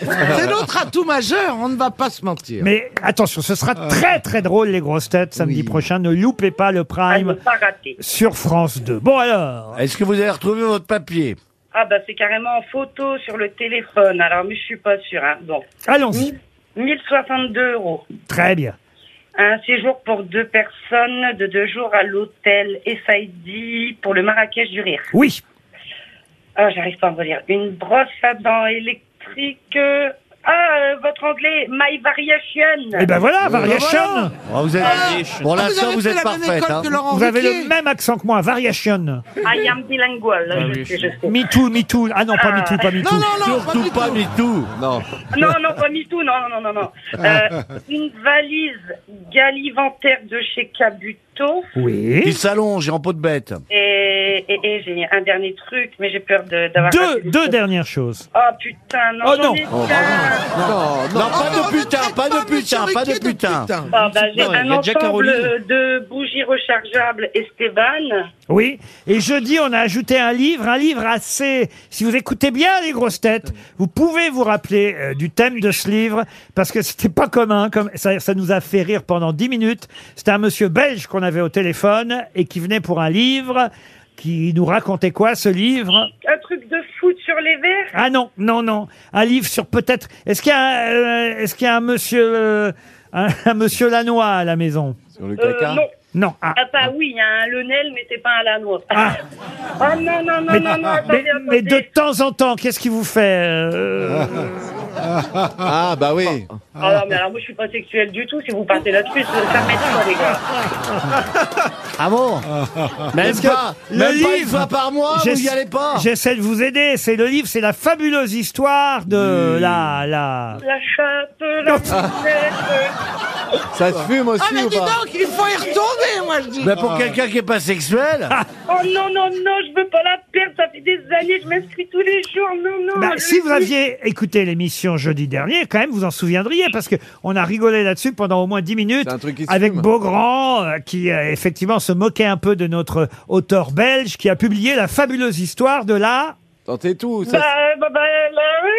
C'est notre atout majeur, on ne va pas se mentir. mais attention, ce sera très très drôle les grosses têtes samedi prochain. Ne loupez pas le À ne prime pas rater. sur France 2. Bon alors, Est-ce que vous avez retrouvé votre papier Ah, bah, c'est carrément en photo sur le téléphone. Alors, mais je suis pas sûre. hein. Bon. allons-y. 1062 euros. Très bien. Un séjour pour deux personnes de deux jours à l'hôtel Essaidi pour le Marrakech du Rire. Oui, Ah, j'arrive pas à me relire. Une brosse à dents électrique. euh, Ah, euh, votre anglais, my variation. Eh ben voilà, Oui, Variation. ben Oh, vous êtes- Variation. Pour Ah, vous l'instant, avez vous fait êtes la même parfaite. école hein. que Laurent Vous avez Ruquier. Ah le même accent que moi, Variation. voilà. I am bilingual. Ah je sais, je sais. Me too, me too. Ah non, pas me too, pas me Non, too. non, non, pas Surtout me pas too. Non. Non, non, pas MeToo, non, non, non, non. Ah. Euh, une valise gallivantaire de chez Cabuto. Oui. Il s'allonge en peau de bête. Et, et, et j'ai un dernier truc, mais j'ai peur de- d'avoir... Deux, deux dernières choses. Oh putain, non, Oh j'en non. ai Oh, qu'un. Non, non, pas de putain, pas de putain, pas de putain. Bon, bah, j'ai Non, il un y a Jack ensemble Caroline. de bougies rechargeables Esteban. Oui, et jeudi, on a ajouté un livre, un livre assez... Si vous écoutez bien les grosses têtes, vous pouvez vous rappeler euh, du thème de ce livre, parce que c'était pas commun, comme ça, ça nous a fait rire pendant dix minutes. C'était un monsieur belge qu'on avait au téléphone, et qui venait pour un livre, qui nous racontait quoi, ce livre Un truc de foot sur les verres. Ah non, non, non, un livre sur peut-être... Est-ce qu'il y, a un, euh, est-ce qu'il y a un monsieur... euh, un, un monsieur Lannoy à la maison Sur le Euh, caca non. Non, ah. Ah, bah oui, il y a un Lenel, mais c'est pas un Lanois. Ah. Oh non, non, non, mais, non, non, mais- attendez, mais de attendez. temps en temps, qu'est-ce qui vous fait euh, Ah, bah oui. Ah non, mais alors moi je suis pas sexuelle du tout, si vous partez là-dessus, ça me met pas, les gars. ah, Ah bon Même Est-ce que- pas. le Même pas une livre- fois par mois, vous J'essa- y allez pas J'essaie de vous aider. C'est le livre, c'est la fabuleuse histoire de la la. La chatte, la musette. Ça se fume aussi Ah, mais ou dis pas donc, il faut y retourner, moi, je dis. Bah, pour quelqu'un qui est pas sexuel Oh non, non, non, je veux pas la perdre, ça fait des années, je m'inscris tous les jours, non, non. Bah, je- si vous aviez écouté l'émission jeudi dernier, quand même, vous en souviendriez parce que on a rigolé là-dessus pendant au moins 10 minutes avec Beaugrand euh, qui euh, effectivement se moquait un peu de notre auteur belge qui a publié la fabuleuse histoire de la. Tentez tout. Bah, bah, bah, là, oui,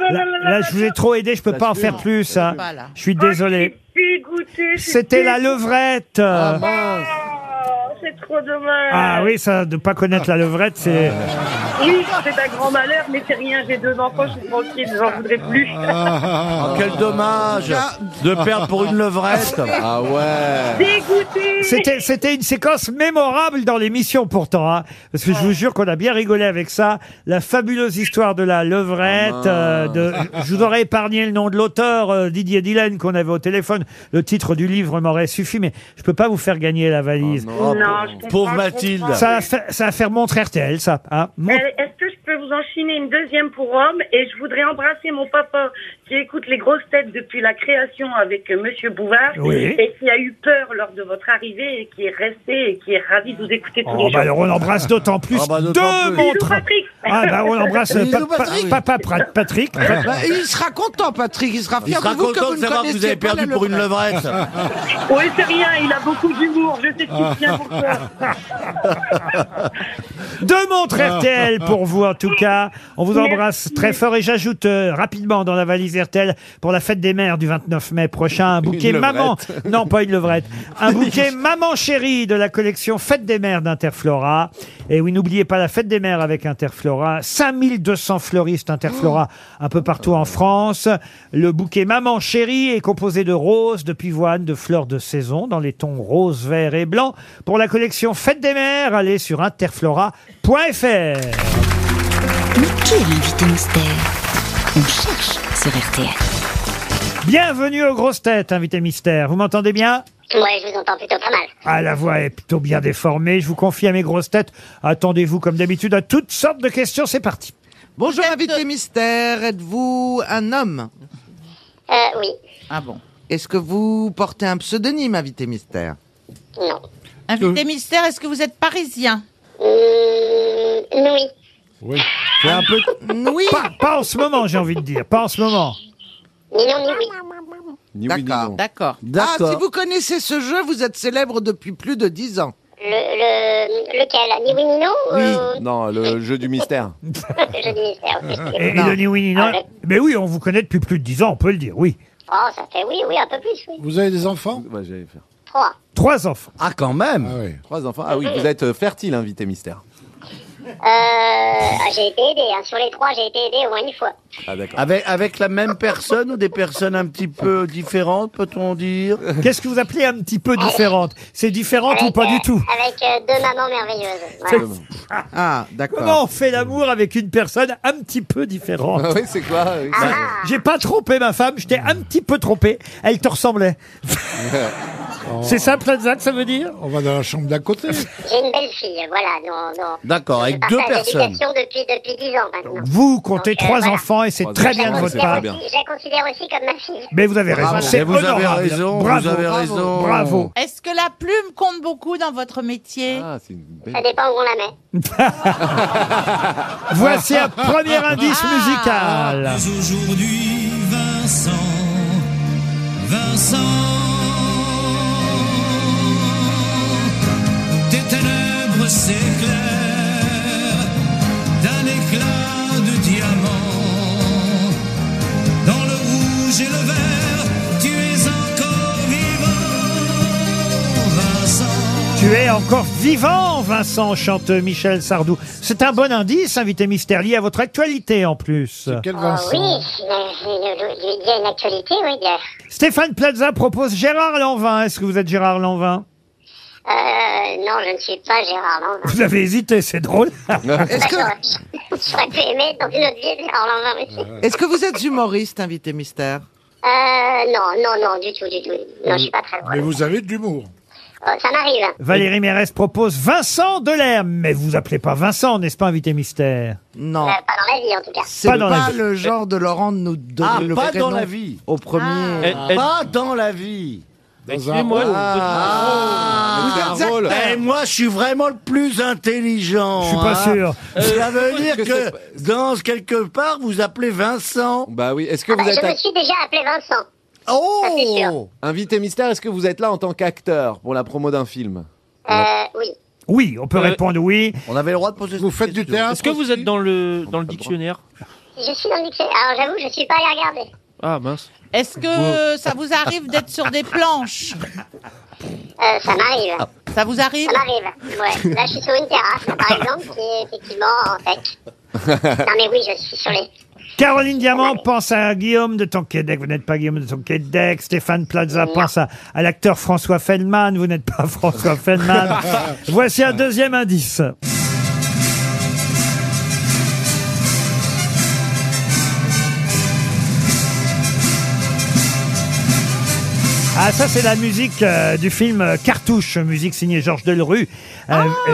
là, Là, là, là, là, là, je vous ai trop aidé, je peux Ça pas en se faire fume. plus. hein. Pas, là. Je suis désolé. Je suis dégoûtée, je suis C'était la dégoûtée. levrette. Ah, euh, Oh, c'est trop dommage. Ah oui, ça, de pas connaître la levrette, c'est... Ah. Oui, c'est un grand malheur, mais c'est rien, j'ai deux enfants, je suis tranquille, j'en voudrais plus. Oh, Quel dommage de perdre pour une levrette. Ah ouais. Dégoûté C'était, c'était une séquence mémorable dans l'émission pourtant, hein, parce que je vous jure qu'on a bien rigolé avec ça. La fabuleuse histoire de la Ah, levrette. euh, de, je vous aurais épargné le nom de l'auteur, euh, Didier Dylan, qu'on avait au téléphone. Le titre du livre m'aurait suffi, mais je peux pas vous faire gagner la Ah, valise. non. Non, je comprends, Pauvre je Mathilde. comprends. Ça va, faire, ça va faire montre RTL, ça. hein. Mon- Euh, Est-ce que je peux vous enchaîner une deuxième pour homme Et je voudrais embrasser mon papa qui écoute les grosses têtes depuis la création avec euh, Monsieur Bouvard Oui. et qui a eu peur lors de votre arrivée et qui est resté et qui est ravi de vous écouter tous Oh, les bah jours. alors on embrasse d'autant plus Ah bah, deux d'autant plus. montres. Patrick. Ah bah on embrasse pa- Bisous, pa- Patrick. papa Pra- Patrick. Bah, il sera content, Patrick. Il sera Il fier sera de vous que content vous de ne savoir que vous avez connaissiez pas perdu la pour une levrette. Oui, c'est rien, il a beaucoup d'humour, je sais Ah. ce qui vient pour toi. Deux montres RTL pour vous en tout cas. On vous embrasse très fort et j'ajoute euh, rapidement dans la valise RTL pour la fête des mères du 29 mai prochain un bouquet Une maman. levrette. Non, pas une levrette. Un bouquet maman chérie de la collection Fête des mères d'Interflora. Et oui, n'oubliez pas la fête des mères avec Interflora. 5200 fleuristes Interflora un peu partout en France. Le bouquet maman chérie est composé de roses, de pivoines, de fleurs de saison dans les tons rose, vert et blanc. Pour la collection Fête des mères, allez sur interflora.fr. Mais qui est l'invité mystère On cherche sur RTL. Bienvenue aux grosses têtes, invité mystère. Vous m'entendez bien Ouais, je vous entends plutôt pas mal. Ah, la voix est plutôt bien déformée. Je vous confie à mes grosses têtes. Attendez-vous, comme d'habitude, à toutes sortes de questions. C'est parti. Bonjour, invité mystère. Êtes-vous un homme Euh, oui. Ah bon. Est-ce que vous portez un pseudonyme, invité mystère Ah, Non. Invité mystère, est-ce que vous êtes parisien Oui. Oui. C'est un peu. Oui. Pas, pas en ce moment, j'ai envie de dire. Pas en ce moment. Ni non, ni oui. D'accord. D'accord. Ah, D'accord. si vous connaissez ce jeu, vous êtes célèbre depuis plus de 10 ans. Le, le, lequel Ni oui, ni non ou- Non, le jeu du mystère. Je dis mystère, ok. Ah, Et, et le ni oui ni non. Mais oui, on vous connaît depuis plus de 10 ans, on peut le dire, oui. Oh, ça fait oui, oui, un peu plus, oui. Vous avez des enfants Trois. Trois enfants. Ah, quand même Trois enfants. Ah oui, vous êtes euh, fertile, invité mystère. Euh, ah, j'ai été aidé. hein. Sur les trois, j'ai été aidé au moins une fois. Avec, avec la même personne ou des personnes un petit peu différentes, peut-on dire Qu'est-ce que vous appelez un petit peu différente C'est différente ou pas du tout Avec euh, deux mamans merveilleuses. Voilà. Ah, d'accord. Comment on fait l'amour avec une personne un petit peu différente Ah oui, c'est quoi oui. Bah, Ah. J'ai pas trompé ma femme, je t'ai un petit peu trompé. Elle te ressemblait. Oh. C'est ça, Plaza, que ça veut dire On va dans la chambre d'à côté. J'ai une belle fille, voilà. Non, non. D'accord, avec deux personnes. L'éducation depuis depuis dix ans maintenant. Vous comptez trois enfants et c'est Trois très enfants, bien de je votre la part. considère aussi- Je la considère aussi comme ma fille. Mais vous avez raison, Bravo. c'est Et vous avez honorable. raison, vous bravo, avez bravo, raison. Bravo. Est-ce que la plume compte beaucoup dans votre métier Ah, Ah, Ça dépend où on la met. Voici un premier indice musical. Mais aujourd'hui, Vincent, Vincent, tes ténèbres s'éclairent d'un éclat de diamant. Dans le rouge et le vert, tu es encore vivant, Vincent. Tu es encore vivant, Vincent, chante Michel Sardou. C'est un bon indice, invité mystère, lié à votre actualité en plus. Ah oui, mais- mais- mais- il y a une actualité, oui. il y a- Stéphane Plaza propose Gérard Lanvin. Est-ce que vous êtes Gérard Lanvin Euh, non, je ne suis pas Gérard Lanvin. Vous avez hésité, c'est drôle. Est-ce que- J'aurais pu aimer être dans une autre vie Gérard Lanvin aussi. Euh. Est-ce que vous êtes humoriste, invité mystère Euh, non, non, non, du tout, du tout. Non, je suis pas très drôle. Mais vous avez de l'humour. Euh, ça m'arrive. hein. Valérie Mérès propose Vincent Delerme. Mais vous appelez pas Vincent, n'est-ce pas, invité mystère Non. Euh, pas dans la vie, en tout cas. C'est Pas pas, dans la vie. le genre de Laurent de nous donner Ah, le pas prénom dans la vie. au premier. Ah, Pas dans la vie. Excusez-moi. Ah, Vous êtes vous êtes acteur. Et moi, je suis vraiment le plus intelligent. Je suis pas hein. sûr. Cela veut dire que c'est que dans quelque part, vous appelez Vincent. Bah oui, est-ce que Ah bah, vous êtes je me ac- suis déjà appelé Vincent. Ça, c'est sûr. Oh invité mystère Est-ce que vous êtes là en tant qu'acteur pour la promo d'un film Euh, oui. Oui, Euh, on peut répondre oui. On avait le droit de poser Vous faites du théâtre Est-ce que vous êtes dans le, dans le dictionnaire Je suis dans le lycée. Alors, j'avoue, je suis pas allé regarder. Ah mince. Est-ce que ça vous arrive d'être sur des planches Euh, ça m'arrive. Ça vous arrive Ça m'arrive. Ouais. Là, je suis sur une terrasse, là, par exemple, qui est effectivement en sec. Non, mais oui, je suis sur les. Caroline Diamant pense à Guillaume de Tonquédec. Vous n'êtes pas Guillaume de Tonquédec. Stéphane Plaza pense à, à l'acteur François Feldman. Vous n'êtes pas François Feldman. Voici un deuxième indice. Ah, ça, c'est la musique euh, du film euh, Cartouche, musique signée Georges Delru.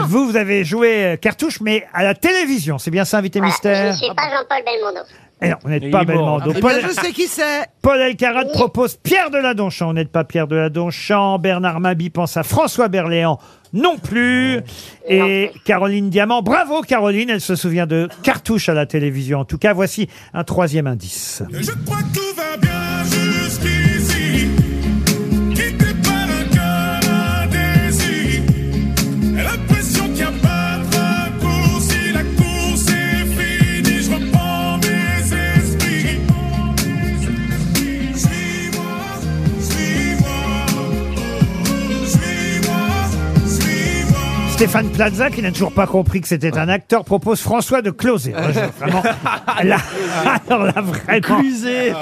Vous, vous avez joué euh, Cartouche, mais à la télévision. C'est bien ça, Invité Voilà. Je Mystère ne suis pas Jean-Paul Belmondo. Eh non, vous n'êtes Il pas est mort. Belmondo. Eh Paul, bien, ben, je sais qui c'est. Paul Elkarat propose Pierre de la Donchamp. Vous n'êtes pas Pierre de la Donchamp. Bernard Mabi pense à François Berléand. Non plus. Et Caroline Diamant. Bravo, Caroline. Elle se souvient de Cartouche à la télévision. En tout cas, voici un troisième indice. Je crois que tout va bien jusqu'ici. Quittez pas la canadaisie. L'impression qu'il n'y a pas de raccourci. La course est finie. Je reprends mes esprits. Suis-moi, suis-moi. Oh, Suis-moi, suis-moi. Stéphane Plaza, qui n'a toujours pas compris que c'était un acteur, propose François de Closet. Ouais, je- Vraiment. Là, alors là, vraiment. Cluzet.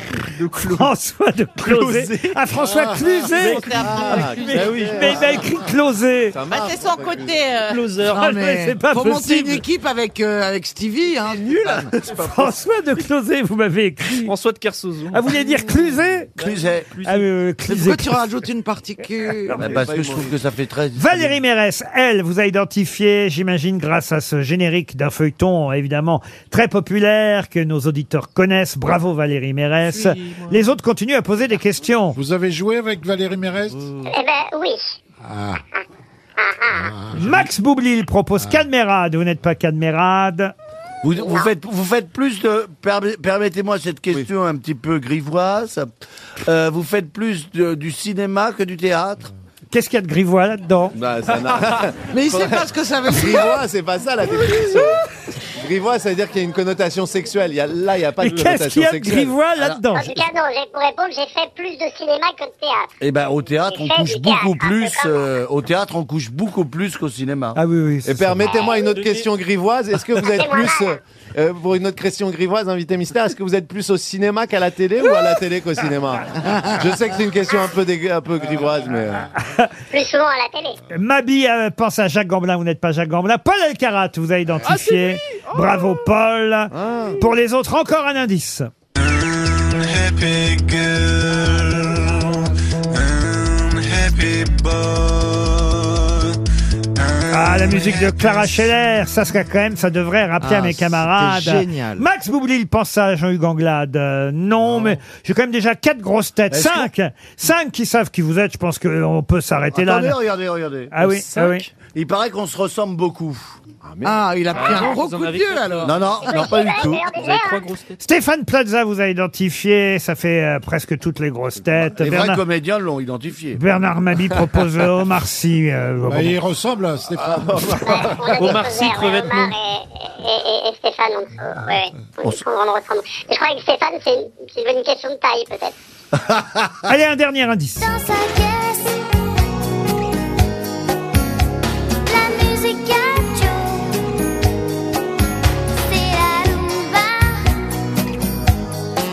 François de Closet. Closet. Ah, François Cluzet. Ah, Mais oui. mais il a écrit Closet. Bah, C'est son côté. euh, Closer. Ah, mais c'est pas faut monter une possible. équipe avec, euh, avec Stevie. Hein. François de Closet, vous m'avez écrit. François de Kersouzon. Ah, vous voulez dire Cluzet Cluzet. Ah, euh, Cluzet. Pourquoi tu rajoutes une particule Bah, parce que je trouve que ça fait très. Valérie Mérès, elle, vous a identifié, j'imagine, grâce à ce générique d'un feuilleton, évidemment, très populaire, que nos auditeurs connaissent. Bravo Valérie Mérès. Oui, moi. Les autres continuent à poser des questions. Vous avez joué avec Valérie Mérès Euh. Eh ben, oui. Ah. Max Boublil propose Cadmerade. Vous n'êtes pas Cadmerade. Vous, vous faites, vous faites plus de. perm- Permettez-moi cette question un petit peu grivoise. Euh, vous faites plus de- du cinéma que du théâtre Qu'est-ce qu'il y a de grivois là-dedans Bah, ça n'a- Mais il sait pas ce que ça veut dire. Grivois, c'est pas ça la définition. grivois, ça veut dire qu'il y a une connotation sexuelle. Il y a- là, il n'y a pas Mais de qu'est-ce connotation qu'il y a de sexuelle. grivois Alors- là-dedans En tout cas, non, j'ai- pour répondre, j'ai fait plus de cinéma que de théâtre. Eh ben, au théâtre, on J'ai fait couche du beaucoup théâtre, hein, plus. c'est pas moi. euh, au théâtre, on couche beaucoup plus qu'au cinéma. Ah oui, oui. Et Euh, permettez-moi Ah, une autre question grivoise. Est-ce que vous êtes Passez-moi plus, euh, euh, pour une autre question grivoise, invité mystère, est-ce que vous êtes plus au cinéma qu'à la télé ou à la télé qu'au cinéma Je sais que c'est une question un peu, dégue- un peu grivoise, mais. euh, Plus souvent à la télé. Mabi euh, pense à Jacques Gamblin, vous n'êtes pas Jacques Gamblin. Paul Elkarat vous a identifié. Bravo Paul. Pour les autres, encore un indice. Happy girl, happy boy. Ah, la musique de Clara Scheller, ça serait quand même, ça devrait rappeler Ah, à mes c'était camarades. génial. Max Boublil pense à Jean-Hugues Anglade. Euh, non, mais j'ai quand même déjà quatre grosses têtes. Est-ce Cinq. Cinq qui savent qui vous êtes. Je pense qu'on peut s'arrêter là. Attendez, regardez, regardez. Ah oui, ah oui. Il paraît qu'on se ressemble beaucoup. Ah, il a pris Ah, un gros vous en coup de avez gueule quelques-uns. alors. Non, non, non, pas du tout. Vous avez trois grosses têtes. Stéphane Plaza vous a identifié. Ça fait euh, presque toutes les grosses têtes. Les vrais Bernard, comédiens l'ont identifié. Bernard Mabi propose le Omar Sy. euh, Bah, bon. il ressemble à Ah, Stéphane. bah, On a Ah, Omar des Sy, choses, ouais, crevette, Omar non. et, et- et- et Stéphane, on, euh, ouais, ouais, on, on- on ressemble. Mais je crois que Stéphane, c'est une, c'est une question de taille, peut-être. Allez, un dernier indice. Dans sa caisse, la musique à Joe. C'est la rumba.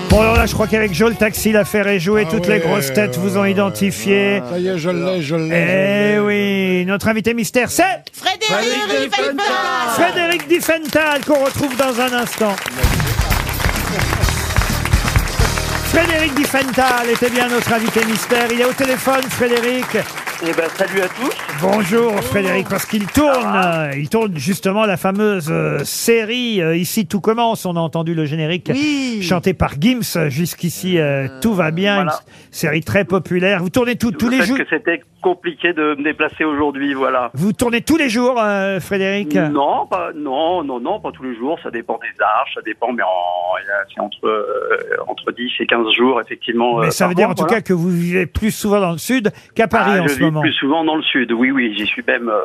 Bon, alors là, je crois qu'avec Joe le Taxi, l'affaire est jouée. Ah toutes les ouais, grosses têtes vous ont euh, identifié. Ça y est, je l'ai, je l'ai. Eh oui, notre invité mystère, c'est Frédéric Riffenthal Frédéric Diffenthal qu'on retrouve dans un instant. Frédéric Diffenthal était bien notre invité mystère. Il est au téléphone, Frédéric. Eh ben, salut à tous. Bonjour Frédéric, parce qu'il tourne, euh, il tourne justement la fameuse euh, série euh, Ici tout commence. On a entendu le générique Oui. chanté par Gims. Jusqu'ici euh, tout va bien. voilà. Une série très populaire. Vous tournez tout- tous Vous les savez jours. que c'était compliqué de me déplacer aujourd'hui, voilà. Vous tournez tous les jours, euh, Frédéric. Non, pas, non, non, non, pas tous les jours. Ça dépend des arches, ça dépend, mais en, il y a- c'est entre, euh, entre 10 et 15 jours, effectivement. Mais euh, ça par veut dire mois, en tout voilà. cas que vous vivez plus souvent dans le sud qu'à Paris Ah, en je ce vis moment. plus souvent dans le sud, oui, oui. J'y suis même, euh,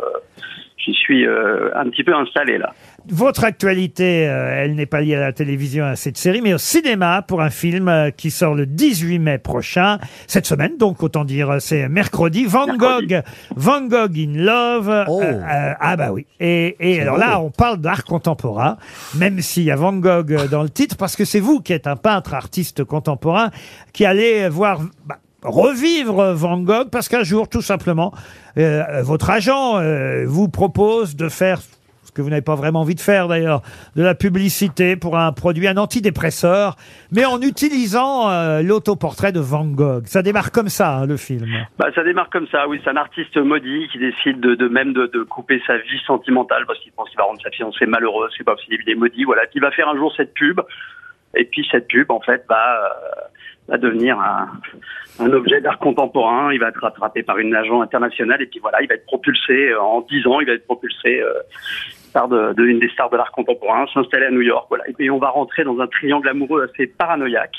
j'y suis euh, un petit peu installé, là. Votre actualité, euh, elle n'est pas liée à la télévision, à cette série, mais au cinéma pour un film euh, qui sort le 18 mai prochain, cette semaine donc, autant dire, euh, c'est mercredi, Van Mercredi. Gogh, Van Gogh in Love. euh, Oh. euh, ah bah oui. Et, et alors là, on parle d'art contemporain, même s'il y a Van Gogh euh, dans le titre, parce que c'est vous qui êtes un peintre, artiste contemporain, qui allez voir... bah, Revivre Van Gogh parce qu'un jour, tout simplement, euh, votre agent euh, vous propose de faire ce que vous n'avez pas vraiment envie de faire d'ailleurs, de la publicité pour un produit, un antidépresseur, mais en utilisant euh, l'autoportrait de Van Gogh. Ça démarre comme ça, hein, le film. Bah, ça démarre comme ça, oui. C'est un artiste maudit qui décide de, de même de, de couper sa vie sentimentale parce qu'il pense qu'il va rendre sa fiancée malheureuse, c'est pas possible, il est maudit, voilà. Puis il va faire un jour cette pub, et puis cette pub, en fait, va, euh, va devenir un, un objet d'art contemporain. Il va être rattrapé par une agent internationale, et puis voilà, il va être propulsé, euh, en 10 ans, il va être propulsé euh, par de, de l'une des stars de l'art contemporain, s'installer à New York, voilà. Et puis on va rentrer dans un triangle amoureux assez paranoïaque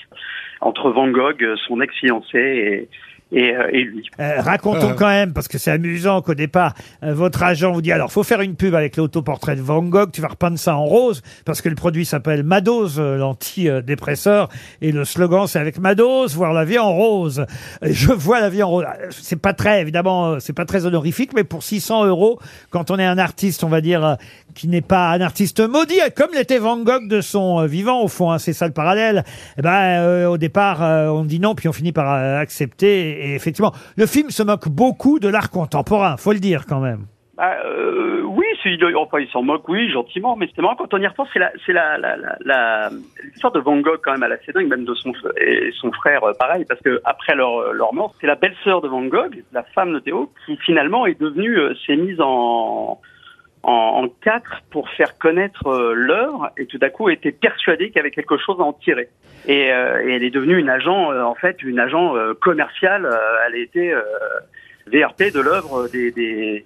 entre Van Gogh, euh, son ex-fiancé, et, et, euh, et lui. Euh, racontons quand même, parce que c'est amusant qu'au départ, euh, votre agent vous dit, alors faut faire une pub avec l'autoportrait de Van Gogh, tu vas repeindre ça en rose, parce que le produit s'appelle ma dose, euh, l'antidépresseur, et le slogan c'est avec ma dose, voir la vie en rose. Euh, Je vois la vie en rose. Euh, C'est pas très, évidemment, euh, c'est pas très honorifique, mais pour 600 euros, quand on est un artiste, on va dire, euh, qui n'est pas un artiste maudit, comme l'était Van Gogh de son euh, vivant, au fond, hein, c'est ça le parallèle, eh ben, euh, au départ, euh, on dit non, puis on finit par euh, accepter. Et effectivement, le film se moque beaucoup de l'art contemporain, faut le dire quand même. Bah, euh, oui, c'est- il- enfin, il s'en moque, oui, gentiment, mais c'est marrant quand on y repense, c'est la, c'est la, la, la- la- l'histoire de Van Gogh quand même, elle est assez dingue, même de son f- et son frère, euh, pareil, parce que après leur, euh, leur mort, c'est la belle-sœur de Van Gogh, la femme de Théo, qui finalement est devenue, euh, s'est mise en, en, en quatre pour faire connaître euh, l'œuvre, et tout à coup était persuadée qu'il y avait quelque chose à en tirer. Et, euh, et elle est devenue une agent, euh, en fait, une agent euh, commerciale. euh, elle était euh, VRP de l'œuvre des, des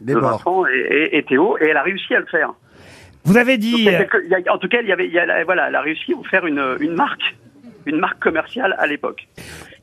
Des de bords. Vincent et, et- et Théo, et elle a réussi à le faire. Vous avez Donc, dit, c'est euh, quelque- il y a- en tout cas, il y avait, il y a la- voilà, elle a réussi à vous faire une, une marque, une marque commerciale à l'époque.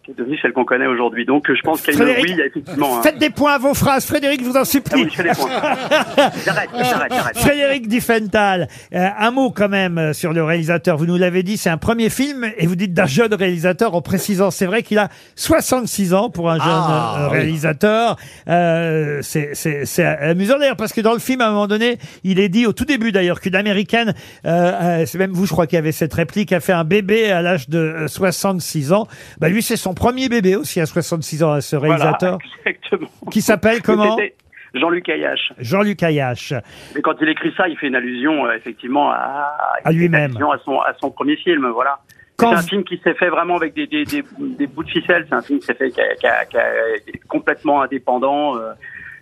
qui est devenue celle qu'on connaît aujourd'hui. Donc euh, je pense qu'il y a une Frédéric, oui, il y a effectivement. hein. un- Faites des points à vos phrases, Frédéric, je vous en Ah supplie. oui, je fais des points. J'arrête, j'arrête, j'arrête. Frédéric Diffenthal, euh, un mot quand même euh, sur le réalisateur. Vous nous l'avez dit, c'est un premier film et vous dites d'un jeune réalisateur en précisant, c'est vrai qu'il a 66 ans pour un jeune Ah, euh, oui. réalisateur. Euh, c'est- c'est c'est amusant d'ailleurs parce que dans le film, à un moment donné, il est dit au tout début d'ailleurs qu'une américaine, euh, euh, c'est même vous, je crois, qui avait cette réplique, a fait un bébé à l'âge de euh, 66 ans. Bah lui, c'est son premier bébé aussi à 66 ans, hein, ce Voilà, réalisateur. exactement. Qui s'appelle comment C'était Jean-Luc Ayache. Jean-Luc Ayache. Mais quand il écrit ça, il fait une allusion euh, effectivement à, À lui-même. une allusion à son, à son premier film, voilà. Quand- C'est un film qui s'est fait vraiment avec des, des, des, des bouts de ficelle. C'est un film qui s'est fait qui a- qui a- qui a- qui est complètement indépendant, euh,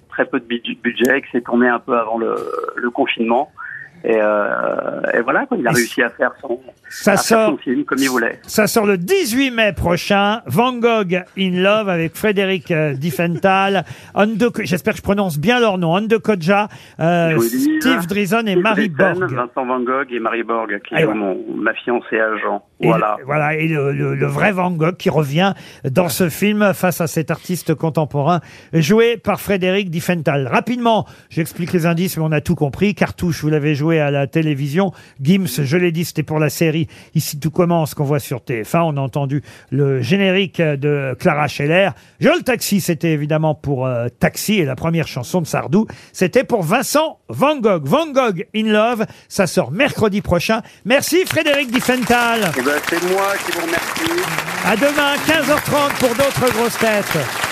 très peu de budget- budget, qui s'est tourné un peu avant le, le confinement. Et, euh, et voilà, quoi, il a réussi à faire son, Ça à faire sort- son film comme il voulait. Ça sort le 18 mai prochain. Van Gogh in Love avec Frédéric euh, Diffenthal. Ando- J'espère que je prononce bien leur nom. Ando Kodja, euh, Joey Diaz, Steve Drison et hein. Steve Marie Driessen, Borg. Vincent Van Gogh et Marie Borg, qui Ah, sont ouais. ma fiancée à Jean. Et voilà. Le, voilà, et le, le- le vrai Van Gogh qui revient dans ce film face à cet artiste contemporain joué par Frédéric Diffenthal. Rapidement, j'explique les indices, mais on a tout compris. Cartouche, vous l'avez joué à la télévision. Gims, je l'ai dit, c'était pour la série Ici tout commence qu'on voit sur TF1. On a entendu le générique de Clara Scheller. Jean le taxi, c'était évidemment pour euh, Taxi et la première chanson de Sardou, c'était pour Vincent Van Gogh. Van Gogh in Love, ça sort mercredi prochain. Merci Frédéric Diffenthal. Eh ben, c'est moi qui vous remercie. À demain, 15h30 pour d'autres grosses têtes.